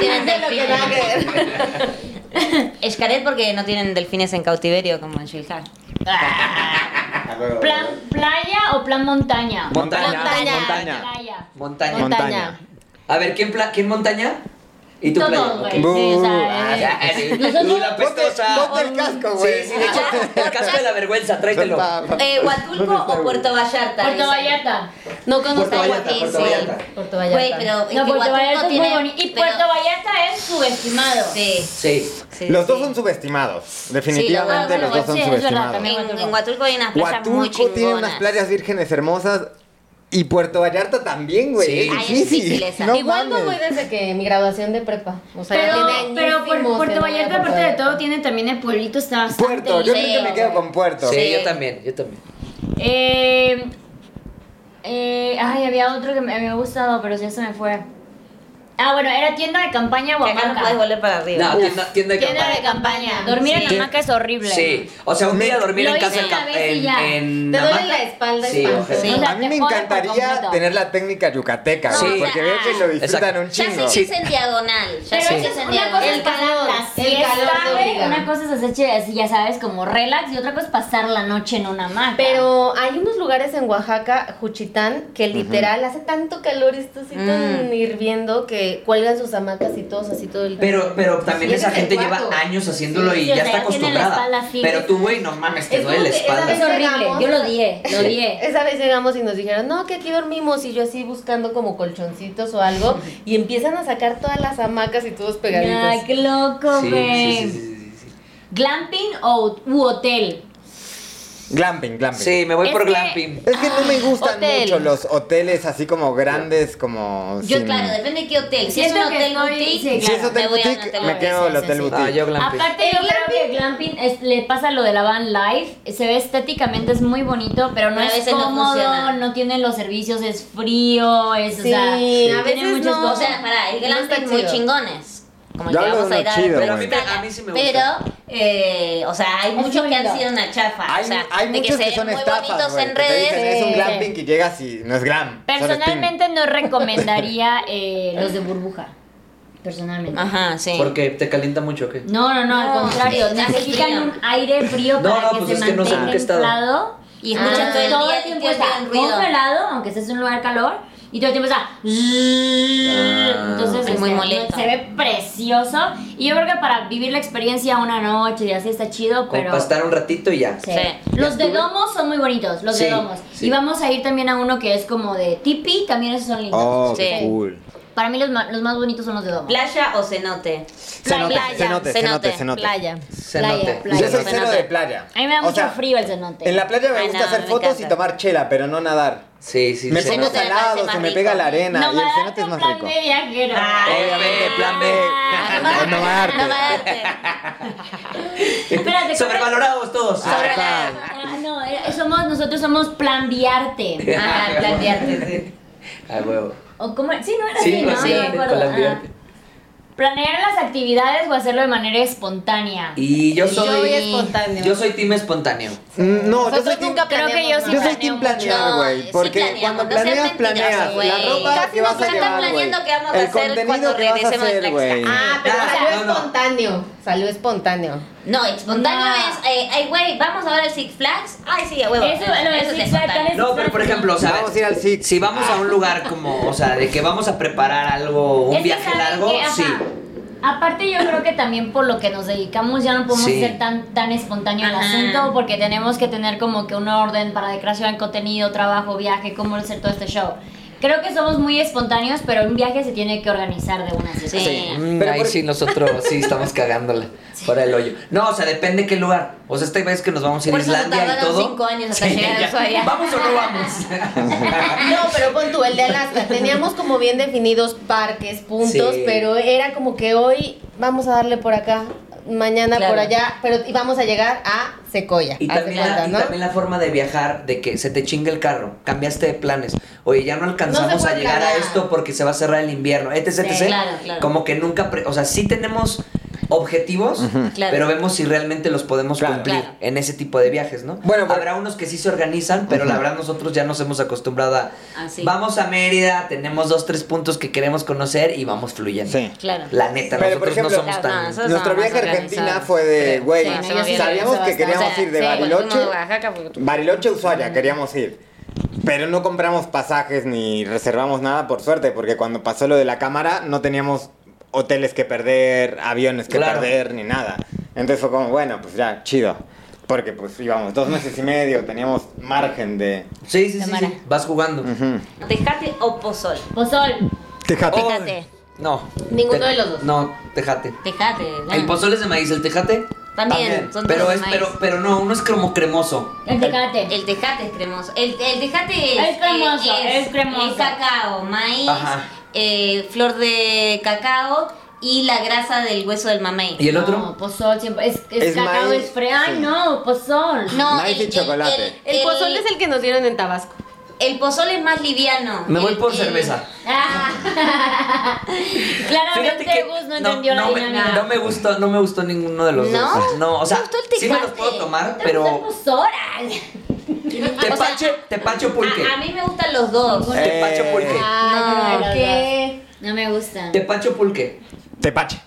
Speaker 4: tienen delfines. Xcaret porque no tienen delfines en cautiverio como en Shilhar.
Speaker 3: ¿Plan playa o plan montaña?
Speaker 2: Montaña.
Speaker 1: Montaña.
Speaker 3: Playa.
Speaker 2: Montaña.
Speaker 1: Montaña.
Speaker 2: A ver, ¿quién, pla- quién montaña? ¿Y tu playa?
Speaker 3: Todo,
Speaker 2: Ok.
Speaker 3: güey. Sí, o sea,
Speaker 5: Ah,
Speaker 3: eh,
Speaker 2: Ya, eh, Lula
Speaker 5: Ponte,
Speaker 2: Pestosa.
Speaker 5: ponte el casco, güey.
Speaker 2: Sí, sí, de hecho, el casco de la vergüenza,
Speaker 5: Este
Speaker 2: tráetelo.
Speaker 4: Eh, Huatulco o Puerto Vallarta.
Speaker 3: Puerto
Speaker 4: dicen.
Speaker 3: Vallarta.
Speaker 1: No conozco
Speaker 2: Puerto Vallarta,
Speaker 4: Sí,
Speaker 2: Puerto
Speaker 4: sí.
Speaker 2: Vallarta.
Speaker 1: Puerto
Speaker 4: Güey,
Speaker 1: Vallarta.
Speaker 4: pero es
Speaker 3: No,
Speaker 4: que
Speaker 3: Puerto
Speaker 4: Huatulco
Speaker 3: Vallarta es muy
Speaker 4: tiene-
Speaker 3: bonito. Y
Speaker 4: pero-
Speaker 3: Puerto Vallarta es subestimado.
Speaker 4: Sí.
Speaker 2: Sí.
Speaker 4: sí,
Speaker 5: Los dos
Speaker 4: sí.
Speaker 5: son subestimados. Definitivamente
Speaker 4: Sí, los
Speaker 5: los dos
Speaker 3: dos,
Speaker 5: son
Speaker 3: sí, es verdad,
Speaker 5: subestimados.
Speaker 3: también.
Speaker 4: En, en Huatulco hay unas playas muy
Speaker 5: Huatulco
Speaker 4: chingonas.
Speaker 5: tiene unas playas vírgenes hermosas y Puerto Vallarta también, güey.
Speaker 2: Sí.
Speaker 5: Es
Speaker 4: Ay, es
Speaker 5: difícil.
Speaker 4: difícil esa.
Speaker 5: No
Speaker 1: Igual no voy
Speaker 5: mames.
Speaker 1: desde que mi graduación de prepa. O sea,
Speaker 3: Pero,
Speaker 1: ya tiene
Speaker 3: pero Puer-
Speaker 1: añísimos que
Speaker 3: Puerto
Speaker 1: no voy a
Speaker 3: Vallarta,
Speaker 1: Puerto
Speaker 3: aparte de
Speaker 1: Vallarta.
Speaker 3: todo, tiene también el pueblito, está bastante
Speaker 5: Puerto, yo creo
Speaker 3: lindo.
Speaker 5: que me quedo con Puerto.
Speaker 2: Sí,
Speaker 4: Sí.
Speaker 2: yo también, yo también.
Speaker 3: Eh, eh, ay, había otro que me había gustado, pero ya se me fue. Ah, bueno, era tienda de campaña o
Speaker 4: Que acá no puedes
Speaker 3: hamaca.
Speaker 4: volver para arriba.
Speaker 2: No, tienda, tienda de
Speaker 3: Tienda de
Speaker 2: campaña.
Speaker 3: campaña. Dormir
Speaker 4: Sí.
Speaker 3: en hamaca es horrible.
Speaker 2: Sí, o sea, un día dormir
Speaker 3: Lo
Speaker 2: en
Speaker 3: hice
Speaker 2: casa de
Speaker 3: una
Speaker 2: camp-
Speaker 3: vez y
Speaker 2: en,
Speaker 3: ya.
Speaker 2: en
Speaker 1: Te duele
Speaker 2: hamaca.
Speaker 1: la espalda,
Speaker 2: Sí,
Speaker 1: espalda.
Speaker 2: ojete.
Speaker 4: Sí.
Speaker 5: A mí me
Speaker 3: te joden por
Speaker 5: encantaría
Speaker 3: completo.
Speaker 5: tener la técnica yucateca,
Speaker 2: Sí.
Speaker 5: güey, porque veo que lo disfrutan
Speaker 2: Exacto.
Speaker 5: un
Speaker 4: Ya
Speaker 5: chingo.
Speaker 4: se hizo en diagonal. Ya
Speaker 3: Pero
Speaker 4: se
Speaker 2: Sí.
Speaker 4: hizo
Speaker 3: eso es
Speaker 4: en
Speaker 3: una cosa
Speaker 4: diagonal.
Speaker 3: es
Speaker 1: El
Speaker 3: pasar
Speaker 1: calor,
Speaker 3: la
Speaker 1: el
Speaker 3: siesta,
Speaker 1: calor te
Speaker 3: güey,
Speaker 1: obliga.
Speaker 3: Una cosa es hacer chidas, así, ya sabes, como relax, y otra cosa es pasar la noche en una hamaca.
Speaker 1: Pero hay unos lugares en Oaxaca, Juchitán, que literal hace tanto calor y está así
Speaker 3: Mm.
Speaker 1: tan hirviendo que cuelgan sus hamacas y todos así todo el
Speaker 2: Pero, pero también
Speaker 1: Y ese
Speaker 2: esa
Speaker 1: es el
Speaker 2: gente
Speaker 1: cuarto.
Speaker 2: lleva años haciéndolo
Speaker 3: Sí,
Speaker 2: y
Speaker 3: sí,
Speaker 2: ya
Speaker 3: o sea,
Speaker 2: está
Speaker 3: ya tiene la
Speaker 2: acostumbrada.
Speaker 3: espalda así.
Speaker 2: Pero tú, güey, no mames, te
Speaker 1: Es
Speaker 2: duele
Speaker 1: como
Speaker 2: la
Speaker 1: que esa
Speaker 3: es
Speaker 1: vez-
Speaker 2: espalda.
Speaker 3: horrible,
Speaker 1: Llegamos.
Speaker 3: yo lo odié, lo odié.
Speaker 1: Esa vez llegamos y nos dijeron, no, que aquí dormimos. Y yo así buscando como colchoncitos o algo. Y empiezan a sacar todas las hamacas y todos pegaditos.
Speaker 3: Ay, qué loco,
Speaker 2: Sí,
Speaker 3: güey.
Speaker 2: sí, sí, sí, sí, sí.
Speaker 3: ¿Glamping o u hotel?
Speaker 5: Glamping, glamping.
Speaker 2: Sí, me voy
Speaker 3: Es
Speaker 2: por
Speaker 3: que-
Speaker 2: glamping.
Speaker 5: Es que no me gustan
Speaker 1: Hotel.
Speaker 5: mucho los hoteles así como grandes, como.
Speaker 4: Yo,
Speaker 5: sin-
Speaker 4: claro, depende de qué hotel. Si
Speaker 6: Siento
Speaker 4: es un
Speaker 6: que
Speaker 4: hotel
Speaker 6: estoy-
Speaker 4: boutique,
Speaker 6: sí,
Speaker 5: Si es
Speaker 4: claro,
Speaker 5: hotel
Speaker 4: me voy a
Speaker 5: boutique,
Speaker 4: anotar
Speaker 5: me
Speaker 4: la
Speaker 5: quedo
Speaker 4: versión
Speaker 5: al hotel
Speaker 4: sencilla.
Speaker 5: boutique.
Speaker 2: Ah, yo glamping.
Speaker 3: Aparte,
Speaker 1: El
Speaker 3: yo creo que glamping es- le pasa lo de la van life. Se ve estéticamente, es muy bonito, pero no
Speaker 4: Pero a
Speaker 3: es
Speaker 4: veces no
Speaker 3: cómodo,
Speaker 4: funciona.
Speaker 3: no, tiene los servicios, es frío, es,
Speaker 1: Sí,
Speaker 3: o sea,
Speaker 1: a
Speaker 3: tiene
Speaker 1: veces
Speaker 3: muchas
Speaker 1: no.
Speaker 4: O sea, pará, el
Speaker 1: No está
Speaker 4: glamping muy
Speaker 1: chido.
Speaker 4: chingones. Como el
Speaker 5: Yo
Speaker 4: que
Speaker 5: hablo de
Speaker 4: vamos a
Speaker 5: uno
Speaker 4: ir a
Speaker 5: chido,
Speaker 4: pero,
Speaker 2: Pero a mí, me- a mí sí me gusta.
Speaker 4: pero, eh, o sea, hay
Speaker 3: Es
Speaker 4: muchos que
Speaker 3: lindo.
Speaker 4: han sido una chafa.
Speaker 5: Hay,
Speaker 4: o sea,
Speaker 5: hay
Speaker 4: de
Speaker 5: muchos que,
Speaker 4: se ven
Speaker 5: son
Speaker 4: muy
Speaker 5: estafas.
Speaker 4: bonitos
Speaker 5: güey,
Speaker 4: en
Speaker 5: que te
Speaker 4: redes.
Speaker 5: dicen, es un
Speaker 3: Sí.
Speaker 5: glamping que llegas y no es glam. solo es pink".
Speaker 3: Personalmente no recomendaría eh, los de burbuja.
Speaker 5: "Eh,
Speaker 3: Personalmente.
Speaker 4: Ajá, sí.
Speaker 2: Porque te calienta mucho, ¿o ¿qué?
Speaker 3: No, no, no, al
Speaker 4: No,
Speaker 3: contrario.
Speaker 4: sí, te hace
Speaker 3: Necesitan
Speaker 4: frío.
Speaker 3: un aire frío
Speaker 2: No,
Speaker 3: para
Speaker 2: no,
Speaker 3: que
Speaker 2: pues
Speaker 3: se
Speaker 2: es que no sé
Speaker 3: mantenga
Speaker 2: en qué estado.
Speaker 3: inflado.
Speaker 4: Y escuchan Ah. todo el
Speaker 3: todo
Speaker 4: día,
Speaker 3: el tiempo
Speaker 4: todo el día
Speaker 3: está
Speaker 4: el ruido.
Speaker 3: congelado, aunque estés en un lugar calor, y todo el tiempo está.
Speaker 2: Ah.
Speaker 3: Entonces
Speaker 4: Es muy
Speaker 3: este,
Speaker 4: molesto.
Speaker 3: Se ve precioso. Y yo creo que para vivir la experiencia una noche y así está chido,
Speaker 2: Como
Speaker 3: pero.
Speaker 2: pastar un ratito y ya.
Speaker 3: Sí.
Speaker 4: Sí.
Speaker 3: Los de
Speaker 2: Estuve-
Speaker 3: domos son muy bonitos, los
Speaker 2: Sí,
Speaker 3: de domos.
Speaker 2: sí.
Speaker 3: Y vamos a ir también a uno que es como de tipi, también esos son lindos.
Speaker 5: Oh,
Speaker 4: Sí.
Speaker 5: qué cool.
Speaker 3: Para mí los, ma- los más bonitos son los de domos.
Speaker 4: ¿Playa o cenote?
Speaker 5: Cenote,
Speaker 4: Playa,
Speaker 5: cenote, cenote, cenote.
Speaker 1: Playa.
Speaker 2: Se
Speaker 3: Playa,
Speaker 2: note.
Speaker 3: playa.
Speaker 5: Yo soy
Speaker 4: Cenote.
Speaker 5: cero de playa.
Speaker 3: A mí me da
Speaker 5: O
Speaker 3: mucho
Speaker 5: sea,
Speaker 3: frío el cenote.
Speaker 5: En la playa me
Speaker 4: Ay,
Speaker 5: gusta
Speaker 4: no,
Speaker 5: hacer
Speaker 4: me
Speaker 5: fotos y
Speaker 4: encanta.
Speaker 5: tomar chela, pero no nadar.
Speaker 2: Sí, sí,
Speaker 5: me
Speaker 2: se
Speaker 5: pongo
Speaker 2: nota.
Speaker 4: cenote sal- me
Speaker 5: salado,
Speaker 4: parece
Speaker 5: se
Speaker 4: más
Speaker 5: me pega
Speaker 4: rico.
Speaker 5: la arena
Speaker 3: no,
Speaker 5: y el
Speaker 3: nadar
Speaker 5: cenote es
Speaker 3: con
Speaker 5: más
Speaker 3: plan
Speaker 5: rico.
Speaker 3: B, viajero.
Speaker 2: Obviamente, plan B.
Speaker 5: Ah, no nadarte.
Speaker 4: No darte.
Speaker 3: Espérate,
Speaker 2: Sobrevalorados todos.
Speaker 5: Sobre-
Speaker 3: Ah, no, eh, somos, nosotros somos planviarte.
Speaker 4: Ah, plantearte, sí.
Speaker 2: A Ah, huevo.
Speaker 3: ¿O cómo? Sí, no era
Speaker 2: Sí,
Speaker 3: así, ¿no?
Speaker 2: con
Speaker 3: No me
Speaker 2: sí,
Speaker 3: acuerdo.
Speaker 2: con la
Speaker 3: Ajá.
Speaker 2: vierte.
Speaker 3: Planear las actividades o hacerlo de manera espontánea.
Speaker 2: Y yo soy.
Speaker 1: Yo voy espontáneo.
Speaker 2: Yo soy team espontáneo.
Speaker 5: Mm, No, yo soy
Speaker 1: Nosotros
Speaker 5: team,
Speaker 1: nunca
Speaker 3: Creo que
Speaker 1: planeamos
Speaker 3: yo sí
Speaker 5: yo soy
Speaker 1: nada.
Speaker 5: team
Speaker 3: planeo
Speaker 5: planear,
Speaker 4: mucho.
Speaker 5: güey.
Speaker 4: No, sí
Speaker 5: porque
Speaker 4: planeamos,
Speaker 5: cuando
Speaker 4: no seas
Speaker 5: planeas,
Speaker 4: mentiroso,
Speaker 5: planeas.
Speaker 4: güey.
Speaker 5: La ropa
Speaker 4: Casi
Speaker 5: que vas
Speaker 4: nos
Speaker 5: a
Speaker 4: están
Speaker 5: llevar, güey.
Speaker 4: planeando qué vamos a
Speaker 5: El
Speaker 4: hacer
Speaker 5: contenido
Speaker 4: cuando
Speaker 5: que vas a
Speaker 4: regresemos de
Speaker 5: hacer,
Speaker 4: la
Speaker 5: güey.
Speaker 1: Ah, pero
Speaker 2: Ah,
Speaker 1: salió
Speaker 2: no, no.
Speaker 1: espontáneo. Salió espontáneo.
Speaker 4: No, espontáneo
Speaker 3: No.
Speaker 4: es, eh, ay, güey, vamos ahora al Six Flags. Ay, sí, a huevo.
Speaker 3: Eso, lo de
Speaker 4: es
Speaker 3: Six
Speaker 4: espontáneo.
Speaker 3: Flags,
Speaker 2: No, pero por ejemplo, o sea,
Speaker 5: Vamos a ir al Six.
Speaker 2: si vamos a un lugar como, o sea, de que vamos a preparar algo, un
Speaker 3: Es que
Speaker 2: viaje
Speaker 3: saben
Speaker 2: largo,
Speaker 3: que, ajá,
Speaker 2: sí.
Speaker 3: Aparte yo creo que también por lo que nos dedicamos ya no podemos
Speaker 2: Sí.
Speaker 3: ser tan tan espontáneo al
Speaker 4: Ajá.
Speaker 3: asunto porque tenemos que tener como que un orden para de creación de contenido, trabajo, viaje, cómo hacer todo este show. Creo que somos muy espontáneos, pero un viaje se tiene que organizar de una cierta
Speaker 4: Sí.
Speaker 3: manera.
Speaker 2: Mm,
Speaker 5: Pero
Speaker 2: ahí
Speaker 5: por-
Speaker 2: sí nosotros sí estamos cagándola fuera del hoyo. No, o sea, depende qué lugar. O sea, esta vez que nos vamos a ir a
Speaker 4: Por eso se
Speaker 2: Islandia y
Speaker 4: tardaron
Speaker 2: todo.
Speaker 4: cinco años hasta
Speaker 2: Sí,
Speaker 4: llegar a
Speaker 2: ya.
Speaker 4: Ushuaia.
Speaker 2: ¿Vamos o no vamos? Ah.
Speaker 1: No, pero pon tú, el de Alaska. Teníamos como bien definidos parques, puntos,
Speaker 2: Sí.
Speaker 1: pero era como que hoy vamos a darle por acá, mañana
Speaker 4: Claro.
Speaker 1: por allá, pero y vamos a llegar a Secoya.
Speaker 2: Y
Speaker 1: haz de
Speaker 2: también, la,
Speaker 1: cuenta,
Speaker 2: y
Speaker 1: ¿no?
Speaker 2: también la forma de viajar, de que se te chinga el carro, cambiaste de planes, oye, ya no
Speaker 1: No
Speaker 2: alcanzamos
Speaker 1: se
Speaker 2: a
Speaker 1: puede
Speaker 2: llegar a
Speaker 1: planear.
Speaker 2: esto porque se va a cerrar el invierno, etc.
Speaker 4: Sí,
Speaker 2: etc.
Speaker 4: claro, claro.
Speaker 2: Como que nunca, pre- o sea, sí tenemos objetivos,
Speaker 4: Claro.
Speaker 2: pero vemos si realmente los podemos
Speaker 5: Claro.
Speaker 2: cumplir
Speaker 4: Claro.
Speaker 2: en ese tipo de viajes, ¿no?
Speaker 5: Bueno, pero-
Speaker 2: habrá unos que sí se organizan, pero la verdad nosotros ya nos hemos acostumbrado a,
Speaker 4: Ah, sí.
Speaker 2: vamos a Mérida, tenemos dos, tres puntos que queremos conocer y vamos fluyendo.
Speaker 5: Sí.
Speaker 4: Claro.
Speaker 2: La neta,
Speaker 5: Pero, por
Speaker 2: nosotros
Speaker 5: ejemplo,
Speaker 2: no somos
Speaker 4: Claro,
Speaker 2: tan...
Speaker 4: no, eso- Nosotros
Speaker 5: Nuestro
Speaker 4: estábamos
Speaker 5: viaje a Argentina
Speaker 4: organizados.
Speaker 5: fue de,
Speaker 4: Sí,
Speaker 5: güey,
Speaker 4: sí, nosotros sí
Speaker 5: sabíamos
Speaker 1: organizamos
Speaker 5: que queríamos
Speaker 1: bastante.
Speaker 5: ir de
Speaker 4: sí,
Speaker 5: Bariloche,
Speaker 4: fuimos a Oaxaca porque-
Speaker 5: Bariloche a Ushuaia queríamos ir. Pero no compramos pasajes ni reservamos nada por suerte, porque cuando pasó lo de la cámara no teníamos hoteles que perder, aviones que
Speaker 2: Claro.
Speaker 5: perder, ni nada. Entonces fue como, bueno, pues ya, chido. Porque pues íbamos dos meses y medio, teníamos margen de...
Speaker 2: Sí, sí, sí,
Speaker 4: Tamara.
Speaker 2: sí, vas jugando.
Speaker 5: Ujú.
Speaker 4: Tejate o pozol.
Speaker 3: Pozol,
Speaker 5: Tejate.
Speaker 4: Tejate.
Speaker 2: No.
Speaker 1: Ninguno
Speaker 2: Te-
Speaker 1: de los dos.
Speaker 2: No, tejate.
Speaker 4: Tejate.
Speaker 2: El
Speaker 4: ah.
Speaker 2: pozole es de maíz, el tejate.
Speaker 4: También, son
Speaker 2: pero
Speaker 4: todos
Speaker 2: es,
Speaker 4: de maíz.
Speaker 2: pero, pero no, uno es como cremoso.
Speaker 3: el tecate.
Speaker 4: El tejate es cremoso. El, el tejate es,
Speaker 3: Es cremoso,
Speaker 4: eh,
Speaker 3: es cremoso.
Speaker 4: es cacao, maíz,
Speaker 2: Ajá.
Speaker 4: eh, flor de cacao y la grasa del hueso del mamey.
Speaker 2: ¿Y el
Speaker 3: No,
Speaker 2: otro?
Speaker 3: pozol siempre es, es
Speaker 5: Es
Speaker 3: cacao
Speaker 5: maíz,
Speaker 3: es fre. Ay,
Speaker 5: sí.
Speaker 3: no, pozol.
Speaker 4: No,
Speaker 5: Maíz y chocolate.
Speaker 1: El pozol es el que nos dieron en Tabasco.
Speaker 4: el pozol es más liviano.
Speaker 2: Me voy
Speaker 4: El-
Speaker 2: por
Speaker 4: el-
Speaker 2: cerveza.
Speaker 3: Ah. Claramente Gus no, entendió la
Speaker 2: no me,
Speaker 3: dinámica.
Speaker 2: no me gustó, no me gustó ninguno de los
Speaker 4: ¿No?
Speaker 2: dos. No, o sea,
Speaker 4: ¿Te gustó el
Speaker 2: sí me los
Speaker 4: tejate?
Speaker 2: puedo tomar,
Speaker 3: ¿Te gusta
Speaker 2: pero
Speaker 3: el pozol? Ay.
Speaker 2: tepache, tepache o pulque.
Speaker 4: A, a mí me gustan los dos.
Speaker 5: Eh.
Speaker 2: Tepache o pulque.
Speaker 1: Ah,
Speaker 3: Ay,
Speaker 4: No,
Speaker 3: no,
Speaker 1: ¿qué?
Speaker 3: No me gustan.
Speaker 2: Tepache o pulque.
Speaker 5: Tepache.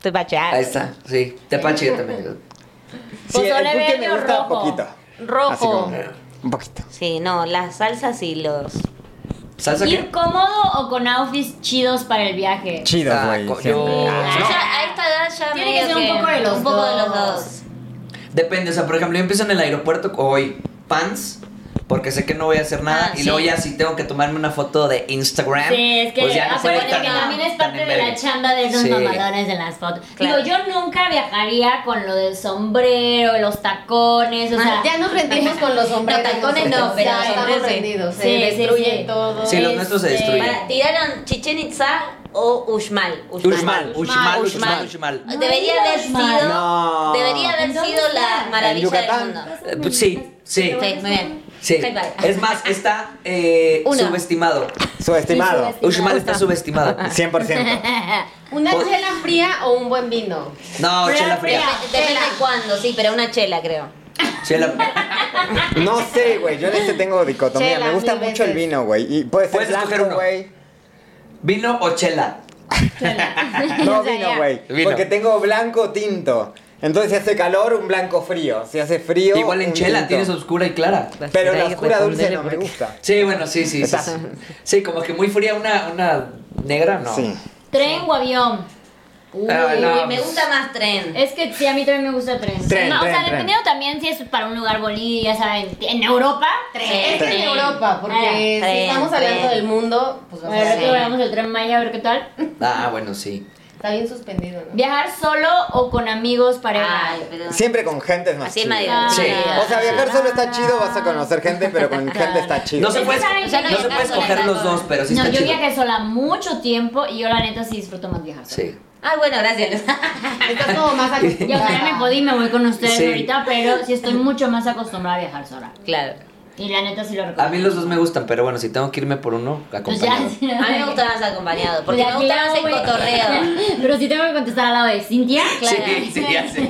Speaker 4: Tepache.
Speaker 2: Ahí está, sí. Tepache yo también.
Speaker 5: Sí, el
Speaker 3: Pozole
Speaker 5: pulque
Speaker 3: verde
Speaker 5: me
Speaker 3: o
Speaker 5: gusta
Speaker 3: rojo.
Speaker 5: poquito.
Speaker 1: Rojo.
Speaker 5: Así como, un poquito.
Speaker 4: Sí, no, las salsas y los.
Speaker 2: ¿Salsa
Speaker 3: ¿Ir
Speaker 2: qué?
Speaker 3: cómodo o con outfits chidos para el viaje?
Speaker 5: Chido,
Speaker 2: Ah,
Speaker 5: güey.
Speaker 2: co-
Speaker 5: siempre.
Speaker 2: yo-
Speaker 5: Ah,
Speaker 4: Ya, a esta edad ya
Speaker 3: Tiene
Speaker 4: medio
Speaker 3: que ser un poco de los
Speaker 4: un poco de los
Speaker 3: dos.
Speaker 4: dos.
Speaker 2: Depende, o sea, por ejemplo, yo empiezo en el aeropuerto hoy. Pants, porque sé que no voy a hacer nada.
Speaker 4: Ah,
Speaker 2: y
Speaker 4: sí.
Speaker 2: luego ya si tengo que tomarme una foto de Instagram.
Speaker 3: Sí, es que
Speaker 2: pues ya no se ve
Speaker 3: acuérdate
Speaker 2: tan-
Speaker 3: que también es
Speaker 2: tan
Speaker 3: parte de la
Speaker 2: envergue.
Speaker 3: chamba de esos
Speaker 2: Sí.
Speaker 3: mamadores de las fotos.
Speaker 4: Claro.
Speaker 3: Digo, yo nunca viajaría con lo del sombrero, los tacones, o sea...
Speaker 4: Ah,
Speaker 1: Ya nos rendimos con los hombres.
Speaker 3: No, tacones no, pero
Speaker 1: ya estamos
Speaker 3: hombres sí.
Speaker 1: rendidos. Se
Speaker 3: Sí, sí,
Speaker 1: destruyen
Speaker 3: sí.
Speaker 1: todo.
Speaker 2: Sí, los nuestros se
Speaker 3: Este,
Speaker 2: destruyen.
Speaker 4: Para, ¿Tiraron Chichen Itza o Uxmal?
Speaker 2: Uxmal, Uxmal,
Speaker 4: Uxmal.
Speaker 2: Uxmal, Uxmal.
Speaker 4: Debería haber
Speaker 3: Uxmal.
Speaker 4: sido,
Speaker 5: No.
Speaker 4: debería haber
Speaker 3: ¿En dónde
Speaker 4: sido la
Speaker 3: está?
Speaker 5: ¿En
Speaker 4: maravilla del
Speaker 5: Yucatán?
Speaker 4: mundo.
Speaker 2: Eh, pues sí, sí.
Speaker 4: Sí, muy bien.
Speaker 2: Sí.
Speaker 4: Bye, bye.
Speaker 2: Es más, está eh,
Speaker 4: Uno.
Speaker 2: subestimado.
Speaker 5: Subestimado.
Speaker 2: Uxmal está subestimado.
Speaker 1: Ah.
Speaker 5: 100%.
Speaker 1: ¿Una
Speaker 2: Por-
Speaker 1: chela fría o un buen vino?
Speaker 2: No,
Speaker 1: Fría,
Speaker 2: chela
Speaker 1: fría.
Speaker 2: fría.
Speaker 4: Dep- Depende de cuándo, sí, pero una chela, creo.
Speaker 2: Chela fría.
Speaker 5: No sé, güey. Yo en este tengo dicotomía.
Speaker 1: Chela,
Speaker 5: Me gusta
Speaker 1: mil
Speaker 5: mucho el
Speaker 1: veces.
Speaker 5: vino, güey. Y puede ser
Speaker 2: Puedes escoger
Speaker 5: blanco,
Speaker 2: uno.
Speaker 5: güey.
Speaker 2: ¿Vino o chela?
Speaker 5: No
Speaker 1: O sea, ya.
Speaker 5: vino, güey.
Speaker 2: Vino.
Speaker 5: Porque tengo blanco tinto. Entonces si hace calor, un blanco frío. Si hace frío,
Speaker 2: Igual en
Speaker 5: un
Speaker 2: chela
Speaker 5: tinto.
Speaker 2: tienes oscura y clara.
Speaker 5: Pero la oscura dulce no me gusta.
Speaker 2: Sí, bueno, sí, sí. Sí,
Speaker 5: Está.
Speaker 2: sí. Sí, como que muy fría una, una negra, no.
Speaker 5: Sí.
Speaker 3: ¿Tren o avión?
Speaker 4: Uy,
Speaker 2: Ah, no.
Speaker 4: me gusta más tren.
Speaker 3: Es que sí, a mí también me gusta el tren.
Speaker 5: Tren,
Speaker 3: No, o
Speaker 5: tren,
Speaker 3: sea,
Speaker 5: tren.
Speaker 3: dependiendo también si es para un lugar bonito, ya saben, en Europa, tren.
Speaker 1: Este Es que en Europa, porque
Speaker 4: Ah,
Speaker 1: si
Speaker 4: tren,
Speaker 1: estamos hablando
Speaker 4: tren.
Speaker 1: del mundo, pues
Speaker 3: A
Speaker 1: vamos a
Speaker 3: ver,
Speaker 1: ver.
Speaker 3: veamos el tren Maya, a ver qué tal.
Speaker 2: Ah, bueno, sí.
Speaker 1: Está bien suspendido, ¿no?
Speaker 3: ¿Viajar solo o con amigos para Ah,
Speaker 4: Ay, pues, pero...
Speaker 5: Siempre con gente es más
Speaker 4: Así es
Speaker 5: chido.
Speaker 4: más
Speaker 2: Sí.
Speaker 4: divertido.
Speaker 5: O sea, viajar solo
Speaker 1: Ah.
Speaker 5: está chido, vas a conocer gente, pero con gente está chido.
Speaker 2: No se puede,
Speaker 3: ¿Saben
Speaker 2: no se
Speaker 3: qué?
Speaker 2: puede escoger los dos, pero sí
Speaker 3: No,
Speaker 2: está
Speaker 3: yo
Speaker 2: chido.
Speaker 3: viajé sola mucho tiempo y yo la neta sí disfruto más viajar sola.
Speaker 2: Sí.
Speaker 4: Ah, bueno, gracias.
Speaker 1: Estás como más
Speaker 3: Ya, o sea, ya me
Speaker 1: acostumbrada.
Speaker 3: podí, me voy con ustedes
Speaker 2: Sí.
Speaker 3: ahorita, pero sí estoy mucho más acostumbrada a viajar sola.
Speaker 4: claro.
Speaker 3: Y la neta sí lo
Speaker 2: A
Speaker 3: recomiendo.
Speaker 2: mí los dos me gustan, pero bueno, si tengo que irme por uno,
Speaker 3: Pues ya,
Speaker 2: acompañado.
Speaker 3: sí.
Speaker 4: A mí me gusta más acompañado, porque
Speaker 3: Pues
Speaker 4: me
Speaker 3: ya
Speaker 4: gusta más el
Speaker 3: llegamos, güey.
Speaker 4: cotorreo.
Speaker 3: Pero sí tengo que contestar al lado de Cintia.
Speaker 4: Claro.
Speaker 2: Sí, sí, ya sé.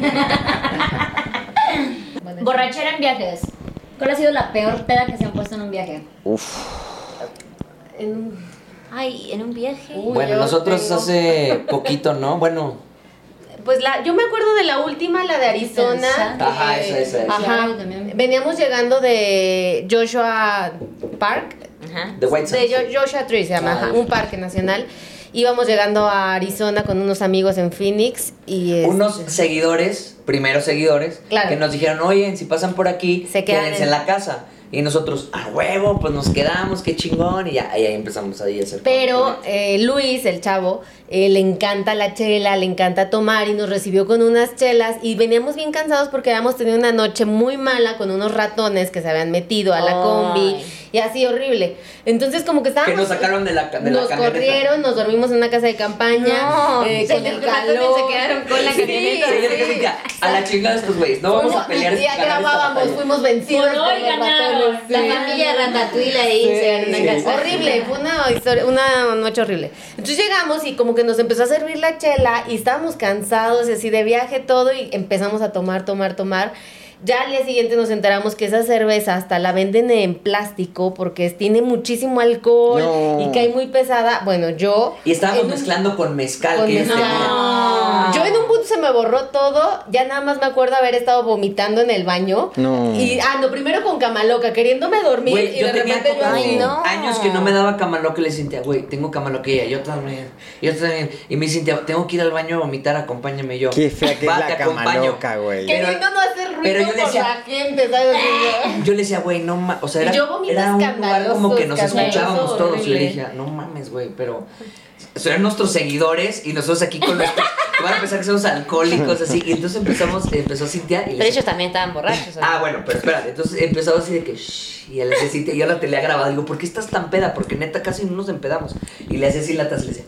Speaker 3: Borrachera en viajes. ¿Cuál ha sido la peor peda que se han puesto en un viaje?
Speaker 1: En-
Speaker 4: Ay, en un viaje.
Speaker 1: Uy,
Speaker 2: Bueno,
Speaker 1: yo
Speaker 2: nosotros
Speaker 1: tengo-
Speaker 2: hace poquito, ¿no? Bueno,
Speaker 1: Pues la, yo me acuerdo de la última, la de Arizona. que-
Speaker 2: Ajá, esa, esa, esa.
Speaker 1: Ajá. Veníamos llegando de Joshua Park,
Speaker 4: Ajá.
Speaker 2: The White
Speaker 1: de
Speaker 2: Sands.
Speaker 1: Jo- Joshua Tree se llama,
Speaker 2: Ah,
Speaker 1: ajá,
Speaker 2: Joshua
Speaker 1: un parque nacional. Íbamos llegando a Arizona con unos amigos en Phoenix y este,
Speaker 2: Unos seguidores, primeros seguidores,
Speaker 1: Claro.
Speaker 2: que nos dijeron, oye, si pasan por aquí,
Speaker 1: Se quedan
Speaker 2: quédense
Speaker 1: en-
Speaker 2: en la casa. Y nosotros, a huevo, pues nos quedamos, qué chingón. Y ya, y ahí empezamos ahí a hacer.
Speaker 1: Pero eh, Luis, el chavo, eh, le encanta la chela, le encanta tomar y nos recibió con unas chelas y veníamos bien cansados porque habíamos tenido una noche muy mala con unos ratones que se habían metido a la combi
Speaker 4: Ay.
Speaker 1: y así horrible. Entonces como que
Speaker 2: Que
Speaker 1: estábamos...
Speaker 2: nos sacaron de la, ca- de la
Speaker 1: nos
Speaker 2: camioneta.
Speaker 1: corrieron, nos dormimos en una casa de campaña
Speaker 4: No,
Speaker 1: eh,
Speaker 4: se
Speaker 1: con el
Speaker 4: les- los ratones
Speaker 1: calor.
Speaker 4: se quedaron con la
Speaker 1: Sí,
Speaker 4: camioneta.
Speaker 2: Sí, yo dije,
Speaker 1: sí.
Speaker 2: "Ya, a la chingada estos güeyes, no vamos a
Speaker 1: Fuimos-
Speaker 2: pelear.
Speaker 1: y Ya
Speaker 2: ganar esta
Speaker 1: grabábamos,
Speaker 2: batalla".
Speaker 1: fuimos vencidos.
Speaker 3: Por hoy
Speaker 1: por los
Speaker 3: ganaron.
Speaker 1: ratones,
Speaker 4: La
Speaker 1: sí.
Speaker 4: familia Ratatouille ahí
Speaker 1: Sí,
Speaker 4: se en una
Speaker 1: sí.
Speaker 4: casa.
Speaker 1: Horrible, fue una historia, una noche horrible. Entonces llegamos y como que nos empezó a servir la chela y estábamos cansados y así de viaje todo y empezamos a tomar, tomar, tomar. Ya al día siguiente nos enteramos que esa cerveza hasta la venden en plástico porque es- tiene muchísimo alcohol
Speaker 5: No.
Speaker 1: y cae muy pesada. Bueno, yo...
Speaker 2: Y estábamos
Speaker 1: en un-
Speaker 2: mezclando con mezcal,
Speaker 1: con
Speaker 2: que es
Speaker 1: mezcal. Ah,
Speaker 2: tema.
Speaker 4: No.
Speaker 1: Yo en un punto se me borró todo, ya nada más me acuerdo haber estado vomitando en el baño.
Speaker 5: No.
Speaker 1: Y ah, no, primero con camaloca, queriéndome dormir
Speaker 2: Güey,
Speaker 1: y
Speaker 2: yo
Speaker 1: de
Speaker 2: tenía
Speaker 1: repente yo
Speaker 2: como
Speaker 1: así.
Speaker 4: Ay, no.
Speaker 2: años que no me daba camaloca y le sentía, güey, tengo camaloquilla, yo también, yo también. Y me sentía, tengo que ir al baño a vomitar, acompáñame Y yo.
Speaker 5: Qué fea que es
Speaker 2: "Va,
Speaker 5: la
Speaker 2: te acompaño".
Speaker 5: camaloca, güey.
Speaker 2: Pero-
Speaker 1: Queriendo no hacer ruido
Speaker 2: pero yo le
Speaker 1: por
Speaker 2: decía-
Speaker 1: la gente, ¿sabes? Así, ¿no?
Speaker 2: Yo le decía, güey, no mames. O sea, era,
Speaker 1: Y yo vomito
Speaker 2: era un lugar como que nos
Speaker 1: escandaloso,
Speaker 2: escuchábamos
Speaker 1: escandaloso,
Speaker 2: todos. Y le
Speaker 1: horrible.
Speaker 2: dije, no mames, güey, pero. o sea, eran nuestros seguidores y nosotros aquí con nuestros. que van a pensar que somos alcohólicos, así. Y entonces empezamos, empezó Cintia. Y le
Speaker 4: Pero
Speaker 2: decía,
Speaker 4: ellos también estaban borrachos. ¿o no?
Speaker 2: Ah, bueno, pero espérate. Entonces empezó así de que. "Shh", y a la Cintia, yo la tele grabado. Digo, ¿por qué estás tan peda? Porque neta casi no nos empedamos. Y le hacía así latas, le decía.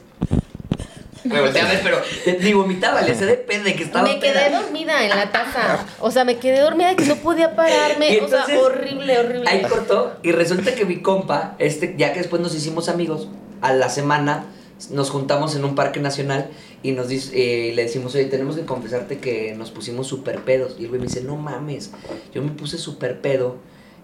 Speaker 2: Me volteé a ver, pero eh, ni vomitaba, le hacía de peda de que estaba
Speaker 1: Me quedé
Speaker 2: peda.
Speaker 1: dormida en la taza. O sea, me quedé dormida que no podía pararme.
Speaker 2: Y
Speaker 1: o
Speaker 2: entonces,
Speaker 1: sea, horrible, horrible.
Speaker 2: Ahí cortó y resulta que mi compa, este, ya que después nos hicimos amigos, a la semana nos juntamos en un parque nacional y nos dice, eh, le decimos, oye, tenemos que confesarte que nos pusimos super pedos. Y el güey me dice, no mames, yo me puse super pedo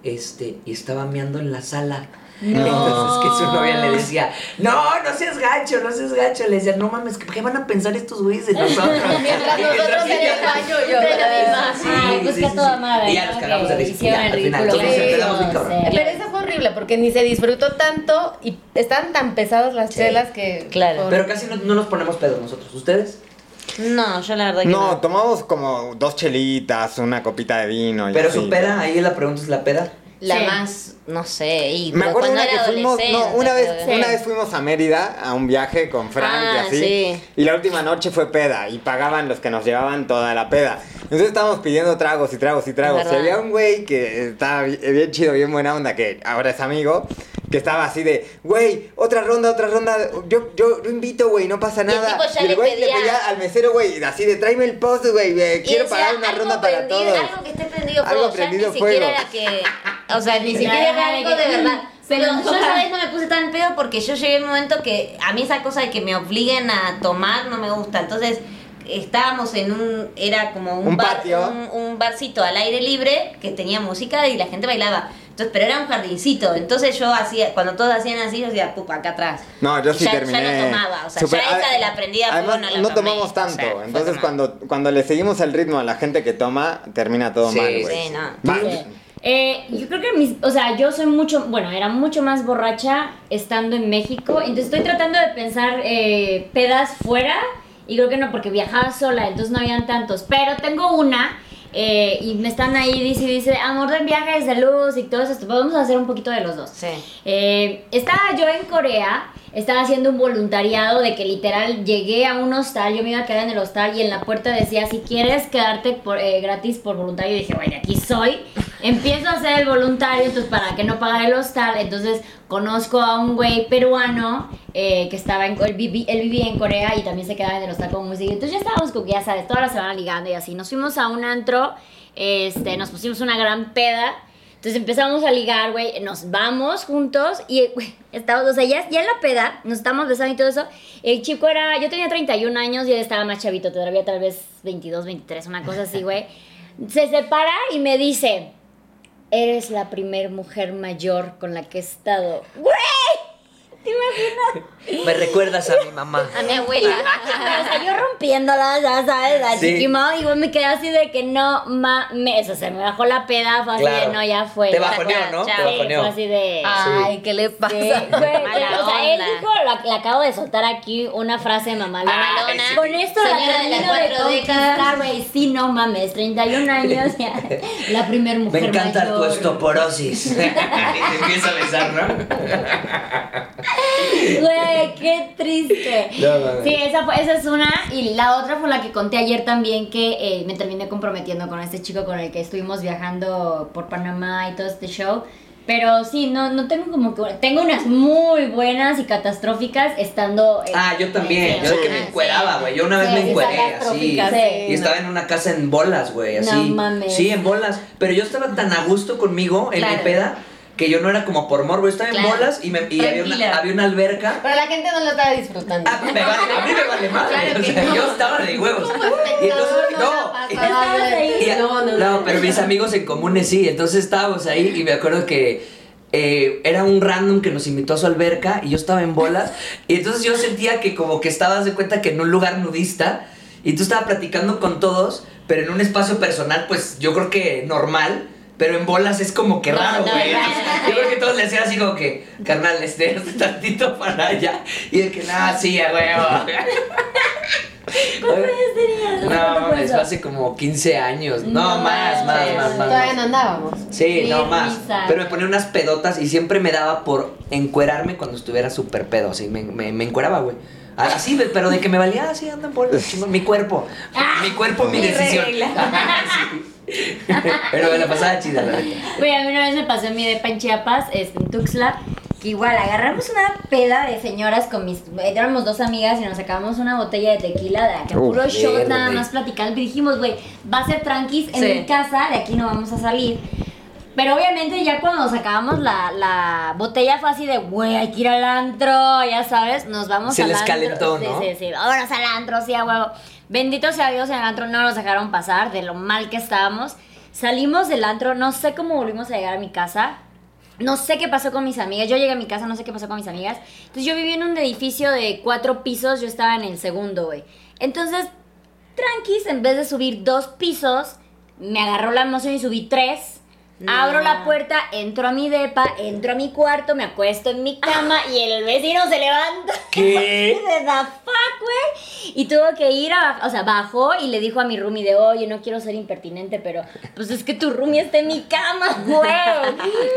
Speaker 2: este, y estaba meando en la sala. Entonces que su novia le decía, no, no seas gacho, no seas gacho. Le decía, no mames, ¿qué van a pensar estos güeyes de nosotros?
Speaker 1: Mientras nosotros en el baño, yo.
Speaker 2: Sí,
Speaker 3: Ay, pues
Speaker 2: sí,
Speaker 3: que a
Speaker 2: sí,
Speaker 3: toda
Speaker 2: sí.
Speaker 3: madre,
Speaker 2: Y ya nos
Speaker 3: ¿no?
Speaker 2: cagamos de
Speaker 3: Que
Speaker 2: risa.
Speaker 3: hicieron
Speaker 2: Ya,
Speaker 3: el
Speaker 2: al final,
Speaker 3: ridículo.
Speaker 1: todos nos
Speaker 2: empedamos bien cabrón.
Speaker 3: Sí.
Speaker 1: Pero esa fue horrible porque ni se disfrutó tanto y estaban tan pesadas las chelas que.
Speaker 4: Claro.
Speaker 1: por-
Speaker 2: Pero casi no, no nos ponemos pedos nosotros. ¿Ustedes?
Speaker 4: No, yo la verdad que no.
Speaker 5: No, tomamos como dos chelitas, una copita de vino y
Speaker 2: Pero
Speaker 5: así.
Speaker 2: su peda, ahí la pregunta es la peda.
Speaker 4: la
Speaker 3: Sí.
Speaker 4: más, no sé, y
Speaker 5: Me acuerdo
Speaker 4: cuando
Speaker 5: una que
Speaker 4: era
Speaker 5: fuimos, no,
Speaker 4: adolescente,
Speaker 5: una vez,
Speaker 4: pero-
Speaker 5: una vez fuimos a Mérida a un viaje con Frank
Speaker 4: Ah,
Speaker 5: y así.
Speaker 4: sí.
Speaker 5: Y la última noche fue peda y pagaban los que nos llevaban toda la peda. Entonces estábamos pidiendo tragos y tragos y tragos.
Speaker 4: Es
Speaker 5: Y
Speaker 4: verdad.
Speaker 5: había un güey que estaba bi- eh, bien chido, bien buena onda, que ahora es amigo, que estaba así de, güey, otra ronda, otra ronda, yo, yo, yo invito, güey, no pasa
Speaker 4: Y el
Speaker 5: nada.
Speaker 4: tipo ya
Speaker 5: y el
Speaker 4: le
Speaker 5: güey le
Speaker 4: pedía-
Speaker 5: pedía al mesero, güey, así de, tráeme el post, güey, eh,
Speaker 4: Y
Speaker 5: quiero
Speaker 4: decía,
Speaker 5: pagar una
Speaker 4: algo
Speaker 5: ronda para
Speaker 4: prendido,
Speaker 5: todos.
Speaker 4: Algo que esté prendido
Speaker 5: Algo
Speaker 4: fuego,
Speaker 5: prendido
Speaker 4: ya ni siquiera
Speaker 5: fuego.
Speaker 4: era que... O sea, ni siquiera era
Speaker 3: Nada,
Speaker 4: algo
Speaker 3: de
Speaker 4: de
Speaker 3: que-
Speaker 4: verdad. Pero
Speaker 3: Mm,
Speaker 4: yo
Speaker 3: total.
Speaker 4: esa vez no me puse tan pedo porque yo llegué al momento que a mí esa cosa de que me obliguen a tomar no me gusta. Entonces estábamos en un... Era como un,
Speaker 5: Un
Speaker 4: bar-
Speaker 5: patio.
Speaker 4: Un, un barcito al aire libre que tenía música y la gente bailaba. Entonces, pero era un jardincito. Entonces yo hacía... Cuando todos hacían así, yo decía, pupa, acá atrás.
Speaker 5: No, yo
Speaker 4: Y
Speaker 5: sí
Speaker 4: ya,
Speaker 5: terminé.
Speaker 4: Ya no tomaba. O sea,
Speaker 5: super-
Speaker 4: ya esta
Speaker 5: a-
Speaker 4: de la prendida a fuego
Speaker 5: además,
Speaker 4: no la tomé,
Speaker 5: tomamos tanto.
Speaker 4: o sea, fue
Speaker 5: entonces,
Speaker 4: tomar.
Speaker 5: cuando, cuando le seguimos el ritmo a la gente que toma, termina todo
Speaker 2: Sí,
Speaker 5: mal,
Speaker 2: sí,
Speaker 5: güey.
Speaker 4: no.
Speaker 5: Va-
Speaker 3: Sí. Eh, yo creo que mis, o sea, yo soy mucho, bueno, era mucho más borracha estando en México, entonces estoy tratando de pensar eh, pedas fuera y creo que no, porque viajaba sola, entonces no habían tantos, pero tengo una eh, y me están ahí, dice, dice, amor de viajes de luz y todo eso, vamos a hacer un poquito de los dos.
Speaker 4: Sí.
Speaker 3: Eh, estaba yo en Corea, estaba haciendo un voluntariado de que literal llegué a un hostal, yo me iba a quedar en el hostal y en la puerta decía, si quieres quedarte por, eh, gratis por voluntario, y dije, bueno, aquí soy. Empiezo a ser el voluntario, entonces para que no pagar el hostal, entonces conozco a un güey peruano eh, que estaba en, Co- él vivi- él vivía en Corea y también se quedaba en el hostal con música. Entonces ya estábamos como que ya sabes, toda la semana ligando y así. Nos fuimos a un antro, este, nos pusimos una gran peda. Entonces empezamos a ligar, güey, nos vamos juntos y eh, güey, estábamos, o sea, ya, ya en la peda, nos estábamos besando y todo eso. El chico era, yo tenía 31 años y él estaba más chavito, todavía tal vez 22, 23, una cosa así, güey. Se separa y me dice, eres la primer mujer mayor con la que he estado. Güey,
Speaker 2: Me recuerdas a mi mamá.
Speaker 4: A mi abuela.
Speaker 3: o sea, yo rompiéndola, ya sabes, la
Speaker 2: Sí.
Speaker 3: chiquimao, y güey, me quedé así de que no mames, o sea, me bajó la peda, fue así
Speaker 2: Claro.
Speaker 3: de no, ya fue.
Speaker 2: Te
Speaker 3: ya
Speaker 2: bajoneó, ¿no?
Speaker 4: Sí,
Speaker 2: Te
Speaker 3: fue, Sí, fue
Speaker 2: bajoneó.
Speaker 3: así de...
Speaker 2: Ah,
Speaker 4: Ay, ¿qué le pasa?
Speaker 3: Sí, güey,
Speaker 4: Mala
Speaker 3: o sea, él
Speaker 4: onda.
Speaker 3: dijo, la- le acabo de soltar aquí una frase mamalona.
Speaker 4: Mamalona.
Speaker 3: Con esto la
Speaker 4: Ah, Señora de
Speaker 3: termino
Speaker 4: las
Speaker 3: de
Speaker 4: cuatro décadas.
Speaker 3: conquistar, güey. Sí, no mames, 31 años, ya, la primer
Speaker 2: Me
Speaker 3: mujer
Speaker 2: encanta tu
Speaker 3: mayor.
Speaker 2: estoporosis. y te empieza a besar, ¿no?
Speaker 3: Güey, qué triste.
Speaker 2: No, mames.
Speaker 3: sí, esa, fue- esa es una. Y la otra fue la que conté ayer también, que eh, me terminé comprometiendo con este chico con el que estuvimos viajando por Panamá y todo este show. Pero sí, no, no tengo como que... Tengo unas muy buenas y catastróficas estando... eh,
Speaker 2: Ah, yo también.
Speaker 3: en-
Speaker 2: Yo de que
Speaker 3: Ah,
Speaker 2: me
Speaker 3: sí.
Speaker 2: encueraba, güey. Yo una vez
Speaker 3: Sí,
Speaker 2: me
Speaker 3: sí,
Speaker 2: encueré así.
Speaker 1: catastróficas,
Speaker 3: sí,
Speaker 2: Y estaba en una casa en bolas, güey, así.
Speaker 3: No mames.
Speaker 2: Sí, en bolas. Pero yo estaba tan a gusto conmigo en mi
Speaker 4: Claro.
Speaker 2: peda que yo no era como por morbo. Yo estaba en
Speaker 4: Claro.
Speaker 2: bolas y, me, y había, una,
Speaker 4: Tranquila.
Speaker 2: había una alberca.
Speaker 1: Pero la gente no lo estaba disfrutando.
Speaker 2: Ah, me vale- a mí me vale madre.
Speaker 4: Claro
Speaker 2: o
Speaker 4: que
Speaker 2: sea,
Speaker 4: no.
Speaker 2: yo estaba de huevos.
Speaker 1: Como espectador,
Speaker 2: Y entonces,
Speaker 1: no
Speaker 2: no.
Speaker 1: la pasaba
Speaker 2: y-
Speaker 1: bien.
Speaker 2: y-
Speaker 1: No, no, no.
Speaker 2: pero mis amigos en comunes sí. Entonces estábamos ahí y me acuerdo que eh, era un random que nos invitó a su alberca y yo estaba en bolas. Y entonces yo sentía que como que estabas de cuenta que en un lugar nudista y tú estabas platicando con todos, pero en un espacio personal, pues yo creo que normal. Pero en bolas es como que
Speaker 4: No,
Speaker 2: raro,
Speaker 4: no,
Speaker 2: güey.
Speaker 4: es raro.
Speaker 2: Entonces, Yo creo que todos le hacían así como que, carnal, este, tantito para allá. Y el que, nada, sí, a huevo. No, mames, fue hace como 15 años. No,
Speaker 3: No
Speaker 2: más, más,
Speaker 3: manches.
Speaker 2: más, más.
Speaker 1: Todavía
Speaker 2: más.
Speaker 1: no andábamos.
Speaker 2: Sí,
Speaker 3: Qué
Speaker 2: no más.
Speaker 3: risa.
Speaker 2: Pero me ponía unas pedotas y siempre me daba por encuerarme cuando estuviera súper pedo. Así me, me, me encueraba, güey. Así, ve- pero de que me valía, así andan por el chingón. Mi cuerpo. Mi cuerpo, mi,
Speaker 4: mi
Speaker 2: decisión.
Speaker 4: regla.
Speaker 2: Sí. Pero me la pasaba chida, la neta.
Speaker 3: Güey, a mí una vez me pasó en mi depa en Chiapas, este, en Tuxtla, que igual agarramos una peda de señoras con mis... Éramos dos amigas y nos sacamos una botella de tequila de acá,
Speaker 5: Uf,
Speaker 3: puro shot,
Speaker 2: verde.
Speaker 3: nada más platicando. Y dijimos, güey, va a ser tranquis en
Speaker 4: Sí.
Speaker 3: mi casa, de aquí no vamos a salir. Pero obviamente ya cuando nos acabamos la, la botella fue así de, güey, hay que ir al antro, ya sabes, nos vamos
Speaker 2: Se
Speaker 3: al
Speaker 2: les
Speaker 3: antro.
Speaker 2: calentó,
Speaker 3: Sí,
Speaker 2: ¿no?
Speaker 3: sí, sí, vámonos al antro, sí, a huevo. Bendito sea Dios, en el antro no nos dejaron pasar de lo mal que estábamos. Salimos del antro, no sé cómo volvimos a llegar a mi casa. No sé qué pasó con mis amigas. Yo llegué a mi casa, no sé qué pasó con mis amigas. Entonces yo vivía en un edificio de cuatro pisos, yo estaba en el segundo, güey. Entonces, tranquis, en vez de subir dos pisos, me agarró la emoción y subí tres.
Speaker 4: No.
Speaker 3: Abro la puerta, entro a mi depa, entro a mi cuarto, me acuesto en mi cama y el vecino se levanta
Speaker 2: ¿Qué?
Speaker 3: de the fuck, güey. Y tuvo que ir a, o sea, bajó y le dijo a mi roomie de, oye, no quiero ser impertinente, pero pues es que tu roomie está en mi cama, güey.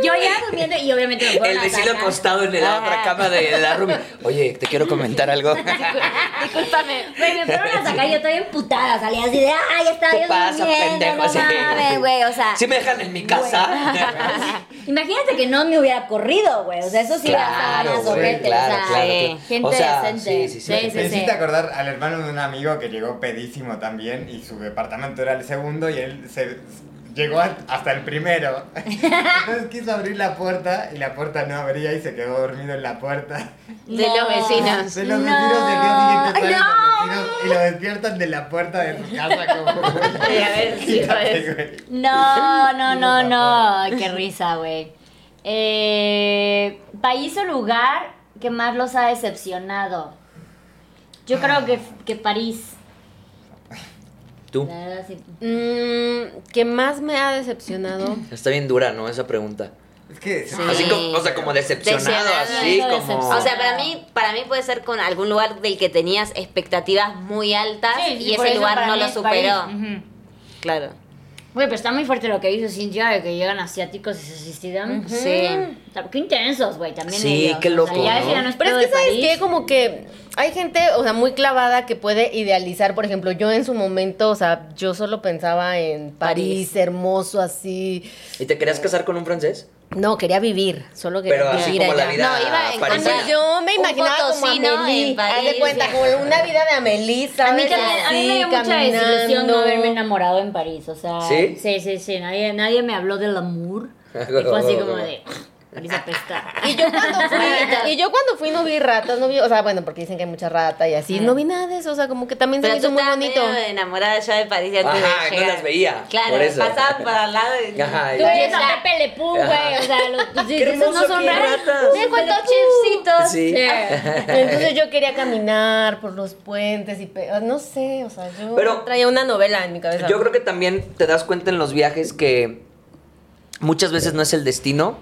Speaker 3: Yo ya durmiendo y obviamente me fueron
Speaker 2: El
Speaker 3: a
Speaker 2: vecino
Speaker 3: atacar.
Speaker 2: acostado en la otra
Speaker 4: Ajá.
Speaker 2: cama de la Ruby. Oye, te quiero comentar algo.
Speaker 4: Discúlpame.
Speaker 3: Güey, me fueron a sacar y yo estoy emputada, salí así de, ay, estaba
Speaker 2: ¿Qué
Speaker 3: yo
Speaker 2: pasa,
Speaker 3: durmiendo,
Speaker 2: pendejo?
Speaker 3: no
Speaker 2: Sí.
Speaker 3: mames, güey, o sea.
Speaker 2: Si me dejan en mi casa.
Speaker 3: Imagínate que no me hubiera corrido, güey. O sea, eso sí hubiera estado
Speaker 2: Claro,
Speaker 3: más
Speaker 2: güey,
Speaker 3: ojete,
Speaker 2: claro,
Speaker 3: o sea,
Speaker 2: claro,
Speaker 4: sí.
Speaker 2: claro.
Speaker 3: gente
Speaker 2: O sea,
Speaker 3: decente.
Speaker 2: sí, sí, sí.
Speaker 1: Sí, sí,
Speaker 5: Me
Speaker 1: sí.
Speaker 5: hiciste acordar al hermano de un amigo que llegó pedísimo también y su departamento era el segundo y él se llegó a- hasta el primero. Entonces quiso abrir la puerta y la puerta no abría y se quedó dormido en la puerta.
Speaker 4: De los vecinos.
Speaker 5: Se los
Speaker 3: No.
Speaker 5: vecinos del día siguiente salen
Speaker 3: No.
Speaker 5: los vecinos y lo despiertan de la puerta de su casa como...
Speaker 4: Ay, a ver, sí,
Speaker 5: Quítate,
Speaker 4: pues.
Speaker 5: güey.
Speaker 3: No, no, no,
Speaker 5: Digo,
Speaker 3: no.
Speaker 5: papá.
Speaker 3: Ay, qué risa, güey. Eh, país o lugar que más los ha decepcionado. Yo creo que, que París.
Speaker 2: Tú.
Speaker 3: La verdad, sí.
Speaker 1: Mm, que más me ha decepcionado.
Speaker 2: Está bien dura, ¿no? Esa pregunta.
Speaker 5: Es que...
Speaker 4: Sí.
Speaker 2: Así como, o sea, como decepcionado,
Speaker 4: Decepcionado.
Speaker 2: así
Speaker 3: Eso
Speaker 2: como.
Speaker 4: O sea, para mí, para mí puede ser con algún lugar del que tenías expectativas muy altas
Speaker 3: Ah, Sí, sí,
Speaker 4: y
Speaker 3: por
Speaker 4: ese
Speaker 3: eso
Speaker 4: lugar
Speaker 3: para
Speaker 4: no
Speaker 3: mí
Speaker 4: lo
Speaker 3: es París.
Speaker 4: superó.
Speaker 3: Ujú.
Speaker 4: Claro.
Speaker 3: Güey, pero está muy fuerte lo que dice Cintia de que llegan asiáticos y se suicidan. Sí. Qué intensos, güey, también.
Speaker 2: Sí,
Speaker 3: ellos.
Speaker 2: qué
Speaker 3: O sea,
Speaker 2: loco,
Speaker 3: ya
Speaker 2: ¿no?
Speaker 3: eso ya no
Speaker 1: Pero
Speaker 3: pedo
Speaker 1: es que,
Speaker 3: de
Speaker 1: ¿sabes
Speaker 3: París.
Speaker 1: qué? Como que hay gente, o sea, muy clavada que puede idealizar. Por ejemplo, yo en su momento, o sea, yo solo pensaba en París,
Speaker 4: París.
Speaker 1: hermoso, así.
Speaker 2: ¿Y te querías casar con un francés?
Speaker 1: No, quería vivir. Solo quería
Speaker 2: Pero así
Speaker 1: vivir
Speaker 2: como la
Speaker 1: allá.
Speaker 2: vida
Speaker 4: No, iba en
Speaker 1: Ah,
Speaker 2: parisina.
Speaker 1: no, yo me
Speaker 4: Un
Speaker 1: imaginaba como
Speaker 4: potosino
Speaker 1: Amelie,
Speaker 4: en París,
Speaker 1: haz de cuenta,
Speaker 4: ya.
Speaker 1: como una vida de Amelie,
Speaker 3: A
Speaker 1: ¿sabes?
Speaker 3: mí también, a mí me dio
Speaker 1: Así,
Speaker 3: mucha desilusión no
Speaker 1: caminando.
Speaker 3: haberme enamorado en París, o sea,
Speaker 2: ¿Sí?
Speaker 3: sí, sí, sí, nadie, nadie me habló del amor, y fue así como de, París apesta.
Speaker 1: Y yo cuando fui, y yo cuando fui no vi ratas, no vi, o sea, bueno, porque dicen que hay mucha rata y así, no vi nada de eso, o sea, como que también se
Speaker 4: Pero
Speaker 1: me
Speaker 4: tú
Speaker 1: hizo muy
Speaker 4: estabas
Speaker 1: bonito.
Speaker 4: medio enamorada ya de París antes
Speaker 2: Ajá,
Speaker 4: de
Speaker 2: no
Speaker 4: llegar.
Speaker 2: las veía.
Speaker 4: Claro,
Speaker 2: por eso.
Speaker 4: pasaban por al lado de...
Speaker 2: Ajá,
Speaker 3: Tú
Speaker 2: ya.
Speaker 3: eres
Speaker 4: Esa-
Speaker 3: a Pepe Le Pew, güey, o sea, los, los-
Speaker 2: Qué
Speaker 3: esos no
Speaker 2: hermoso,
Speaker 3: son
Speaker 2: qué
Speaker 3: raros.
Speaker 2: ratas.
Speaker 3: ¿De cuántos
Speaker 4: uh.
Speaker 3: chipsitos?
Speaker 2: Sí.
Speaker 1: Entonces yo quería caminar por los puentes y pe- ah, no sé, o sea, yo
Speaker 2: Pero-
Speaker 1: traía una novela en mi cabeza.
Speaker 2: Yo creo que también te das cuenta en los viajes que muchas veces no es el destino,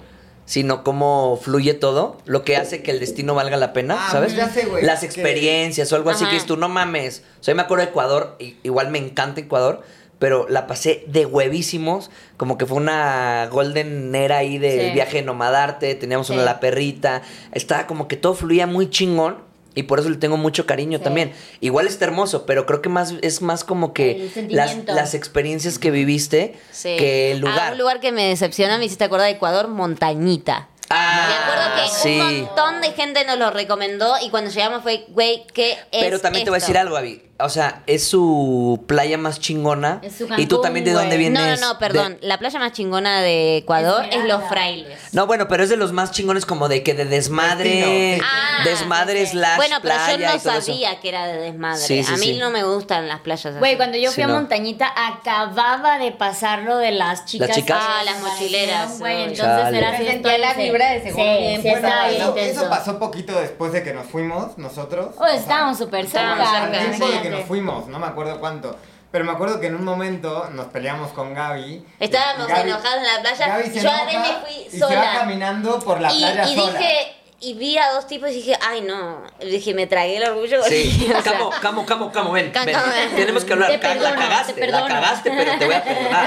Speaker 2: sino cómo fluye todo, lo que hace que el destino valga la pena,
Speaker 5: Ah,
Speaker 2: ¿sabes?
Speaker 5: ya sé, güey,
Speaker 2: Las
Speaker 5: que-
Speaker 2: experiencias o algo así
Speaker 4: Ajá.
Speaker 2: que dices tú no mames. O sea, yo me acuerdo de Ecuador, i- igual me encanta Ecuador, pero la pasé de huevísimos, como que fue una golden era ahí del
Speaker 3: Sí.
Speaker 2: viaje nomadarte, teníamos una
Speaker 3: Sí.
Speaker 2: la perrita, estaba como que todo fluía muy chingón. Y por eso le tengo mucho cariño
Speaker 3: Sí.
Speaker 2: también. Igual está hermoso, pero creo que más es más como que
Speaker 3: El
Speaker 2: las,
Speaker 3: sentimiento.
Speaker 2: las experiencias que viviste
Speaker 4: Sí.
Speaker 2: que el
Speaker 4: A
Speaker 2: lugar.
Speaker 4: un lugar que me decepciona, me hiciste acordar de Ecuador, Montañita.
Speaker 2: Ah,
Speaker 4: me acuerdo que
Speaker 2: sí.
Speaker 4: un montón de gente nos lo recomendó y cuando llegamos fue, güey, ¿qué es
Speaker 2: Pero también te voy a
Speaker 4: esto?
Speaker 2: decir algo, Abby. O sea, es su playa más chingona.
Speaker 3: Es su
Speaker 2: y tú
Speaker 3: Cancún,
Speaker 2: también de
Speaker 3: güey.
Speaker 2: dónde vienes.
Speaker 4: No, no, no,
Speaker 2: De-
Speaker 4: perdón. La playa más chingona de Ecuador es
Speaker 3: Esmeralda.
Speaker 4: Los Frailes.
Speaker 2: No, bueno, pero es de los más chingones como de que de desmadre,
Speaker 5: Destino.
Speaker 4: Ah,
Speaker 2: desmadre
Speaker 3: sí, sí.
Speaker 2: slash
Speaker 4: Bueno, pero
Speaker 2: playa
Speaker 4: yo no
Speaker 2: y todo eso.
Speaker 4: sabía que era de desmadre.
Speaker 2: Sí, sí,
Speaker 4: a mí
Speaker 2: sí.
Speaker 4: no me gustan las playas así.
Speaker 3: Güey, cuando yo
Speaker 2: Sí,
Speaker 3: fui a
Speaker 2: no.
Speaker 3: Montañita acababa de pasarlo de las chicas.
Speaker 2: ¿Las chicas?
Speaker 4: Ah, las mochileras,
Speaker 3: Güey,
Speaker 4: uy.
Speaker 3: entonces
Speaker 2: Chale.
Speaker 3: era así.
Speaker 1: Se sentía la vibra de seguro
Speaker 3: Sí,
Speaker 1: bien
Speaker 3: sí,
Speaker 1: buena.
Speaker 3: estaba
Speaker 5: Bueno,
Speaker 3: bien
Speaker 5: eso,
Speaker 3: intenso.
Speaker 5: eso pasó poquito después de que nos fuimos nosotros.
Speaker 3: Oh, estábamos súper
Speaker 4: estábamos
Speaker 3: cerca,
Speaker 5: Al
Speaker 4: cerca,
Speaker 3: güey,
Speaker 5: tiempo de que
Speaker 3: imagínate.
Speaker 5: nos fuimos, no me acuerdo cuánto. Pero me acuerdo que en un momento nos peleamos con Gaby.
Speaker 4: Estábamos
Speaker 5: Y Gaby-
Speaker 4: enojados en la playa.
Speaker 5: Gaby se
Speaker 4: yo
Speaker 5: enoja
Speaker 4: a me fui
Speaker 5: y se va
Speaker 4: sola.
Speaker 5: caminando por la
Speaker 4: y,
Speaker 5: playa
Speaker 4: y
Speaker 5: sola.
Speaker 4: dije, y vi a dos tipos y dije, ay no. Y dije, me tragué el orgullo.
Speaker 2: Sí,
Speaker 4: O sea,
Speaker 2: camo, camo, camo, camo, ven,
Speaker 4: Cam-
Speaker 2: ven.
Speaker 4: camo, ven.
Speaker 2: Tenemos que hablar.
Speaker 3: Te
Speaker 2: Ca-
Speaker 3: perdono,
Speaker 2: la
Speaker 3: te
Speaker 2: cagaste, la
Speaker 3: perdono.
Speaker 2: cagaste, pero te voy a perdonar.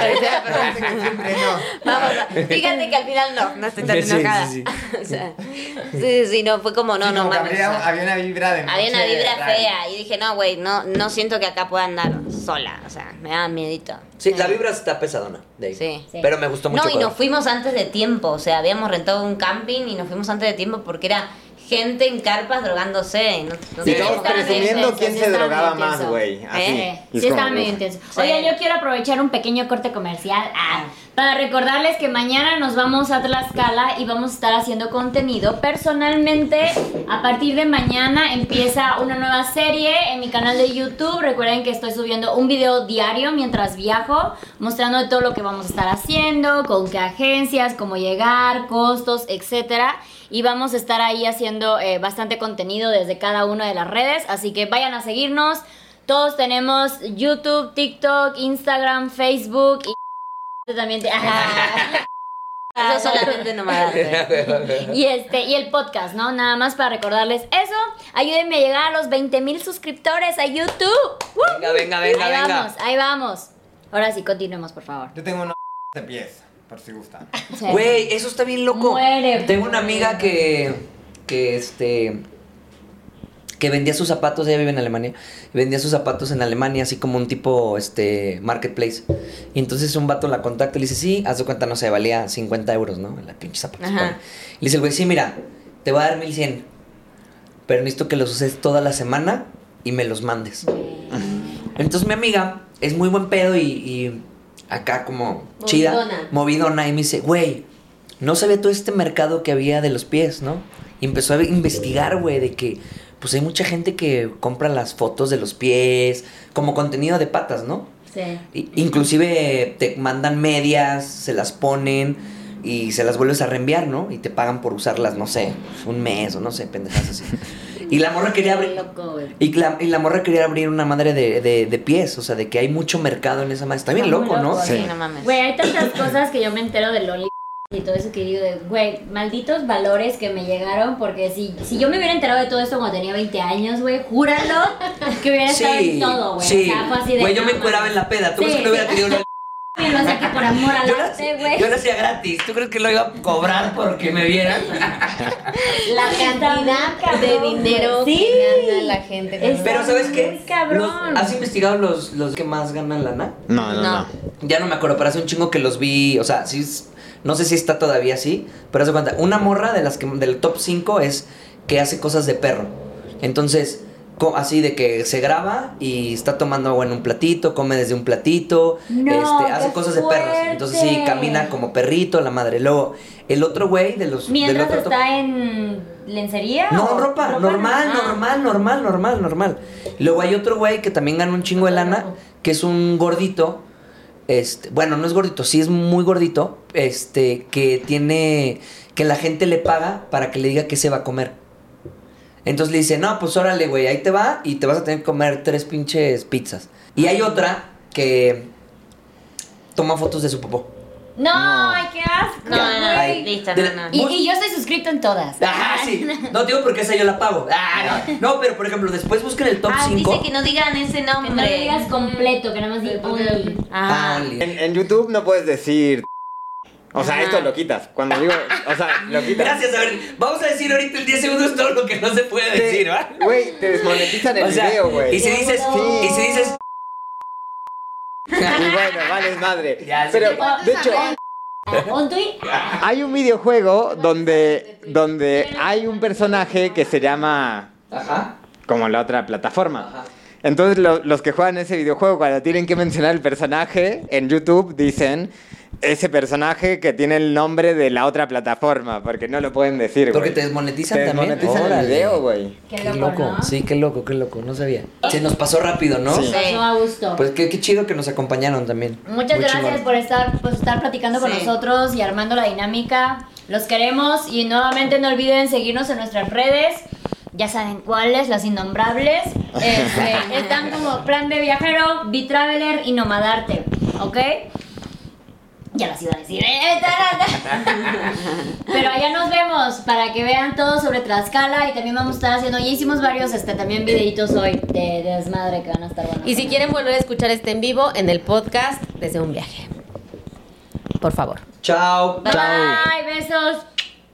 Speaker 5: Parece que siempre no.
Speaker 4: Vamos, fíjate que al final no, no estoy tan
Speaker 2: Sí, sí,
Speaker 4: enojada.
Speaker 2: sí.
Speaker 4: o sea, sí, sí, sí, no, fue como, no,
Speaker 5: Sí,
Speaker 4: no,
Speaker 5: como que
Speaker 4: mames, o
Speaker 5: habría-
Speaker 4: sea,
Speaker 2: ah,
Speaker 5: había una vibra de
Speaker 4: había una
Speaker 5: noche
Speaker 4: vibra
Speaker 5: rara.
Speaker 4: fea y dije, no, güey, no, no siento que acá pueda andar sola, o sea, me da miedito.
Speaker 2: Sí, la vibra está pesadona. De ahí.
Speaker 4: Sí.
Speaker 3: Sí.
Speaker 2: Pero me gustó mucho.
Speaker 4: No, y
Speaker 2: Ecuador.
Speaker 4: nos fuimos antes de tiempo, o sea, habíamos rentado un camping y nos fuimos antes de tiempo porque era gente en carpas drogándose. y No, no
Speaker 5: Y
Speaker 4: sé,
Speaker 5: todos
Speaker 4: como que-
Speaker 5: presumiendo
Speaker 3: intenso,
Speaker 5: quién
Speaker 3: sí
Speaker 5: se
Speaker 3: estaba
Speaker 5: drogaba
Speaker 3: muy
Speaker 5: más,
Speaker 3: intenso.
Speaker 5: güey. Así.
Speaker 4: Eh,
Speaker 5: Y es
Speaker 3: Sí, estaba
Speaker 5: como,
Speaker 3: medio
Speaker 5: uf.
Speaker 3: intenso.
Speaker 4: Sí.
Speaker 3: Oigan, yo quiero aprovechar un pequeño corte comercial ah, para recordarles que mañana nos vamos a Tlaxcala y vamos a estar haciendo contenido. Personalmente, a partir de mañana empieza una nueva serie en mi canal de YouTube. Recuerden que estoy subiendo un video diario mientras viajo, mostrando todo lo que vamos a estar haciendo, con qué agencias, cómo llegar, costos, etcétera. Y vamos a estar ahí haciendo eh, bastante contenido desde cada una de las redes, así que vayan a seguirnos. Todos tenemos YouTube, TikTok, Instagram, Facebook y también. te- Ajá. Ah,
Speaker 4: Yo solamente nomadarte.
Speaker 3: Y este, y el podcast, ¿no? Nada más para recordarles eso. Ayúdenme a llegar a los 20 mil suscriptores a YouTube. ¡Woo!
Speaker 2: Venga, venga, venga,
Speaker 3: ahí
Speaker 2: venga.
Speaker 3: vamos, ahí vamos. Ahora sí, continuemos, por favor.
Speaker 5: Yo tengo una de pies, por si gusta.
Speaker 3: Sí.
Speaker 2: Güey, eso está bien loco.
Speaker 3: Muere,
Speaker 2: Tengo una
Speaker 3: muere.
Speaker 2: amiga que. que este. que vendía sus zapatos, ella vive en Alemania. y Vendía sus zapatos en Alemania, así como un tipo, este, marketplace. Y entonces un vato la contacta y le dice, sí, haz de cuenta, no sé, valía 50 euros, ¿no? La pinche zapatos.
Speaker 4: Ajá.
Speaker 2: pobre. Le dice el güey, sí, mira, te voy a dar 1100. Pero necesito que los uses toda la semana y me los mandes. Entonces mi amiga es muy buen pedo y, y acá como chida,
Speaker 1: Movidona.
Speaker 2: movidona y me dice, güey, no sabía todo este mercado que había de los pies, ¿no? Y empezó a investigar, güey, de que pues hay mucha gente que compra las fotos de los pies como contenido de patas, ¿no?
Speaker 3: Sí.
Speaker 2: I- Inclusive te mandan medias, se las ponen y se las vuelves a reenviar, ¿no? Y te pagan por usarlas, no sé, un mes o no sé, pendejas así. Y la morra quería abrir...
Speaker 3: Loco, güey.
Speaker 2: Y la, y la morra quería abrir una madre de, de- de pies, o sea, de que hay mucho mercado en esa madre. Está bien
Speaker 3: Está muy
Speaker 2: loco, ¿no?
Speaker 3: loco,
Speaker 4: Sí,
Speaker 3: Sí.
Speaker 4: no mames.
Speaker 3: Güey, hay tantas cosas que yo me entero de Loli y todo eso que digo de, güey, malditos valores que me llegaron, porque si, si yo me hubiera enterado de todo esto cuando tenía 20 años, güey, júralo que hubiera estado en todo, güey.
Speaker 2: sí.
Speaker 3: O sea, fue así de.
Speaker 2: Güey, yo me
Speaker 3: no,
Speaker 2: encueraba en la peda. ¿Tú
Speaker 3: Sí,
Speaker 2: crees que no hubiera
Speaker 3: sí.
Speaker 2: tenido una...
Speaker 3: mames, No sé qué por amor al
Speaker 2: Yo lo,
Speaker 3: arte,
Speaker 2: hacía, yo
Speaker 3: güey.
Speaker 2: lo hacía gratis. ¿Tú crees que lo iba a cobrar porque me vieran?
Speaker 1: La
Speaker 3: Está
Speaker 1: cantidad
Speaker 3: bien,
Speaker 1: de
Speaker 3: cabrón,
Speaker 1: dinero
Speaker 3: güey.
Speaker 1: que
Speaker 3: Sí.
Speaker 1: gana la gente. con
Speaker 3: Está
Speaker 1: los-
Speaker 2: Pero ¿sabes qué?
Speaker 3: muy cabrón.
Speaker 2: Los- ¿Has investigado los, los que más ganan lana?
Speaker 4: No, no, no.
Speaker 2: Ya no me acuerdo, pero hace un chingo que los vi. O sea, sí, es- no sé si está todavía así, pero hace cuenta. Una morra de las que, del top 5 es que hace cosas de perro. Entonces, co- así de que se graba y está tomando agua en un platito, come desde un platito,
Speaker 3: No,
Speaker 2: este, hace
Speaker 3: qué
Speaker 2: cosas de perros. Entonces, sí,
Speaker 3: fuerte.
Speaker 2: camina como perrito, la madre. Luego, el otro güey de los. del
Speaker 3: Mientras
Speaker 2: otro top-
Speaker 3: está en lencería.
Speaker 2: no,
Speaker 3: o
Speaker 2: ropa, normal,
Speaker 3: Ah.
Speaker 2: normal, normal, normal, normal. Luego hay otro güey que también gana un chingo de lana, que es un gordito. Este, bueno, no es gordito, sí es muy gordito. Este, que tiene. que la gente le paga para que le diga qué se va a comer. Entonces le dice, no, pues órale, güey, ahí te va y te vas a tener que comer tres pinches pizzas. Y hay otra que toma fotos de su popó.
Speaker 3: No, ay, qué asco.
Speaker 4: No,
Speaker 2: Ya,
Speaker 4: no,
Speaker 2: ahí.
Speaker 4: listo,
Speaker 2: De-
Speaker 4: no, no.
Speaker 3: Y, y yo estoy suscrito en todas.
Speaker 2: Ah, sí. No digo porque esa yo la pago. Ah, no. No, pero por ejemplo, después busquen el top
Speaker 4: Ah,
Speaker 2: 5.
Speaker 4: dice que no digan ese
Speaker 3: Que
Speaker 4: nombre. Ah,
Speaker 3: no lo digas Ah, completo, que nada más digas. "Oli".
Speaker 2: Ah,
Speaker 4: Ajá.
Speaker 5: En, en YouTube no puedes decir. O sea,
Speaker 4: Ajá.
Speaker 5: esto lo quitas. Cuando digo. O sea, lo quitas.
Speaker 2: Gracias, a ver. Vamos a decir ahorita en 10 segundos todo lo que no se puede
Speaker 5: Te-
Speaker 2: decir, ¿va?
Speaker 5: Güey, te desmonetizan el
Speaker 2: O sea,
Speaker 5: video, güey.
Speaker 2: y si dices,
Speaker 5: Sí.
Speaker 2: y si dices,
Speaker 5: Y bueno, vale, es madre.
Speaker 2: Ya, sí.
Speaker 5: Pero,
Speaker 2: ¿Te
Speaker 1: pones
Speaker 5: de
Speaker 1: a
Speaker 5: hecho,
Speaker 1: ver?
Speaker 3: Un tuit.
Speaker 5: hay un videojuego donde, donde hay un personaje que se llama
Speaker 2: ajá,
Speaker 5: como la otra
Speaker 2: Ajá.
Speaker 5: plataforma. Entonces, lo- los que juegan ese videojuego, cuando tienen que mencionar el personaje en YouTube, dicen ese personaje que tiene el nombre de la otra plataforma, porque no lo pueden decir,
Speaker 2: porque
Speaker 5: güey.
Speaker 2: te desmonetizan
Speaker 5: Te
Speaker 2: también.
Speaker 5: desmonetizan el
Speaker 2: Órale.
Speaker 5: video, güey.
Speaker 3: Qué
Speaker 2: Qué
Speaker 3: loco,
Speaker 2: loco,
Speaker 3: ¿no?
Speaker 2: sí, qué loco, qué loco, no sabía. Se nos pasó rápido, ¿no?
Speaker 5: Sí.
Speaker 4: Sí.
Speaker 3: No, a gusto.
Speaker 2: Pues qué, qué chido que nos acompañaron también.
Speaker 3: Muchas
Speaker 2: Muy
Speaker 3: gracias
Speaker 2: chingón.
Speaker 3: por estar, por estar platicando con
Speaker 4: Sí.
Speaker 3: nosotros y armando la dinámica. Los queremos y nuevamente no olviden seguirnos en nuestras redes. Ya saben cuáles, las innombrables. Este, están como Plan B Viajero, B-Traveler y Nomadarte. ¿Ok? Ya las iba a decir. eh, tarara. Pero allá nos vemos para que vean todo sobre Tlaxcala y también vamos a estar haciendo. Ya hicimos varios este, también videitos hoy de, desmadre que van a estar buenos.
Speaker 1: Y si quieren volver a escuchar este en vivo en el podcast desde un viaje. Por favor.
Speaker 2: Chao.
Speaker 3: Bye, besos.